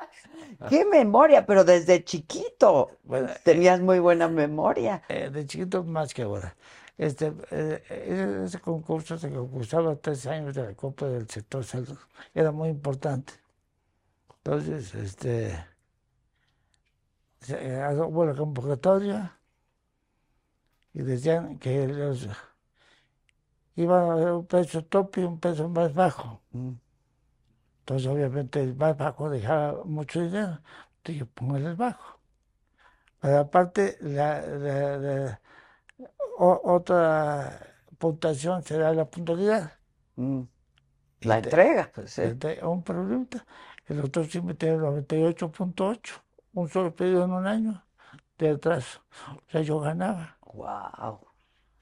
Speaker 4: ¡Qué memoria! Pero desde chiquito
Speaker 3: bueno,
Speaker 4: tenías muy buena memoria.
Speaker 3: eh, de chiquito más que ahora. Este, eh, ese, ese concurso se concursaba tres años de la Copa del Sector Salud. Era muy importante. Entonces, este, se, eh, hubo la convocatoria y decían que los, iba a haber un peso top y un peso más bajo.
Speaker 4: mm,
Speaker 3: Entonces, obviamente, el más bajo dejaba mucho dinero. Dije, póngale el bajo. Pero aparte, la, la- la- o- otra puntuación será la puntualidad.
Speaker 4: Mm. La
Speaker 3: Y te-
Speaker 4: entrega, pues, sí.
Speaker 3: la entre- Un problemita. El otro sí me tiene 98.8, un solo pedido en un año de atraso. O sea, yo ganaba.
Speaker 4: Wow.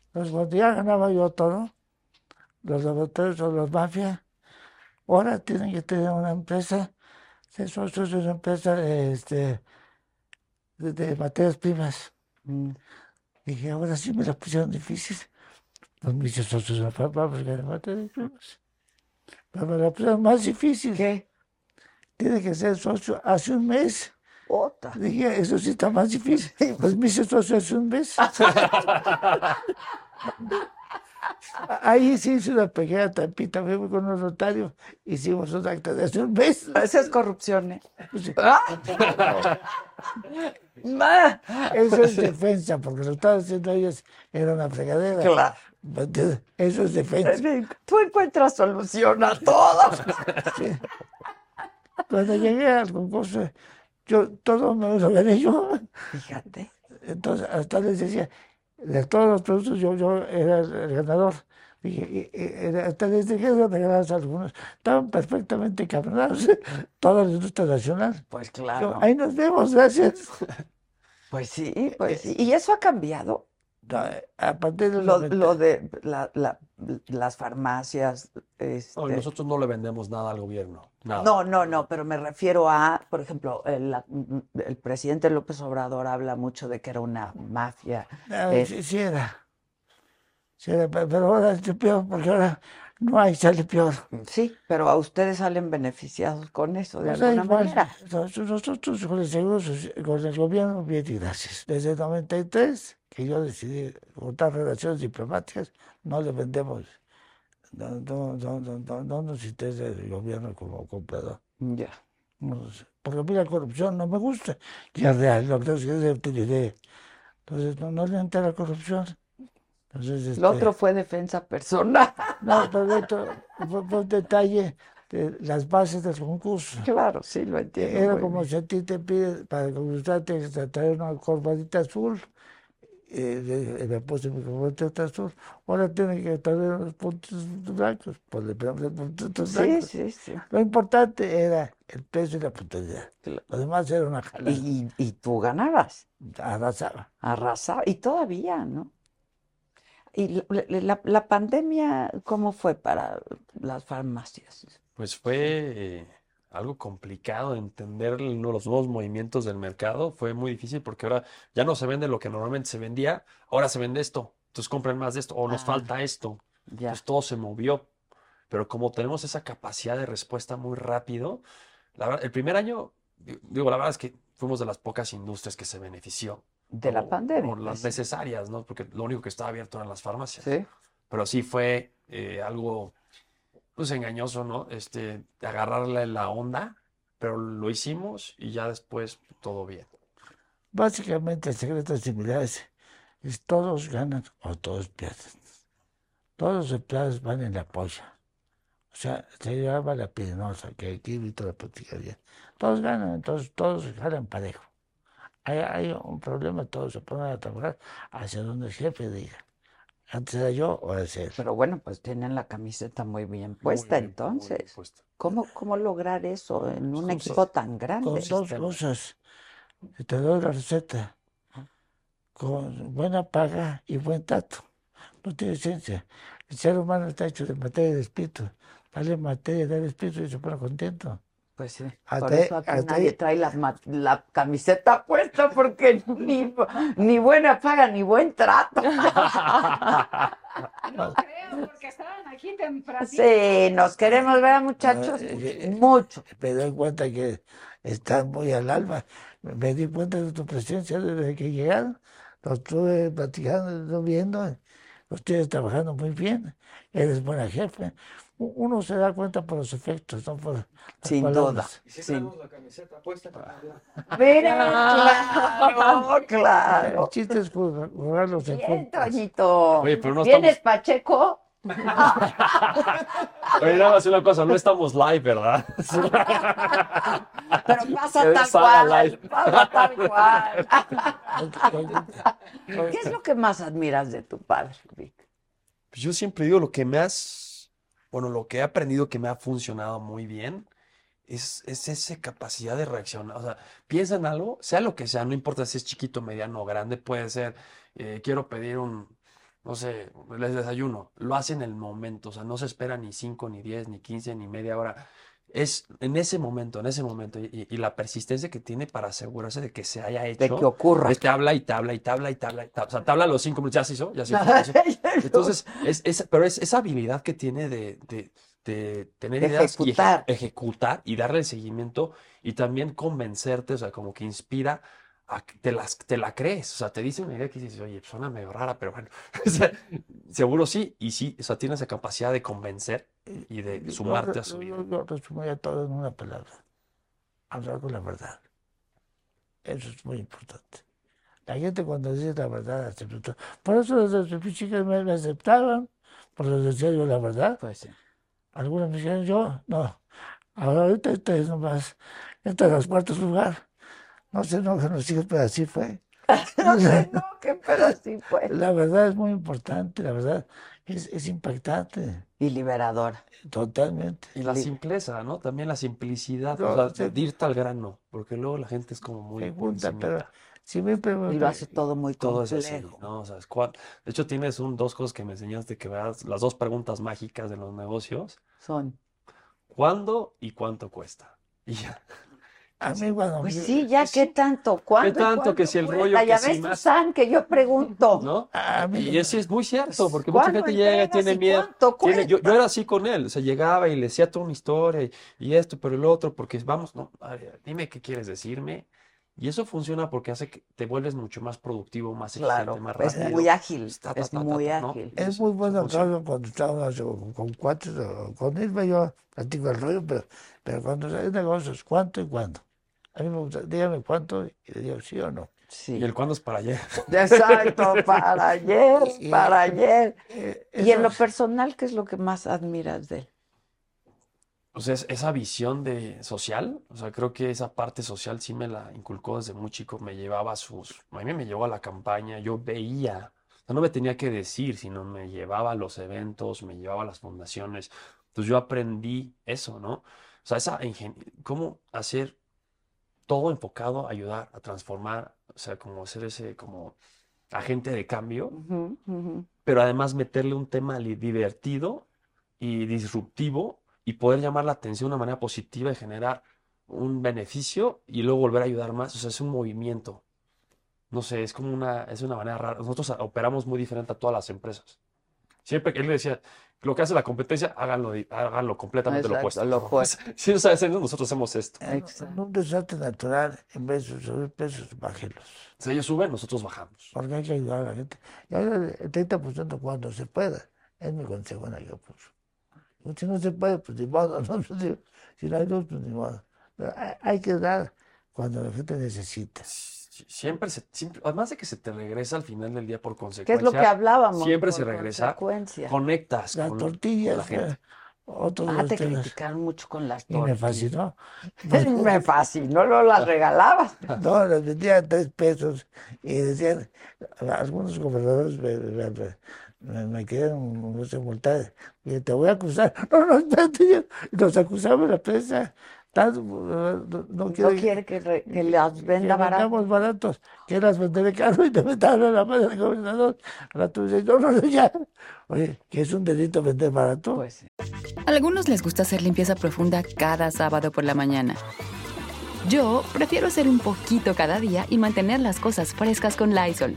Speaker 3: Entonces, cuando Pues, ya ganaba yo todo, los laboratorios o las mafias, ahora tienen que tener una empresa, ser socios de una empresa este, de, de materias primas.
Speaker 4: mm.
Speaker 3: Dije, ahora sí me la pusieron difícil. Pues me hice socio de una fábrica de materias primas. Pero me la pusieron más difícil.
Speaker 4: ¿Qué?
Speaker 3: Tiene que ser socio hace un mes.
Speaker 4: Otra.
Speaker 3: Dije, eso sí está más difícil. Pues me hice socio hace un mes. Ahí sí hice una pequeña trampita, fuimos con un notario, hicimos un acta de hace un mes.
Speaker 4: Esa es corrupción, ¿eh? ¡Ah!
Speaker 3: Eso es defensa, porque lo estaban haciendo ellos, era una fregadera.
Speaker 4: Claro.
Speaker 3: ¿Me entiendes? Eso es defensa.
Speaker 4: eh, Tú encuentras solución a todo.
Speaker 3: Cuando llegué al concurso, yo todo me lo gané yo.
Speaker 4: Fíjate.
Speaker 3: Entonces, hasta les decía, de todos los productos yo, yo era el, el ganador. Dije, y- y- era- hasta les dejé de regalar algunos. Estaban perfectamente encabronados, toda la industria nacional.
Speaker 4: Pues
Speaker 3: Yo,
Speaker 4: claro.
Speaker 3: ahí nos vemos, gracias.
Speaker 4: Pues sí, pues sí. ¿Y eso ha cambiado?
Speaker 3: aparte de
Speaker 4: lo, lo de la- la- las farmacias.
Speaker 8: No,
Speaker 4: este,
Speaker 8: nosotros no le vendemos nada al gobierno. Nada.
Speaker 4: No, no, no, pero me refiero a, por ejemplo, el, la- el presidente López Obrador habla mucho de que era una mafia.
Speaker 3: Ah,
Speaker 4: eh,
Speaker 3: sí, sí era. Sí era, pe- pero ahora es peor, porque ahora no hay, sale peor.
Speaker 4: Sí, pero a ustedes salen beneficiados con eso de
Speaker 3: O sea,
Speaker 4: alguna
Speaker 3: Pues igual,
Speaker 4: manera.
Speaker 3: nos- Nosotros con el seguro soci- pues, con el gobierno, bien y gracias. Desde el 93, que yo decidí cortar relaciones diplomáticas, no le vendemos, no, no, no, no, no, no nos interesa el gobierno como comprador.
Speaker 4: Ya.
Speaker 3: No sé, Porque a mí la corrupción no me gusta, ya real, lo que es de utilidad. Entonces, no, no le entra la corrupción. Entonces,
Speaker 4: Lo
Speaker 3: este,
Speaker 4: otro fue defensa personal.
Speaker 3: no, pero esto fue, fue un detalle de las bases del concurso.
Speaker 4: Claro, sí, lo entiendo
Speaker 3: E Era
Speaker 4: muy
Speaker 3: como
Speaker 4: bien.
Speaker 3: si a ti te piden para concursarte que te traer una corbatita azul. eh, le- le puse mi corbatita azul. Ahora tienen que traer unos puntos blancos. Pues le ponemos los puntitos
Speaker 4: Sí,
Speaker 3: blancos.
Speaker 4: sí, sí.
Speaker 3: Lo importante era el precio y la puntualidad. Lo demás era una jalada.
Speaker 4: Y, y tú ganabas.
Speaker 3: Arrasaba.
Speaker 4: Arrasaba. Y todavía, ¿no? ¿Y la, la- la- la pandemia cómo fue para las farmacias?
Speaker 8: Pues fue eh, algo complicado de entender uno de los nuevos movimientos del mercado. Fue muy difícil porque ahora ya no se vende lo que normalmente se vendía, ahora se vende esto. Entonces compren más de esto o nos
Speaker 4: Ah.
Speaker 8: falta esto. Entonces todo se movió. Pero como tenemos esa capacidad de respuesta muy rápido, la verdad, el primer año, di- digo, la verdad es que fuimos de las pocas industrias que se benefició
Speaker 4: De la
Speaker 8: o-
Speaker 4: pandemia, pues
Speaker 8: o las necesarias, ¿no? Porque lo único que estaba abierto eran las farmacias.
Speaker 4: Sí.
Speaker 8: Pero sí fue eh, algo pues engañoso, ¿no? Este, agarrarle la onda, pero lo hicimos y ya después todo bien.
Speaker 3: Básicamente, el secreto es similar es, es todos ganan o todos pierden. Todos los empleados van en la polla. O sea, se llevaba la pirinosa, que aquí Víctor la practicaría. Todos ganan, entonces todos ganan parejo. Hay, hay un problema, todos se ponen a trabajar hacia donde el jefe diga. Antes era yo, ahora es él.
Speaker 4: Pero bueno, pues tienen la camiseta muy bien puesta, Pues entonces. ¿Cómo, cómo lograr eso en un
Speaker 3: con
Speaker 4: equipo
Speaker 3: si-
Speaker 4: tan grande? Este,
Speaker 3: Con dos cosas. Y Te doy la receta. Con buena paga y buen trato. No tiene ciencia. El ser humano está hecho de materia y de espíritu. Dale materia, dale espíritu y se pone contento.
Speaker 4: Pues sí,
Speaker 3: Hasta
Speaker 4: por
Speaker 3: ahí-
Speaker 4: eso aquí
Speaker 3: hasta
Speaker 4: nadie
Speaker 3: ahí-
Speaker 4: trae la, ma- la camiseta puesta porque ni, ni buena paga ni buen trato.
Speaker 7: Ah, No creo, porque estaban aquí temprano.
Speaker 4: Sí, nos queremos ver, muchachos. Mucho.
Speaker 3: Me doy cuenta que están muy al alma. Me- Me di cuenta de tu presencia desde que llegaron. Lo estuve platicando, lo viendo. Lo estoy trabajando muy bien. Eres buena jefe. U- Uno se da cuenta por los efectos, no por las
Speaker 4: Sin
Speaker 3: palabras.
Speaker 5: Y si tenemos la camiseta puesta para hablar.
Speaker 4: Mira, claro, claro.
Speaker 3: El chiste es juzgar- juzgarlos en
Speaker 4: Bien,
Speaker 3: contra.
Speaker 4: Toñito.
Speaker 8: Oye, pero no
Speaker 4: ¿Vienes, Pacheco?
Speaker 8: Oye, nada más una cosa, no estamos live, ¿verdad?
Speaker 4: Pero
Speaker 8: Que
Speaker 4: pasa tal
Speaker 8: salga
Speaker 4: cual.
Speaker 8: live.
Speaker 4: Pasa tal cual. Ah, ¿Qué es lo que más admiras de tu padre, Vic?
Speaker 8: Pues yo siempre digo lo que me has, bueno, lo que he aprendido que me ha funcionado muy bien es, es esa capacidad de reaccionar. O sea, piensa en algo, sea lo que sea, no importa si es chiquito, mediano o grande, puede ser, eh, quiero pedir un, no sé, les desayuno. Lo hace en el momento, o sea, no se espera ni 5, ni 10, ni 15, ni media hora. Es en ese momento, en ese momento, y, y- y la persistencia que tiene para asegurarse de que se haya hecho.
Speaker 4: que ocurra.
Speaker 8: Es que Este habla y te habla y te habla y te habla. y te habla. O sea, te habla a los cinco minutos, ya se hizo, ya se hizo, ya se hizo. Entonces, es, es- pero es esa habilidad que tiene de, de- de tener
Speaker 4: De
Speaker 8: ideas y eje-
Speaker 4: ejecutar.
Speaker 8: ejecutar y darle el seguimiento y también convencerte, o sea, como que inspira a que te, las, te la crees. O sea, te dice una idea que dices, oye, suena medio rara, pero bueno, o sea, seguro sí, y sí, o sea, tienes esa capacidad de convencer eh, y de sumarte a su
Speaker 3: Yo, yo resumiría todo en una palabra. Hablar con la verdad. Eso es muy importante. La gente cuando dice la verdad acepta. Por eso las mis chicas me, me aceptaban, por les decía yo la verdad.
Speaker 4: Pues sí.
Speaker 3: Algunas me dijeron yo, no. Ahora ahorita esta es nomás, esta es los cuartos lugar. No sé, no, que nos pero así fue.
Speaker 4: no sé, no, que pero sí pues.
Speaker 3: La verdad es muy importante, la verdad es, es impactante.
Speaker 4: Y liberadora.
Speaker 3: Totalmente.
Speaker 8: Y la
Speaker 3: Li-
Speaker 8: simpleza, ¿no? También la simplicidad,
Speaker 3: No,
Speaker 8: o sea,
Speaker 3: se-
Speaker 8: de irte al grano, porque luego la gente es como muy
Speaker 3: Pregunta,
Speaker 8: encimita.
Speaker 3: pero siempre pregunta.
Speaker 8: Y lo
Speaker 4: hace todo muy
Speaker 8: Todo es así,
Speaker 4: complejo.
Speaker 8: ¿no? O sea, es cual- De hecho, tienes un, dos cosas que me enseñaste que veas, las dos preguntas mágicas de los negocios.
Speaker 4: Son.
Speaker 8: ¿Cuándo y cuánto cuesta? Y ya.
Speaker 3: A mí cuando
Speaker 4: Pues
Speaker 3: me-
Speaker 4: sí, ya, ¿qué tanto? ¿Cuándo? y
Speaker 8: tanto?
Speaker 4: cuánto
Speaker 8: Que si el
Speaker 4: cuesta?
Speaker 8: rollo, que
Speaker 4: Ya
Speaker 8: si
Speaker 4: ves,
Speaker 8: más.
Speaker 4: Susan, que yo pregunto.
Speaker 8: ¿No?
Speaker 3: a mí
Speaker 8: Y eso es muy cierto, porque mucha
Speaker 4: pues, ¿Cuándo
Speaker 8: gente llega y
Speaker 4: entregas
Speaker 8: tiene
Speaker 4: y
Speaker 8: miedo.
Speaker 4: cuánto
Speaker 8: tiene- yo, yo era así con él, o sea, llegaba y le decía toda una historia y, y esto, pero el otro, porque vamos, no, a ver, dime qué quieres decirme. Y eso funciona porque hace que te vuelves mucho más productivo, más
Speaker 4: Claro,
Speaker 8: eficiente, más
Speaker 4: es
Speaker 8: rápido.
Speaker 4: muy ágil,
Speaker 8: Ta, ta,
Speaker 4: es
Speaker 8: ta, ta,
Speaker 4: muy
Speaker 8: ta, ¿no?
Speaker 4: ágil.
Speaker 3: Es muy bueno, Carlos, cuando estábamos con, con cuates, o con Irma yo platico el rollo, pero, pero cuando hay negocios, ¿cuánto y cuándo? A mí me gusta, dígame cuánto y le digo sí o no.
Speaker 8: Y el cuándo es para ayer.
Speaker 4: Exacto, para ayer,
Speaker 3: Y-
Speaker 4: para ayer.
Speaker 3: eh,
Speaker 4: Y en
Speaker 3: eso-
Speaker 4: lo personal, ¿qué es lo que más admiras de él?
Speaker 8: O sea, pues, es- esa visión de social, o sea, creo que esa parte social sí me la inculcó desde muy chico, me llevaba a sus, a mí me llevó a la campaña, yo veía, o sea, no me tenía que decir, sino me llevaba a los eventos, me llevaba a las fundaciones, entonces yo aprendí eso, ¿no? O sea, esa ingen- cómo hacer todo enfocado a ayudar, a transformar, o sea, como ser ese, como agente de cambio, pero además meterle un tema li- divertido y disruptivo y poder llamar la atención de una manera positiva y generar un beneficio y luego volver a ayudar más. O sea, es un movimiento. No sé, es como una, es una manera rara. Nosotros a- operamos muy diferente a todas las empresas. Siempre que él decía, lo que hace la competencia, háganlo, di- háganlo completamente lo
Speaker 4: Exacto,
Speaker 8: opuesto.
Speaker 4: lo opuesto.
Speaker 8: Sí, o sea, es- nosotros hacemos esto.
Speaker 3: En, en un desastre natural, en vez de subir pesos, bájelos.
Speaker 8: Si ellos suben, nosotros bajamos.
Speaker 3: Porque hay que ayudar a la gente. Y ahora el 30% cuando se pueda. Es mi consejo en Acapulco. Pues, si no se puede, pues ni modo. ¿no? Pues, Si, si no hay luz, pues ni modo. Pero hay, hay que dar cuando la gente necesita.
Speaker 8: Sie- Siempre se, siempre- además de que se te regresa al final del día por
Speaker 4: ¿Qué es lo que
Speaker 8: consecuencia,
Speaker 4: hablábamos?
Speaker 8: siempre
Speaker 4: por
Speaker 8: se regresa,
Speaker 4: consecuencia?
Speaker 8: conectas
Speaker 3: Las
Speaker 8: con, con
Speaker 3: tortillas,
Speaker 8: la gente.
Speaker 3: otros
Speaker 4: Ah, te
Speaker 3: temas.
Speaker 4: criticaron mucho con las
Speaker 3: Y me
Speaker 4: tortillas.
Speaker 3: fascinó.
Speaker 4: Me fascinó, no las regalabas.
Speaker 3: No, les vendían tres pesos y decían, algunos gobernadores me, me, me- me- me querían no sé, multar. Y te voy a acusar. No, no, espérate, yo- Los acusaba la prensa. Tanto, no, no
Speaker 4: No
Speaker 3: quiere
Speaker 4: quiere que, re- que las
Speaker 3: que
Speaker 4: venda barato.
Speaker 3: vendamos baratos, que las venderé caro y te metan a la madre del gobernador. Ahora tú dices, no, no, no, ya. Oye, que es un delito vender barato.
Speaker 4: Pues
Speaker 6: Algunos les gusta hacer limpieza profunda cada sábado por la mañana. Yo prefiero hacer un poquito cada día y mantener las cosas frescas con Lysol.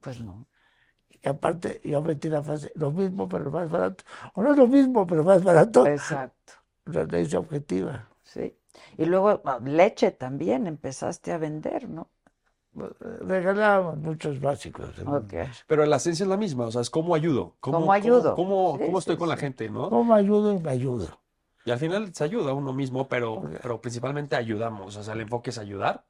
Speaker 3: Pues no. Y aparte, yo metí la frase, lo mismo pero más barato. O no es lo mismo pero más barato.
Speaker 4: Pues Exacto.
Speaker 3: La ley es objetiva.
Speaker 4: Sí. Y luego ah, leche también empezaste a vender, ¿no?
Speaker 3: Regalábamos muchos básicos.
Speaker 8: Mm. Pero la esencia es la misma, o sea, es cómo ayudo, cómo,
Speaker 3: ¿Cómo
Speaker 8: cómo-
Speaker 3: ayudo?
Speaker 8: cómo-
Speaker 3: Sí,
Speaker 8: cómo estoy
Speaker 3: sí,
Speaker 8: con la
Speaker 3: sí.
Speaker 8: gente, ¿no?
Speaker 3: ¿Cómo ayudo y me ayudo?
Speaker 8: Y al final se ayuda a uno mismo, pero, pero principalmente ayudamos. O sea, el enfoque es ayudar.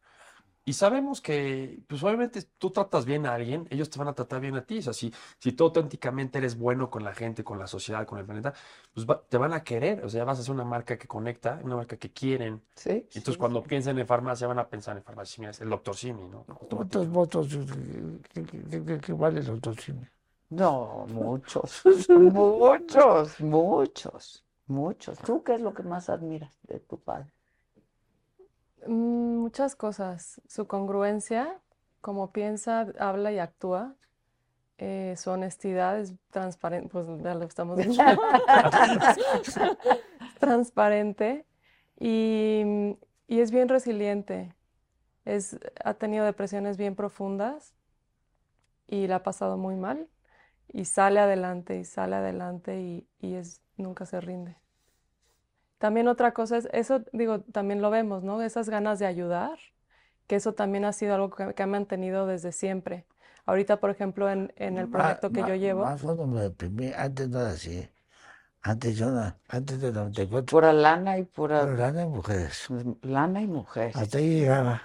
Speaker 8: Y sabemos que, pues obviamente, tú tratas bien a alguien, ellos te van a tratar bien a ti. O sea, si, si tú auténticamente eres bueno con la gente, con la sociedad, con el planeta, pues va- te van a querer. O sea, vas a ser una marca que conecta, una marca que quieren.
Speaker 4: Sí,
Speaker 8: Entonces, cuando piensen en farmacia, van a pensar en farmacia. Mira, es el doctor Simi, ¿no?
Speaker 3: ¿Cuántos votos? eh, ¿Qué, qué- qué- qué- qué vale los dos cines?
Speaker 4: No, muchos, muchos, muchos, muchos. ¿Tú qué es lo que más admiras de tu padre?
Speaker 10: Mm, Muchas cosas. Su congruencia, como piensa, habla y actúa. Eh, su honestidad es transparente, pues ya lo estamos diciendo. Es transparente y, y es bien resiliente. Es, ha tenido depresiones bien profundas y la ha pasado muy mal. Y sale adelante y sale adelante y, y es, nunca se rinde. También otra cosa es, eso digo, también lo vemos, ¿no? Esas ganas de ayudar, que eso también ha sido algo que, que han mantenido desde siempre. Ahorita, por ejemplo, en, en el proyecto que yo llevo,
Speaker 3: Más cuando me deprimí, antes no era así. Antes yo no, antes del 94.
Speaker 4: Pura lana y pura... Pues,
Speaker 3: lana y mujeres.
Speaker 4: Lana y mujeres.
Speaker 3: Hasta ahí llegaba.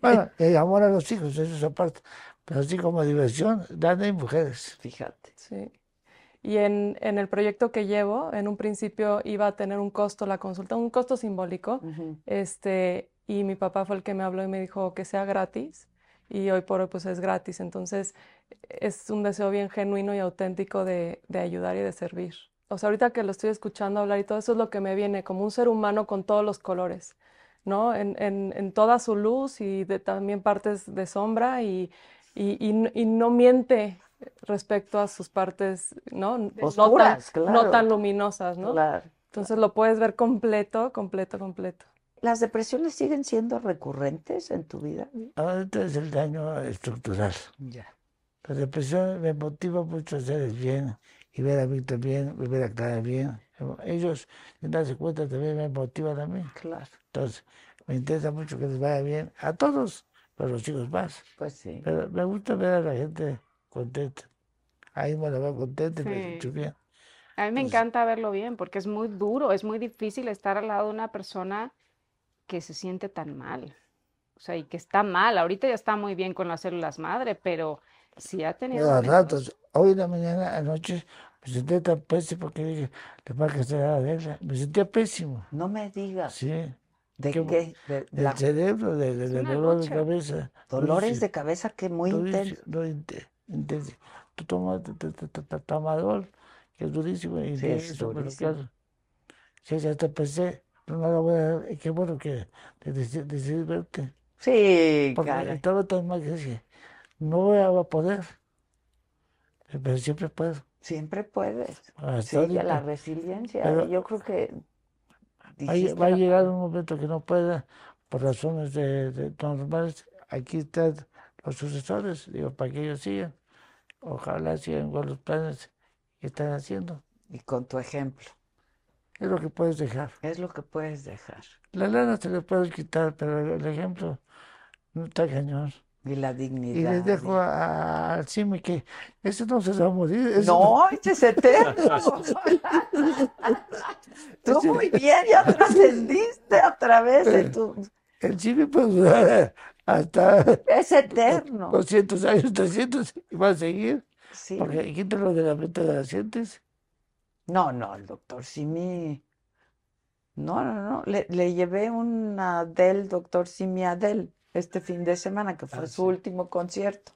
Speaker 3: Bueno, el amor a los hijos, eso es aparte. Pero así como diversión, lana y mujeres.
Speaker 4: Fíjate.
Speaker 10: sí. Y en, en el proyecto que llevo, en un principio iba a tener un costo la consulta, un costo simbólico, este, y mi papá fue el que me habló y me dijo que sea gratis, y hoy por hoy pues es gratis, entonces es un deseo bien genuino y auténtico de, de ayudar y de servir. O sea, ahorita que lo estoy escuchando hablar y todo eso es lo que me viene, como un ser humano con todos los colores, ¿no? En, en- en toda su luz y de, también partes de sombra y, y- y n- y no miente respecto a sus partes, ¿no? No tan-
Speaker 4: Oscuras,
Speaker 10: no
Speaker 4: claro.
Speaker 10: tan luminosas, ¿no?
Speaker 4: Claro.
Speaker 10: Entonces lo puedes ver completo, completo, completo.
Speaker 4: ¿Las depresiones siguen siendo recurrentes en tu vida?
Speaker 3: Ahorita es el daño estructural.
Speaker 4: Ya.
Speaker 3: La depresión me motiva mucho a hacer el bien y ver a Víctor bien, y ver a Clara bien. Ellos, sin darse cuenta, también me motivan a mí.
Speaker 4: Claro.
Speaker 3: Entonces, me interesa mucho que les vaya bien a todos, pero a los chicos más.
Speaker 4: Pues sí.
Speaker 3: Pero me gusta ver a la gente contenta. Ahí me la veo contenta y me
Speaker 7: Sí.
Speaker 3: escucho bien.
Speaker 7: A mí me encanta verlo bien porque es muy duro, es muy difícil estar al lado de una persona que se siente tan mal. O sea, y que está mal. Ahorita ya está muy bien con las células madre, pero sí ha tenido
Speaker 3: Pero a
Speaker 7: momentos-
Speaker 3: ratos, hoy en la mañana, anoche, me sentí tan pésimo que dije, le va a castigar a Adela. Me sentía pésimo.
Speaker 4: No me digas.
Speaker 3: Sí.
Speaker 4: ¿De
Speaker 3: Que-
Speaker 4: qué? De
Speaker 3: Del
Speaker 4: la-
Speaker 3: cerebro, de, de- del
Speaker 4: una
Speaker 3: dolor de
Speaker 4: lucha.
Speaker 3: cabeza.
Speaker 4: Dolores de cabeza que muy intenso.
Speaker 3: intenso. Tú tomas t- t- t- t- t- tamadol, que es durísimo, y
Speaker 4: Sí,
Speaker 3: de
Speaker 4: es
Speaker 3: eso, pero
Speaker 4: durísimo.
Speaker 3: claro. Sí, ya te pensé, no no la voy a dar, y qué bueno que te deci- decidí verte.
Speaker 4: Sí,
Speaker 3: Porque
Speaker 4: caray.
Speaker 3: estaba tan mal que dije, no voy a poder, pero siempre puedo.
Speaker 4: Siempre puedes.
Speaker 3: Hasta
Speaker 4: Sí, ya la
Speaker 3: ahorita.
Speaker 4: resiliencia.
Speaker 3: eh, Pero-
Speaker 4: Yo creo que
Speaker 3: Va a lle-
Speaker 4: dijiste
Speaker 3: va a
Speaker 4: la-
Speaker 3: llegar un momento que no pueda, por razones de, de normales, aquí están los sucesores, digo, para que ellos sigan. Ojalá sigan con los planes que están haciendo.
Speaker 4: Y con tu ejemplo.
Speaker 3: Es lo que puedes dejar.
Speaker 4: Es lo que puedes dejar.
Speaker 3: La lana se le puede quitar, pero el ejemplo no está cañón.
Speaker 4: Y la
Speaker 3: Y les
Speaker 4: dignidad.
Speaker 3: dejo a- al Simi que ese no se va a morir. ese
Speaker 4: No, ese es eterno. Tú
Speaker 3: Ese-
Speaker 4: muy bien, ya trascendiste a través de tu...
Speaker 3: El Simi puede durar hasta
Speaker 4: Es eterno.
Speaker 3: 200 años, 300 y va a seguir.
Speaker 4: Sí.
Speaker 3: Porque quítalo de la mente de las gentes.
Speaker 4: No, no, el doctor Simi. No, no, no. Le, le llevé una del doctor Simi a Adel. este fin de semana, que fue su último concierto.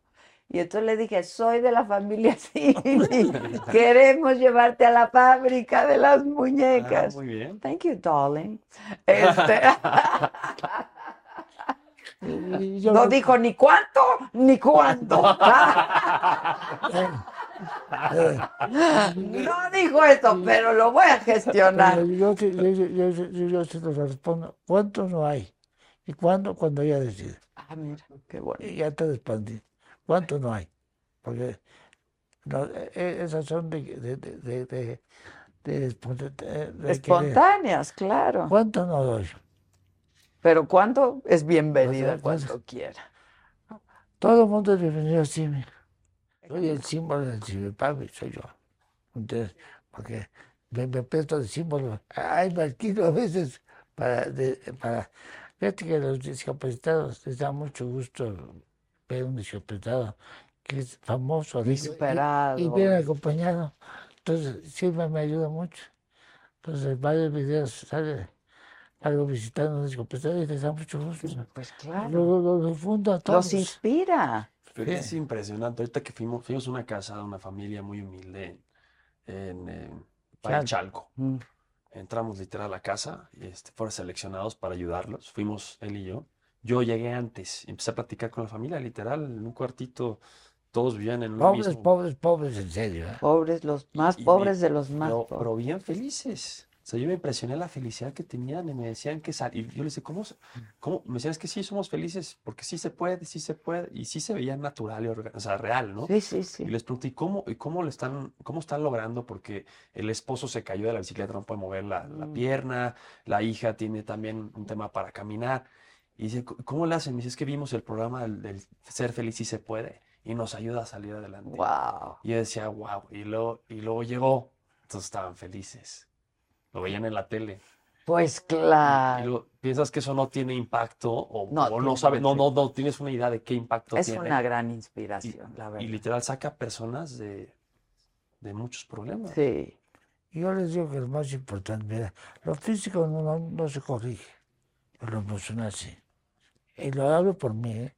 Speaker 4: Y entonces le dije, soy de la familia Silly, queremos llevarte a la fábrica de las muñecas.
Speaker 8: muy bien.
Speaker 4: Thank you, darling. Este, no dijo ni cuánto, ni cuándo. Ah, no dijo eso, pero lo voy a gestionar.
Speaker 3: Pero Yo, te- yo, yo, yo, yo- yo se lo respondo. ¿Cuánto no hay? ¿Y cuándo? Cuando ella decide.
Speaker 4: Ah, mira, qué bueno.
Speaker 3: Y ya te respondí. ¿Cuánto no hay? Porque no, e- e- esas son de, de, de, de, de- de esponta- de- de que-
Speaker 4: Espontáneas, claro.
Speaker 3: ¿Cuánto no doy?
Speaker 4: Pero cuánto es bienvenida,
Speaker 3: O sea,
Speaker 4: cuando
Speaker 3: ¿cuánto?
Speaker 4: quiera.
Speaker 3: Todo el mundo es bienvenido a Simi. Soy el símbolo del Cibipavi, soy yo. Entonces, porque me, me presto de símbolo. Ay, me alquilo a veces para, de- para... Fíjate que los discapacitados les da mucho gusto ver un discapacitado que es famoso, amigo, y-
Speaker 4: Superado.
Speaker 3: y, bien acompañado. Entonces, Silva me ayuda mucho. Entonces, en varios videos sale algo visitando un discapacitado y les da mucho gusto.
Speaker 4: Pues claro.
Speaker 3: Lo, lo- lo difundo a todos.
Speaker 4: Los inspira.
Speaker 8: Pero es impresionante. Ahorita que fuimos, fuimos a una casa de una familia muy humilde en, en, eh, Paichalco. Entramos literal a la casa, y, este, fueron seleccionados para ayudarlos. Fuimos él y yo. Yo llegué antes, empecé a platicar con la familia, literal, en un cuartito. Todos vivían en un
Speaker 3: Pobres,
Speaker 8: mismo.
Speaker 3: pobres, pobres, en serio. ¿eh?
Speaker 4: Pobres, los más
Speaker 8: Y- y
Speaker 4: pobres
Speaker 8: bien-
Speaker 4: de los más
Speaker 8: pero,
Speaker 4: pobres.
Speaker 8: pero bien felices. O sea, yo me impresioné la felicidad que tenían y me decían que sal... Y yo les decía, ¿cómo? se- cómo? Me decían, es que sí, somos felices, porque sí se puede, sí se puede. Y sí se veía natural y orga- o sea, real, ¿no?
Speaker 4: Sí, sí, sí.
Speaker 8: Y les pregunté, ¿y cómo, y cómo lo están, cómo están logrando? Porque el esposo se cayó de la bicicleta, no puede mover la, la
Speaker 4: Mm.
Speaker 8: pierna, la hija tiene también un tema para caminar. Y dice, "¿Cómo- ¿cómo le hacen? Me dice, es que vimos el programa del, del Ser Feliz si se puede y nos ayuda a salir adelante.
Speaker 4: Wow.
Speaker 8: Y yo decía, wow. Y luego, y luego llegó, entonces estaban felices. Lo veían en la tele.
Speaker 4: Pues
Speaker 8: Y
Speaker 4: claro.
Speaker 8: luego, piensas que eso no tiene impacto o
Speaker 4: No
Speaker 8: o
Speaker 4: tiene
Speaker 8: sabes, no,
Speaker 4: efecto.
Speaker 8: no, no tienes una idea de qué impacto
Speaker 4: Es
Speaker 8: tiene.
Speaker 4: una gran inspiración, la
Speaker 8: Y
Speaker 4: verdad.
Speaker 8: literal saca personas de, de muchos problemas.
Speaker 4: Sí.
Speaker 3: Yo les digo que lo más importante, mira, lo físico no, no, no se corrige, pero lo emocional sí. Y lo hablo por mí, ¿eh?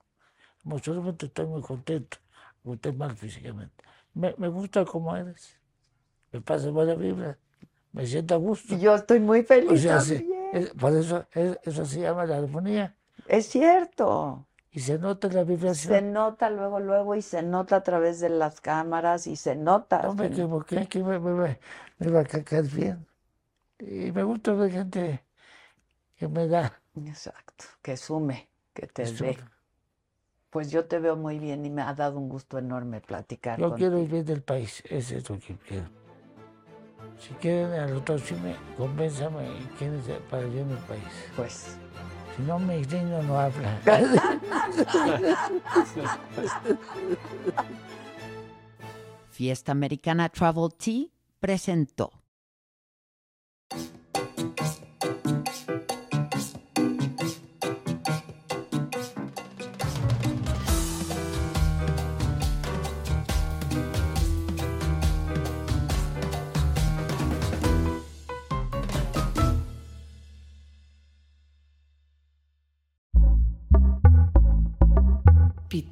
Speaker 3: Emocionalmente estoy muy contento, como estoy mal físicamente. Me, me gusta como eres, me pasa buena vibra, me siento a gusto.
Speaker 4: Yo estoy muy feliz
Speaker 3: O sea, sí,
Speaker 4: también.
Speaker 3: es- por eso, es- eso se llama la armonía.
Speaker 4: Es cierto.
Speaker 3: Y se nota la
Speaker 4: Se
Speaker 3: vibración.
Speaker 4: nota luego, luego, y se nota a través de las cámaras, y se nota.
Speaker 3: No me
Speaker 4: se-
Speaker 3: equivoqué, que me, me, me- me va a caer bien. Y me gusta ver gente que me da.
Speaker 4: Exacto, que sume, que te
Speaker 3: Eso.
Speaker 4: dé. Pues yo te veo muy bien y me ha dado un gusto enorme platicar
Speaker 3: Yo quiero
Speaker 4: Ah, contigo.
Speaker 3: el bien del país, eso es lo que quiero. Si quieren a los dos, sí me convénzame y quieren ser para el bien del país.
Speaker 4: Pues.
Speaker 3: Si no, mi niño no habla.
Speaker 1: Fiesta Americana Travel Tea presentó.